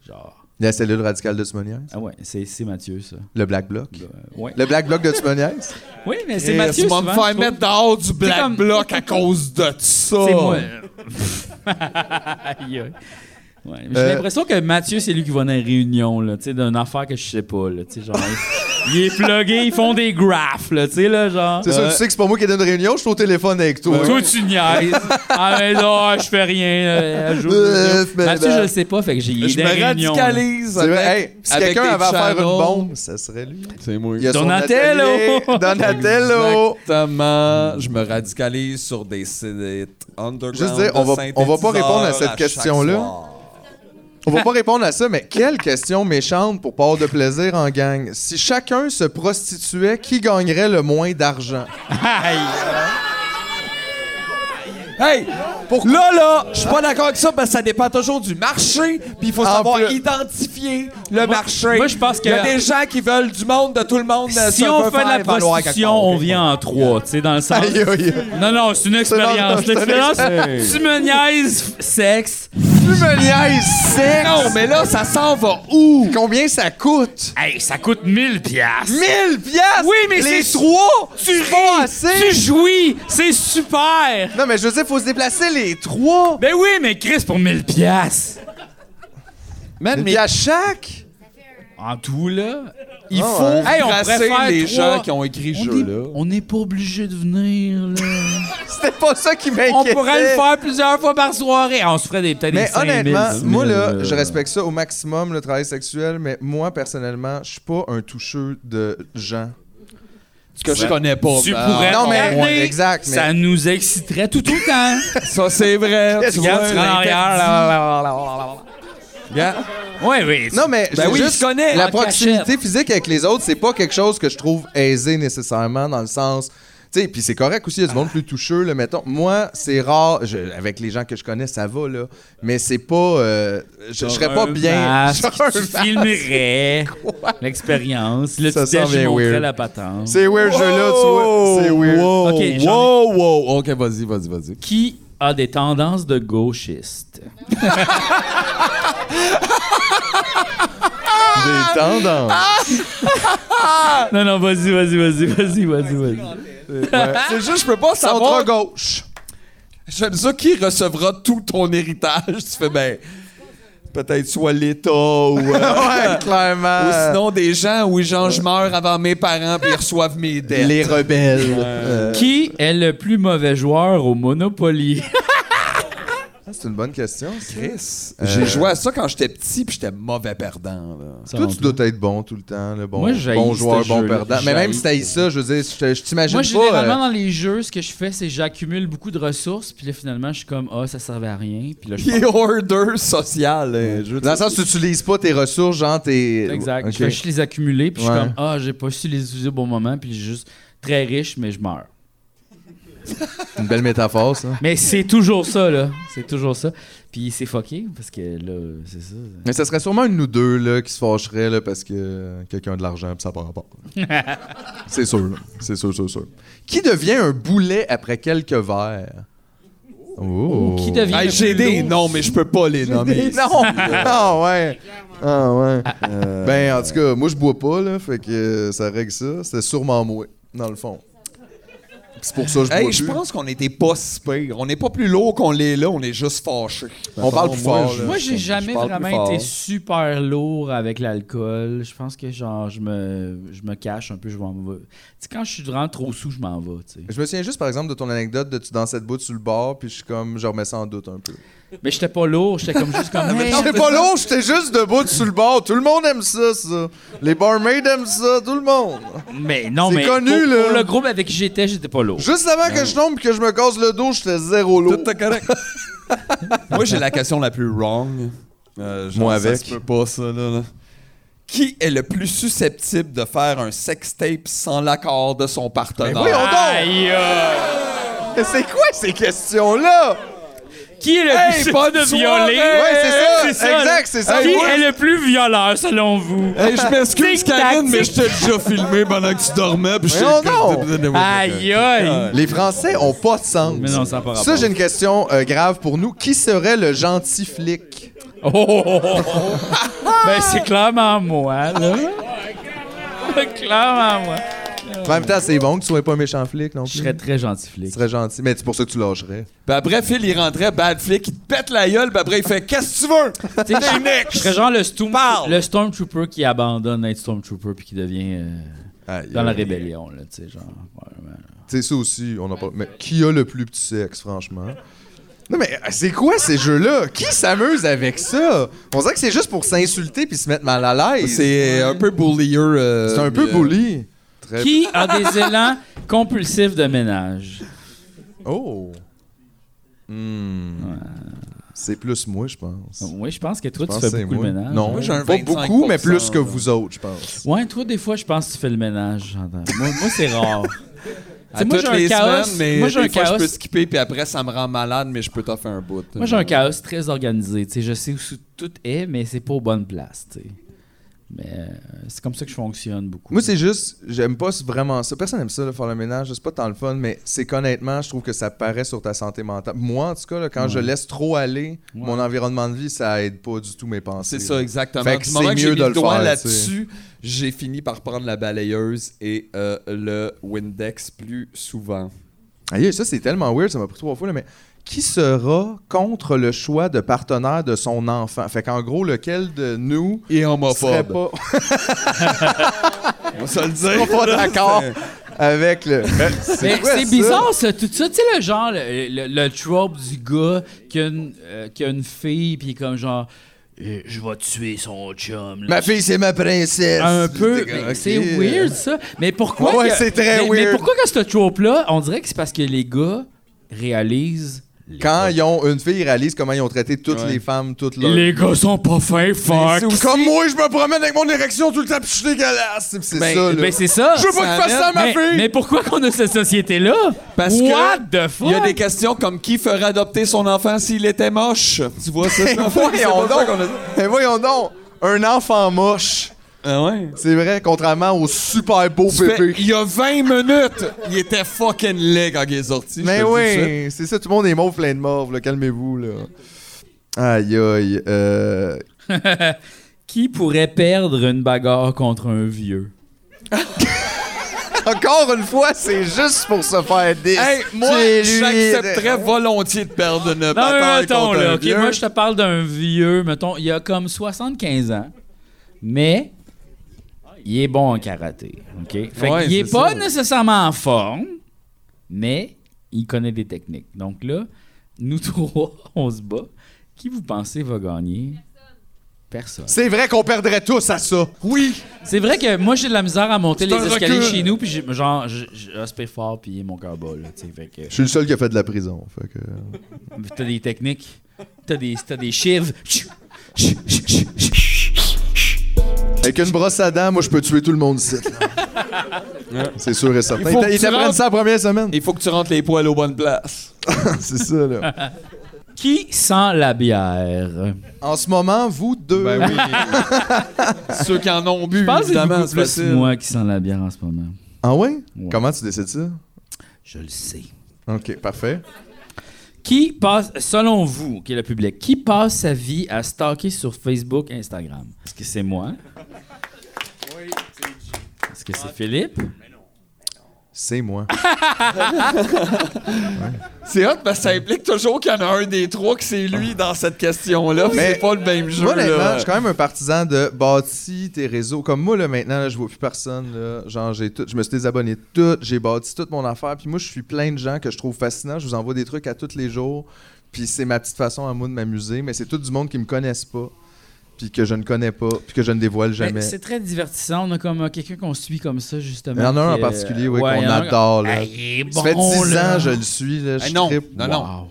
Genre. La cellule radicale de Simonière. Ah ouais, c'est c'est Mathieu, ça. Le Black Bloc. Euh, ouais. Le Black Bloc de Simonière. Oui, mais c'est Chris, Mathieu. Tu vas souvent, me je faire trouve. mettre dehors du Black comme- Bloc à cause de ça. C'est moi. Oh. Aïe, aïe. Ouais, J'ai Euh. l'impression que Mathieu, c'est lui qui va dans les réunions, là, tu sais, d'une affaire que je sais pas, là, tu sais, genre. il- Il est plugué, ils font des graphes, là, tu sais, là, genre. C'est sûr, tu sais que c'est pas moi qui ai donné une réunion, je suis au téléphone avec toi. Toi, tu niaises. ah, mais non, je fais rien. euh, elle joue aux Euh, vidéos. mais Mathieu, ben- je le sais pas, fait que j'ai eu Je des me réunions. là. radicalise. C'est vrai, avec- hey, si avec quelqu'un des avait à faire channels. une bombe, ça serait lui. C'est moi. Il y a son Donatello! atelier. Donatello! Exactement. Je me radicalise sur des CD underground. Juste dire, on va- de on va pas répondre à synthétiseurs cette chaque question-là. soir. On va pas répondre à ça, mais quelle question méchante pour part de plaisir en gang. Si chacun se prostituait, qui gagnerait le moins d'argent? Hey! Là, là, je suis pas d'accord avec ça parce que ça dépend toujours du marché, puis il faut En savoir plus. Ah, identifier le marché. moi, je pense que- Il y a des gens qui veulent du monde, de tout le monde. euh, Si ça on peut fait de la faire valoir quelque prostitution, part. on vient en trois, tu sais, dans le sens. Aïe, aïe, aïe. Non, non, c'est une expérience. c'est une L'expérience, tu me niaises, f- sexe. Tu me niaises, sexe! Non, mais là, ça s'en va où? Combien ça coûte? Hey, ça coûte 1000 piastres. 1000 piastres! Oui, mais Les c'est- trois! Tu c'est pas ris, assez! tu jouis, c'est super. Non, mais je veux dire, faut se déplacer les trois! Ben oui, mais Chris, pour 1000 piastres. Man, Mais à chaque! En tout, là. il faut ouais. Hey, on brasser pourrait faire les trois- gens qui ont écrit ce On est- jeu-là. On n'est pas obligé de venir, là. C'était pas ça qui On m'inquiétait! pourrait le faire plusieurs fois par soirée. Ah, On se ferait des peut-être des Mais 5 000, honnêtement, 10 000, moi là, euh, je respecte ça au maximum le travail sexuel, mais moi personnellement, je suis pas un toucheux de gens. Ce que je connais pas. Tu ben. pourrais non, mais- regarder, ouais, exact, mais- Ça nous exciterait tout autant. Ça, c'est vrai. Qu'est-ce Tu qu'il y a vois, Regarde, tu rentres en l'interdit. arrière. là, là, là, Regarde. là, là. Ouais, oui. tu- Non mais Ben c'est oui, juste je connais, la en proximité cachette. physique avec les autres, c'est pas quelque chose que je trouve aisé nécessairement dans le sens tu sais, puis c'est correct aussi, il y a du monde plus toucheux, là, mettons. Moi, c'est rare, je- avec les gens que je connais, ça va, là, mais c'est pas... euh, je je serais pas Un bien... masque, J'aurais un Ah, tu masque. filmerais l'expérience. Là, Ça tu sent déj, je bien montrais weird. la patente. C'est oh, weird, ce jeu-là, tu vois, c'est weird. Wow, Ok, j'en ai- wow, Oh, wow. OK, vas-y, vas-y, vas-y. Qui a des tendances de gauchiste? Des tendances. Ah, Non, non, vas-y, vas-y, vas-y, vas-y, vas-y, vas-y. C'est juste, je peux pas savoir. Centre-gauche. J'aime ça qui recevra tout ton héritage. Tu fais, ben, peut-être soit l'État ou. euh, ouais, clairement. Ou sinon des gens où genre je meurs avant mes parents puis ils reçoivent mes dettes. les rebelles. Euh, Qui est le plus mauvais joueur au Monopoly? ah, c'est une bonne question. ça. Chris. Euh, J'ai joué à ça quand j'étais petit puis j'étais mauvais perdant. là. Toi, tu dois être bon tout le temps, le bon, Moi, j'haïs bon ce joueur, bon jeu-là. perdant. Mais même J'haïs si t'as ça, je veux dire, je te- je t'imagine Moi, pas. généralement, euh, dans les jeux, ce que je fais, c'est que j'accumule beaucoup de ressources, puis là, finalement, je suis comme, ah, ça servait à rien. Puis là, je Qui order social. hein, je veux Dans dire. le sens où tu n'utilises pas tes ressources, genre tes. Exact. Ok. Je fais juste les accumuler, puis je Ouais. suis comme, ah, j'ai pas su les utiliser au bon moment, puis je suis juste très riche, mais je meurs. Une belle métaphore, ça. Mais c'est toujours ça, là. C'est toujours ça. Puis c'est fucké, parce que là, c'est ça. Mais ça serait sûrement une de nous deux là, qui se fâcherait là, parce que euh, quelqu'un a de l'argent pis ça part rapport. c'est sûr, là. c'est sûr, c'est sûr. Qui devient un boulet après quelques verres? Oh. Qui devient Hey, le J'ai plus des lourd? noms, mais je peux pas les nommer. Non! Ah ouais! Ah ouais! Ben, en tout cas, moi, je bois pas, là, fait que euh, ça règle ça. C'était sûrement moi, dans le fond. C'est pour ça que je bois Hey, plus. je pense qu'on était pas si pire. On n'est pas plus lourd qu'on l'est là, on est juste fâchés. On parle plus moi, fort. je- là. Moi, j'ai jamais parle plus vraiment été fort. super lourd avec l'alcool. Je pense que, genre, je me, je me cache un peu, je m'en vais. Tu sais, quand je suis vraiment trop sous, je m'en vais, tu sais. Je me souviens juste, par exemple, de ton anecdote de tu dansais debout sur le bord, puis je suis comme, je remets ça en doute un peu. Mais j'étais pas lourd, j'étais comme juste comme. hey, C'est pas long, j'étais juste debout sur le bord. Tout le monde aime ça, ça. Les barmaids aiment ça, tout le monde. Mais non, C'est mais. connu, pour, là. pour le groupe avec qui j'étais, j'étais pas lourd. Juste avant que je tombe et que je me casse le dos, j'étais zéro lourd. Tout est correct. Moi, j'ai la question la plus wrong. Euh, genre, Moi ça avec. se peut pas, ça, là, là. Qui est le plus susceptible de faire un sextape sans l'accord de son partenaire? voyons donc! Aïe! euh, C'est quoi ces questions-là? Qui est le Hey, plus bonne de soirée! violer? Ouais, c'est ça, là. exact, c'est ça. Qui Hey, moi, est le plus violeur, selon vous? Hey, je m'excuse, Tic-tac, Karine, mais je tic-tac. t'ai déjà filmé pendant que tu dormais. Puis je Voyons t'ai- Aïe, aïe! Les Français ont pas de sens. Mais non, ça n'a pas rapport. Ça, j'ai une question euh, grave pour nous. Qui serait le gentil flic? Oh, oh, oh, oh, oh. ben, c'est clairement moi, là. clairement moi. En même temps, c'est bon que tu sois pas un méchant flic non Je plus. serais très gentil, Tu flic. serais gentil, mais c'est pour ça que tu lâcherais. Puis après, Phil, il rentrait, bad flic, il te pète la gueule, puis après, il fait Qu'est-ce que tu veux? Tu sais, je- Je serais genre le, Stoom- Parle. le Stormtrooper qui abandonne être Stormtrooper puis qui devient euh, dans la rébellion, là, tu sais, genre. ouais, ouais. C'est ça aussi, on a pas. Mais qui a le plus petit sexe, franchement? Non, mais euh, c'est quoi ces jeux-là? Qui s'amuse avec ça? On dirait que c'est juste pour s'insulter puis se mettre mal à l'aise. C'est euh, un peu bullier. euh, C'est un peu euh, bully. Très Qui a des élans compulsifs de ménage? Oh! Hmm. C'est plus moi, je pense. Oui, je pense que toi, Je pense tu que fais c'est beaucoup moi. le ménage. hein. Non, Moi, j'ai un pas 25%, beaucoup, mais plus que là. vous autres, je pense. Ouais, toi, des fois, je pense que tu fais le ménage. j'entends. Moi, moi c'est rare. Tu sais, À moi, toutes j'ai un les chaos. semaines, mais moi, j'ai des un fois, chaos. je peux skipper, puis après, ça me rend malade, mais je peux t'en faire un bout. Moi, j'ai un chaos très organisé. tu sais, je sais où tout est, mais c'est pas aux bonnes places. tu sais. Mais euh, c'est comme ça que je fonctionne beaucoup. Moi, c'est juste, j'aime pas vraiment ça. Personne aime ça, là, faire le ménage. C'est pas tant le fun, mais c'est qu'honnêtement, je trouve que ça paraît sur ta santé mentale. Moi, en tout cas, là, quand je laisse trop aller, mon environnement de vie, ça aide pas du tout mes pensées. C'est ça, exactement. Fait que du moment c'est que j'ai mieux mis de le le doigt faire, là-dessus, j'ai fini par prendre la balayeuse et euh, le Windex plus souvent. Aïe, ça, c'est tellement weird, ça m'a pris trois fois, là, mais qui sera contre le choix de partenaire de son enfant? Fait qu'en gros, lequel de nous Et serait homophobe. pas, On va se le dire. pas d'accord avec le... Mais quoi, c'est ça? bizarre, ça, tout ça. Tu sais, le genre, le, le- le trope du gars qui a une, euh, qui a une fille, puis comme genre, Euh, je vais tuer son chum. là. Ma fille, c'est ma princesse. Un peu. J'étais comme, mais C'est OK. weird, ça. Mais pourquoi. Ouais, que- c'est très mais, weird. Mais pourquoi que ce trope-là, on dirait que c'est parce que les gars réalisent. les Quand gars- ils ont une fille, ils réalisent comment ils ont traité toutes les femmes, toutes leurs... Les gars sont pas fins, fuck. Comme moi, je me promène avec mon érection tout le temps, puis je suis dégueulasse. C'est c'est Ben, ça, là. ben, c'est ça. je veux pas que tu fasses ça à ma mais, fille. mais pourquoi qu'on a cette société-là? Parce que What the fuck? Il y a des questions comme qui ferait adopter son enfant s'il était moche. Tu vois ça? ça? C'est voyons pas ça donc. qu'on a dit. Ben, voyons donc, un enfant moche. Ah ouais? C'est vrai, contrairement au super beau Tu fais, bébé. il y a 20 minutes, il était fucking laid quand il est sorti. je Mais te le dis tout de suite. oui, c'est ça, tout le monde est mauve plein de morve, là. Calmez-vous, là. Aïe, aïe. Euh... Qui pourrait perdre une bagarre contre un vieux? Encore une fois, c'est juste pour se faire des. Hey, moi, C'est lui, j'accepterais volontiers de perdre une Non, mais bataille Ben, mettons, contre là, un ok, vieux. moi, je te parle d'un vieux, mettons, il a comme 75 ans, mais il est bon en karaté, OK? Fait Ouais, qu'il est, c'est pas ça. nécessairement en forme, mais il connaît des techniques. Donc là, nous trois, on se bat. Qui vous pensez va gagner? Personne. C'est vrai qu'on perdrait tous à ça. Oui, C'est vrai que moi, j'ai de la misère à monter C'est les un escaliers recul. chez nous, puis j'ai- genre, je- je respire fort, puis mon cœur bat, là, tu sais, fait que... Je suis le seul qui a fait de la prison. Fait que... T'as des techniques, t'as des, t'as des chives. Avec une brosse à dents, moi, je peux tuer tout le monde ici. là. c'est sûr et certain. Il faut Ils que ils tu t'apprennent rentres- ça la première semaine. il faut que tu rentres les poils aux bonnes places. c'est ça, là. Qui sent la bière? En ce moment, vous deux. Ben oui. Ceux qui en ont bu, Je pense que c'est évidemment, beaucoup c'est plus facile. moi qui sens la bière en ce moment. Ah ouais? Ouais. Comment tu décides ça? Je le sais. OK, parfait. Qui passe, selon vous, qui est le public, qui passe sa vie à stalker sur Facebook, Instagram? Est-ce que c'est moi? Oui, c'est Est-ce que c'est Philippe? C'est moi. C'est hot parce que ça implique toujours qu'il y en a un des trois que c'est lui dans cette question-là. puis Mais C'est pas le même jeu. Moi, honnêtement, là. je suis quand même un partisan de bâtis tes réseaux. Comme moi, là, maintenant, là, je vois plus personne. Là. Genre, j'ai tout, je me suis désabonné de tout, j'ai bâti toute mon affaire. Puis moi, je suis plein de gens que je trouve fascinants. Je vous envoie des trucs à tous les jours. Puis c'est ma petite façon à moi de m'amuser. Mais c'est tout du monde qui me connaissent pas. Puis que je ne connais pas. Puis que je ne dévoile Ben, jamais. C'est très divertissant. On a comme euh, quelqu'un qu'on suit comme ça, justement. Il y en a un en qui, euh, particulier, oui, ouais, il qu'on y en a un- adore. Là. Ah, il est ça fait 10 bon, là. ans, je le suis. Là, je Eh non, trippe. non, non.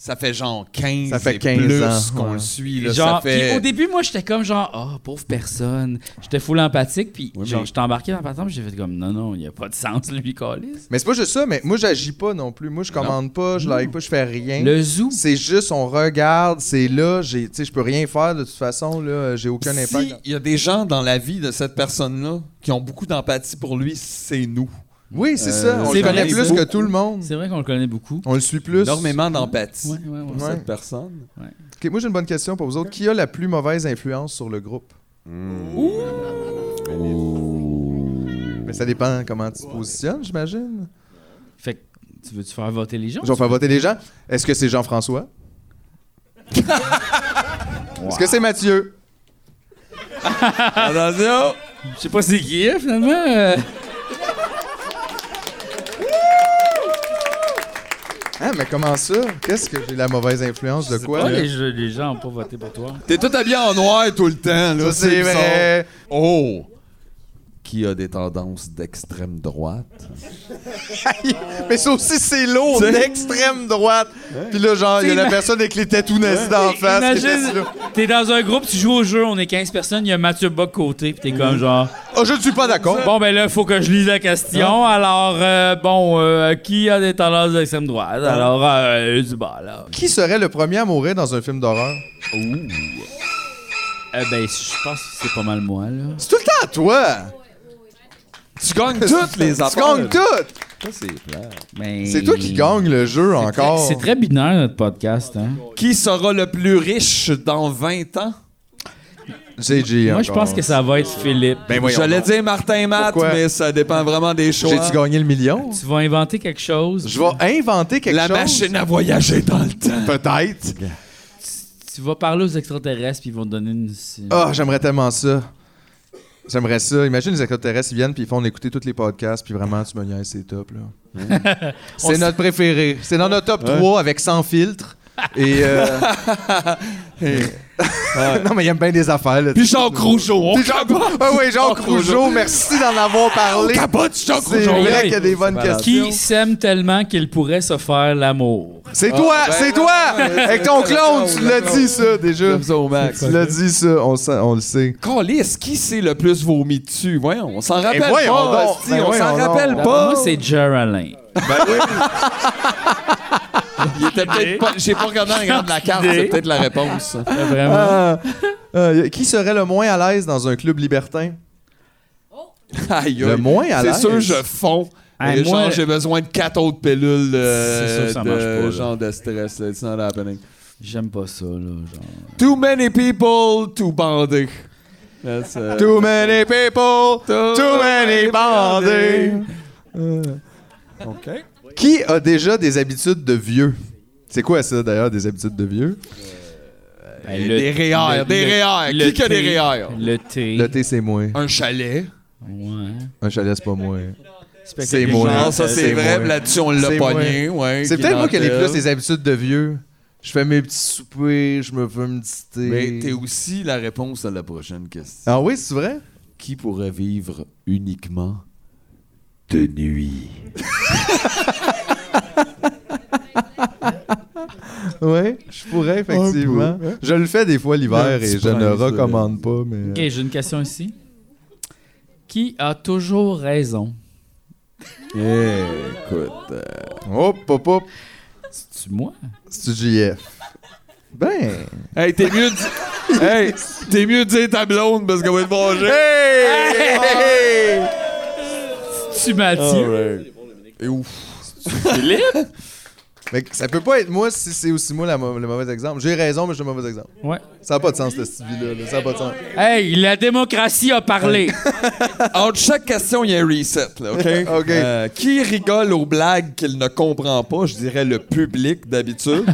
Ça fait genre 15 Ça fait et 15 plus ans, qu'on ouais. le suit. Là, Genre, ça fait... puis au début, moi, j'étais comme genre, ah, pauvre personne. J'étais full empathique, puis Oui, genre, mais- j'étais embarqué dans la patente, puis j'ai fait comme, non, non, il n'y a pas de sens, lui, Calis. Mais c'est pas juste ça, mais moi, j'agis pas non plus. Moi, je commande pas, je like pas, je fais rien. Le zoo. C'est juste, on regarde, c'est là, j'ai- tu sais, je peux rien faire de toute façon, là, j'ai aucun impact. Si il y a des gens dans la vie de cette personne-là qui ont beaucoup d'empathie pour lui, c'est nous. Oui, c'est ça, on Euh, c'est le connaît vrai, plus beaucoup. que tout le monde. C'est vrai qu'on le connaît beaucoup. On le suit plus. Énormément d'empathie Ouais, ouais, ouais. pour Ouais. cette personne. Ok, moi, j'ai une bonne question pour vous autres. Qui a la plus mauvaise influence sur le groupe? Hmm. Mais ça dépend comment tu te positionnes, j'imagine. Fait que, tu veux-tu faire voter les gens? Je vais faire voter les gens. Est-ce que c'est Jean-François? Est-ce que c'est Mathieu? Attention! Je sais pas c'est qui, hein, finalement. euh. Ah, mais comment ça? Qu'est-ce que j'ai la mauvaise influence de quoi? Ouais, là? les, jeux- les gens n'ont pas voté pour toi. T'es tout habillé en noir tout le temps, là. Ça, c'est bizarre. vrai. Oh! Qui a des tendances d'extrême droite? Mais ça aussi, c'est lourd, d'extrême droite. Puis là, genre, il y a la personne avec les tatous nazis d'en face. qui est assise Imagine, là. t'es dans un groupe, tu joues au jeu, on est 15 personnes, il y a Mathieu Bock côté, puis t'es comme genre. Ah, je ne suis pas d'accord. Bon, ben là, faut que je lise la question. Alors, euh, bon, euh, qui a des tendances d'extrême droite? Alors, euh, du bas, là. Qui serait le premier à mourir dans un film d'horreur? Euh, ben, je pense que c'est pas mal moi, là. C'est tout le temps toi! Tu gagnes toutes les Tu gagnes tout! Ben, C'est toi qui gagne le jeu encore. C'est très binaire, notre podcast, hein. Qui sera le plus riche dans 20 ans? JJ Moi, je pense que ça va être Philippe. Ben voyons J'allais donc. dire Martin Matt, Pourquoi? mais ça dépend vraiment des choix. J'ai-tu gagné le million? Tu vas inventer quelque chose. Je vais inventer quelque La chose. machine à voyager dans le temps. Peut-être. Tu vas parler aux extraterrestres, puis ils vont te donner une... Ah, j'aimerais tellement ça. J'aimerais ça. Imagine les extraterrestres, ils viennent puis ils font écouter tous les podcasts, puis vraiment, tu me niaises, c'est top, là. On c'est s- notre préféré. C'est dans notre top 3 avec 100 filtres. Et. euh, et- non, mais il aime bien des affaires, là. Puis Jean Crougeau, on Puis Jean- Ah oui, Jean Crougeau, merci d'en avoir parlé. capote Jean C'est Crougeau. vrai qu'il y a des bonnes questions. Qui s'aime tellement qu'il pourrait se faire l'amour? C'est toi, c'est toi! Avec ton clone, tu l'as dit, ça, déjà. Tu l'as dit, ça, on, sent- on le sait. Calisse, qui c'est le plus vomi dessus? Voyons, on s'en rappelle Eh, voyons pas. donc, hostie, ben on s'en voyons rappelle donc. pas. Moi, c'est Geraldine. Il était peut-être pas. J'ai pas regardé en regardant la carte, c'est peut-être la réponse. Vraiment. Ah, euh, qui serait le moins à l'aise dans un club libertin? Aïe, Le aïe. moins à C'est l'aise. sûr, je fonds. Hey, Et genre, moi- j'ai besoin de quatre autres pilules euh, C'est sûr que ça de marche pas, là. genre de stress. là. It's not happening. J'aime pas ça, là. Genre. Too many people, too bandé. That's, euh, Too many people, too many bandits. OK. Qui a déjà des habitudes de vieux? C'est quoi ça d'ailleurs, des habitudes de vieux? Ben, le- des REER, le- des le- REER. le Qui qui a des thé- REER? Le thé. Le thé, c'est moins. Un chalet. Ouais. Un chalet, c'est pas moins. C'est C'est quelque moi. chose- Ah, ça, c'est c'est vrai. moi. Là-dessus, on l'a C'est pogné. Ouais, C'est peut-être moi qui ai clientèle. plus les habitudes de vieux. Je fais mes petits soupers, je me fais un petit thé. Mais t'es aussi la réponse à la prochaine question. Ah oui, c'est vrai? Qui pourrait vivre uniquement de nuit? Oui, je pourrais, Un effectivement. peu, Je le fais des fois Un l'hiver petit et je ne prince, recommande pas, mais... Ok, j'ai une question ici. Qui a toujours raison? Eh, écoute. euh, Hop, hop, hop, C'est-tu moi? c'est du JF. Ben... Hey, t'es mieux de... hey, t'es mieux de dire ta blonde parce qu'on va te manger. C'est-tu Mathieu? Et ouf. Philippe? Mais ça peut pas être moi si c'est aussi moi la mau- le mauvais exemple. J'ai raison, mais je suis le mauvais exemple. Ah Ouais. Ça n'a pas de sens, cette petite vie-là. là. Ça n'a pas de sens. Hey, la démocratie a parlé. Entre chaque question, il y a un reset, là, OK? OK. Euh, qui rigole aux blagues qu'il ne comprend pas? Je dirais le public d'habitude.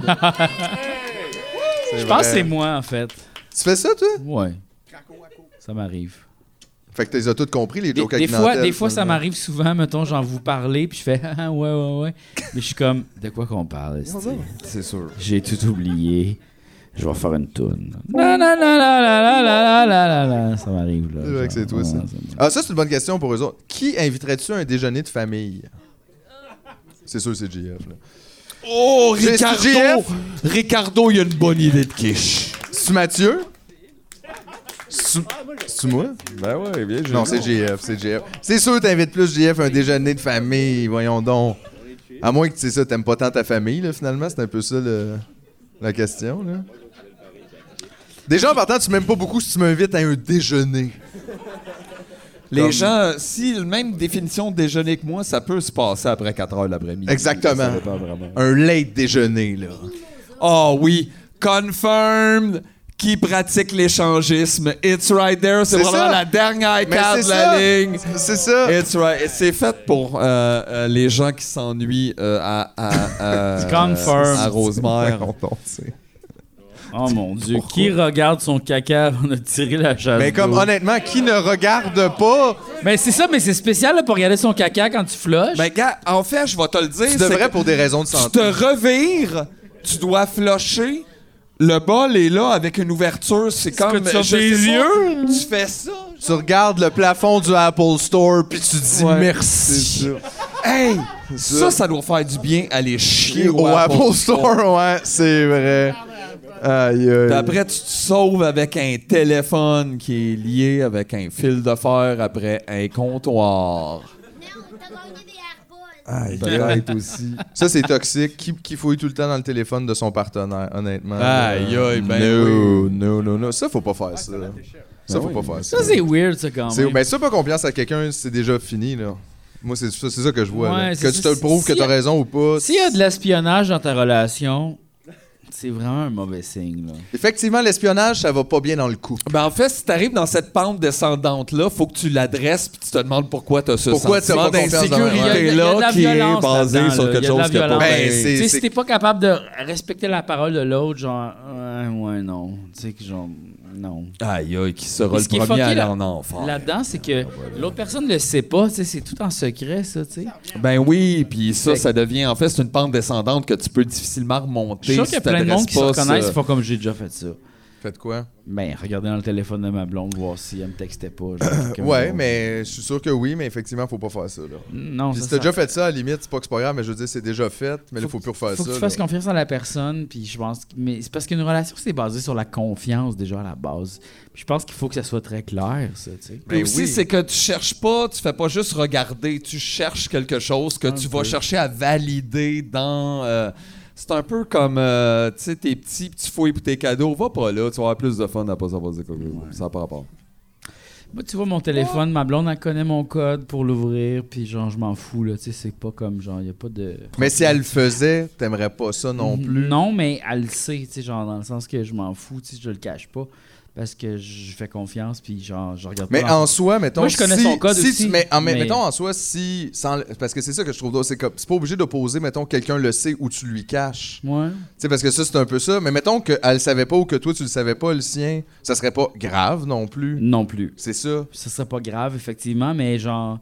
Je pense que c'est moi, en fait. Tu fais ça, toi? Ouais. Ça m'arrive. Fait que tu les as toutes compris, les Des, jokes à des fois, clientèle, des fois, ça finalement. m'arrive souvent, mettons, j'en vous parler, puis je fais ah, ah, ouais, ouais, ouais. Mais je suis comme, de quoi qu'on parle, esti? C'est sûr. J'ai tout oublié. Je vais faire une toune. La, la, la, la, la, la, la, la, la, la. Ça m'arrive, là. C'est vrai que c'est toi, Ouais, ça. me- Ah, ça, c'est une bonne question pour eux autres. Qui inviterais-tu à un déjeuner de famille? C'est sûr, c'est JF. Là. Oh, C'est Ricardo! GF. Ricardo, il a une bonne idée de quiche. C'est Mathieu? C'est c'est moi? Ben ouais, bien joué. Non, c'est JF, c'est JF. C'est sûr, t'invites plus JF à un déjeuner de famille, voyons donc. À moins que, tu sais ça, t'aimes pas tant ta famille, là, finalement. C'est un peu ça, le- la question, là. Déjà, en partant, tu m'aimes pas beaucoup si tu m'invites à un déjeuner. Les Comme- gens, si la même définition de déjeuner que moi, ça peut se passer après 4 heures l'après-midi. Exactement. Ça dépend vraiment. Un late déjeuner, là. Ah oui, confirmed qui pratique l'échangisme. It's right there, c'est C'est vraiment ça. la dernière Mais carte c'est de la ça. ligne. C'est ça. It's right. C'est fait pour euh, euh, les gens qui s'ennuient euh, à, à, à, C'est confirmed. à Rosemère. Voyons donc, c'est- Oh mon Dieu, qui regarde son caca avant de tirer la chasse Mais comme, d'eau? honnêtement, qui ne regarde pas, Mais c'est ça, mais c'est spécial là, pour regarder son caca quand tu flushes. Ben, gars, en fait, je vais te le dire. tu c'est devrais que pour des raisons de Tu santé. te revires, tu dois flusher. Le bol est là avec une ouverture. C'est comme. que tu as je des sais pas, yeux? Tu fais ça. Tu regardes le plafond du Apple Store, puis tu dis Ouais, merci. Hey! Ça, ça doit faire du bien aller chier au Apple, Store, ouais, c'est vrai. Aïe, aïe. Puis Après, tu te sauves avec un téléphone qui est lié avec un fil de fer après un comptoir. Aïe, peut-être aussi. Ça, c'est toxique. Qui, qui fouille tout le temps dans le téléphone de son partenaire, honnêtement. Euh, Aïe, aïe, ben no, no, no, no. Ça, faut pas faire ça. Ça, faut pas faire ça. ça, c'est weird, ça, quand C'est- même. Ben, ça, pas confiance à quelqu'un, c'est déjà fini, là. Moi, c'est ça, c'est ça que je vois. Ouais, là. c'est Que ça, tu te le si- prouves que si- t'as raison ou pas. S'il y a de l'espionnage dans ta relation, c'est vraiment un mauvais signe. Là. Effectivement, l'espionnage, ça va pas bien dans le coup. Ben en fait, si t'arrives dans cette pente descendante-là, faut que tu l'adresses puis tu te demandes pourquoi t'as ce Pourquoi t'as sentiment pas confiance en- de d'insécurité-là la qui est violence basé là-dedans, sur là. Il quelque y a de la chose qui a pas... violence. Ben, Ben, Tu sais, c'est- c'est- si t'es pas capable de respecter la parole de l'autre, genre, ouais, ouais, non. Tu sais, que genre, non. Aïe, aïe, qui sera Mais le ce qui est premier à fucké, aller là- en enfer. Là-dedans, c'est Ah, que l'autre personne le sait pas, tu sais, c'est tout en secret, ça, tu sais. Ben oui, puis ça, Fait que- ça devient... En fait, c'est une pente descendante que tu peux difficilement remonter Je suis sûr si qu'il y a plein de monde qui se t'adresses pas reconnaissent, ça. ils font comme j'ai déjà fait ça. Faites quoi? Ben, regardez dans le téléphone de ma blonde, voir si elle me textait pas. genre, que- Ouais, mais je suis sûr que oui, mais effectivement, faut pas faire ça, là. Non, Puis ça, si t'as ça- déjà fait ça, à la limite, c'est pas que c'est pas grave, mais je veux dire, c'est déjà fait, mais là, Faut faut plus refaire faut ça. que tu là. fasses confiance à la personne, puis je pense... que- Mais c'est parce qu'une relation, c'est basé sur la confiance, déjà, à la base. Puis je pense qu'il faut que ça soit très clair, ça, tu sais. Puis Ben aussi, oui. c'est que tu cherches pas, tu fais pas juste regarder, tu cherches quelque chose que tu vas chercher à valider dans. euh, c'est un peu comme, euh, tu sais, t'es petit, puis tu fouilles pour tes cadeaux. Va pas là, tu vas avoir plus de fun à pas savoir dire quoi. Ça n'a pas rapport. Moi, tu vois, mon téléphone, ma blonde, elle connaît mon code pour l'ouvrir, puis genre, je m'en fous, là, tu sais, c'est pas comme, Mhm. genre, il a pas de... Mais si elle le faisait, t'aimerais pas ça non plus. Non, mais elle le sait, tu sais, genre, dans le sens que je m'en fous, tu sais, je le cache pas. parce que je fais confiance puis genre je regarde Mais pas. en soi, mettons. Ah. Moi, je connais si- son code si aussi, tu- mais, en- mais mais- mettons, en soi, si. sans le- parce que c'est ça que je trouve drôle. C'est comme- c'est pas obligé d'opposer, mettons, quelqu'un le sait ou tu lui caches. Moi, Tu sais, parce que ça, c'est un peu ça. Mais mettons qu'elle le savait pas ou que toi, tu le savais pas, le sien, ça serait pas grave non plus. non plus. C'est ça. Ce serait pas grave effectivement, mais genre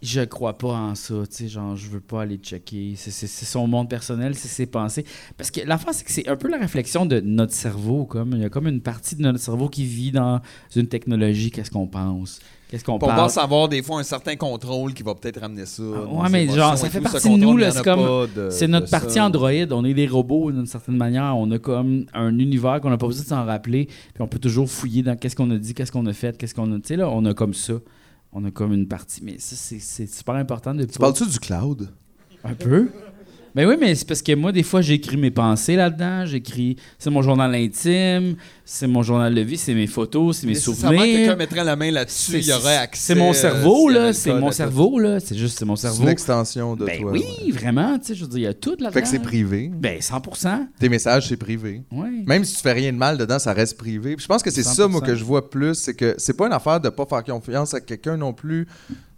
je crois pas en ça, tu sais, genre je veux pas aller checker, c'est c'est- c'est son monde personnel, c'est ses pensées parce que la c'est que c'est un peu la réflexion de notre cerveau comme il y a comme une partie de notre cerveau qui vit dans une technologie, qu'est-ce qu'on pense, qu'est-ce qu'on On parle. pense avoir des fois un certain contrôle qui va peut-être ramener Ah, ça. nos ouais, mais émotions genre, ça et fait tout, partie ce de nous, contrôle, là, il y en c'est a comme- pas de- C'est Euh, de notre ça. partie Android. On est des robots d'une certaine manière. On a comme un univers qu'on n'a pas besoin de s'en rappeler. Puis on peut toujours fouiller dans qu'est-ce qu'on a dit, qu'est-ce qu'on a fait, qu'est-ce qu'on a. Tu sais, là, on a comme ça. On a comme une partie. Mais ça, c'est- c'est super important de. Tu parles-tu du cloud? Un peu. Mais oui, mais c'est parce que moi, des fois, j'écris mes pensées là-dedans. J'écris. C'est mon journal intime, c'est mon journal de vie, c'est mes photos, c'est mes Nécessairement, quelqu'un souvenirs. mettrait la main C'est là-dessus, il y aurait accès. c'est mon euh, cerveau, s'il y avait là. le C'est code mon à tout. cerveau, là. C'est juste, c'est mon C'est cerveau. une extension de Ben toi. oui, ouais. vraiment, tu sais, je veux dire, il y a tout là-dedans. Fait que c'est privé. Ben 100%, Tes messages, c'est privé. oui. Même si tu fais rien de mal dedans, ça reste privé. Puis je pense que c'est 100%. ça, moi, que je vois plus. C'est que c'est pas une affaire de pas faire confiance à quelqu'un non plus,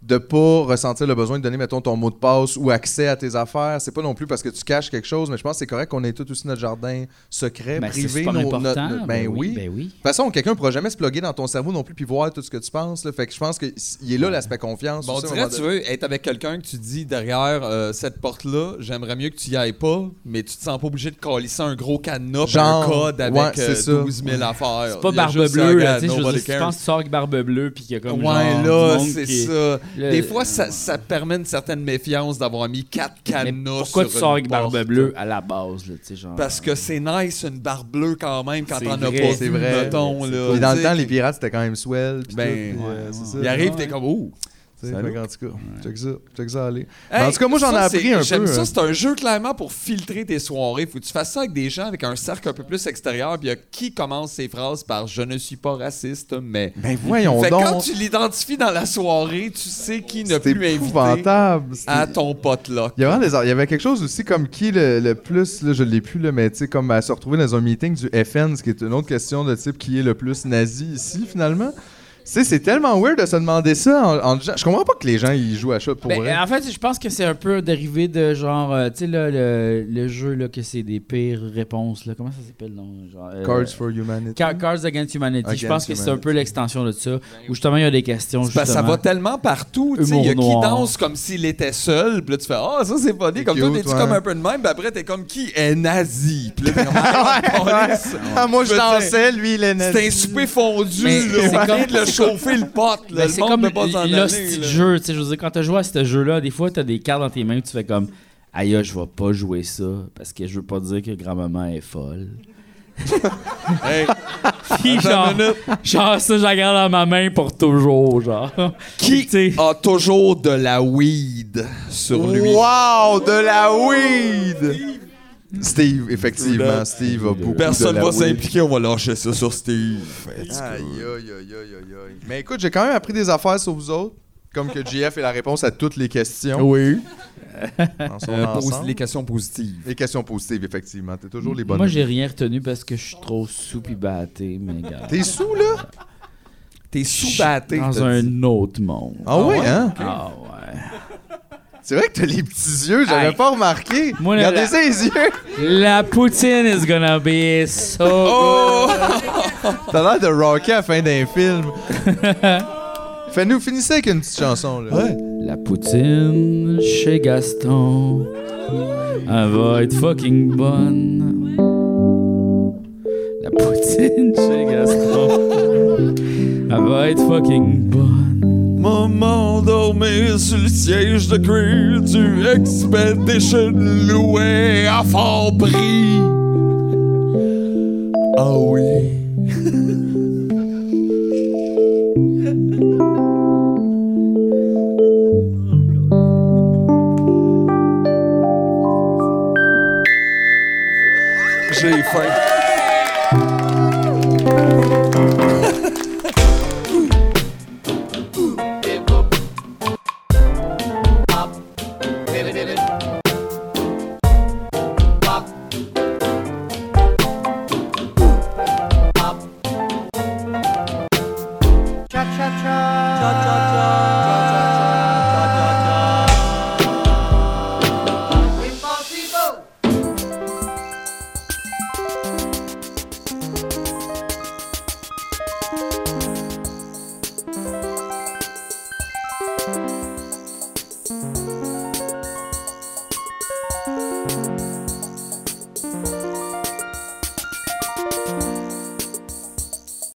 de pas ressentir le besoin de donner, mettons, ton mot de passe ou accès à tes affaires. C'est pas non plus parce que tu caches quelque chose, mais je pense que c'est correct qu'on ait tout aussi notre jardin secret, Ben, c'est privé. super nos- important. notre- notre- ben, oui. ben oui. De toute façon, quelqu'un ne pourra jamais se plugger dans ton cerveau non plus puis voir tout ce que tu penses. là. Fait que je pense qu'il est là l'aspect confiance. Bon, on aussi, à un dirait, moment tu donné. veux être avec quelqu'un que tu dis derrière euh, cette porte-là, j'aimerais mieux que tu y ailles pas, mais tu te sens pas obligé de colisser un gros cadenas, puis Genre, un code avec ouais, c'est euh, ça. 12 000 affaires. C'est pas Il y a barbe juste bleue, un là, gars, tu sais, je veux nobody dire, si tu cares. penses que tu sors avec barbe bleue, puis qu'il y a comme Ouais, genre du là, monde c'est qui est- ça. Le- Des fois, ça, ça permet une certaine méfiance d'avoir mis quatre Mais cadenas pourquoi sur tu sors une avec barbe porte. bleue à la base, là, tu sais, genre... Parce que c'est nice une barbe bleue quand même quand C'est t'en as pas vrai, vu, c'est vrai. mettons, là. Puis dans Tu le sais, temps, les pirates, c'était quand même swell. puis Ben, tout, puis, ouais, euh, c'est ouais. ça. Il arrive, Ouais. t'es comme, ouh. Tu sais, Salut. fait qu'en tout cas, check ça, check ça aller. Hey, en tout cas, moi, j'en ai ça, appris c'est- un peu. J'aime hein. ça, c'est un jeu clairement pour filtrer tes soirées. Faut que tu fasses ça avec des gens avec un cercle un peu plus extérieur. Puis il y a qui commence ses phrases par Je ne suis pas raciste, mais. Ben voyons fait que quand donc, tu l'identifies dans la soirée, tu sais qui ne c'était plus inviter épouvantable. c'était- à ton pote là. Il y, a vraiment des ar- il y avait quelque chose aussi comme qui le, le plus, là, je l'ai plus, là, mais tu sais, comme à se retrouver dans un meeting du FN, ce qui est une autre question de type qui est le plus nazi ici finalement. Tu sais, c'est tellement weird de se demander ça. En, en- je comprends pas que les gens ils jouent à ça pour Ben, vrai. euh, en fait, je pense que c'est un peu dérivé de genre, euh, tu sais, là, le, le jeu, là, que c'est des pires réponses, là. Comment ça s'appelle, non? Genre, euh, Cards for Humanity. Ca- Cards Against Humanity. je Against pense que c'est un Humanity. peu l'extension de ça, où justement, il y a des questions, Parce que ça justement. va tellement partout. tu sais, Humour Il y a qui noir. danse comme s'il était seul. Puis là, tu fais Ah, ça, c'est funny. C'est Comme toi, cute, t'es-tu ouais. comme un peu de même. Puis après, t'es comme Qui est nazi Puis là, t'es comme, Ah, police. Ah, moi, je Je veux dansais, lui, il est C'est un nazi. souper fondu. Mais là. c'est On comme- vient de le chauffer le pote. là. Ben, Le c'est monde comme ne pas s'en le aller. style là. jeu, tu sais, je veux dire, quand tu joues à ce jeu-là, des fois, t'as des cartes dans tes mains que tu fais comme « Aïe, ah, je vais pas jouer ça, parce que je veux pas dire que grand-maman est folle. Hey. » Puis genre, genre, ça, je la garde dans ma main pour toujours, genre. Qui Tu sais, a Ah, toujours de la weed sur lui? Wow, de la weed! Steve, effectivement, Steve a beaucoup Personne de la va weed. s'impliquer, on va lâcher ça sur Steve. Aïe, aïe, aïe, aïe, aïe, aïe. Mais écoute, j'ai quand même appris des affaires sur vous autres. Comme que JF est la réponse à toutes les questions. Oui. dans son ensemble. Euh, les questions positives. Les questions positives, effectivement. T'es toujours les bonnes. moi, j'ai rien retenu parce que je suis trop sous pis batté, mais regarde. T'es sous, là? T'es sous-batté. Dans t'as dit. un autre monde. Ah, oui, hein? Ah ouais. C'est vrai que t'as les petits yeux, j'avais Aïe. pas remarqué. Moi, là, Regardez là- ça, les yeux! La poutine is gonna be so Oh, T'as l'air de rocker à la fin d'un film. Fais-nous, finissez avec une petite chanson, là. La poutine chez Gaston, elle va être fucking bonne. La poutine chez Gaston, elle va être fucking bonne. Maman dormait sur le siège de cuir du Expedition loué à fort prix. Ah oui. J'ai faim.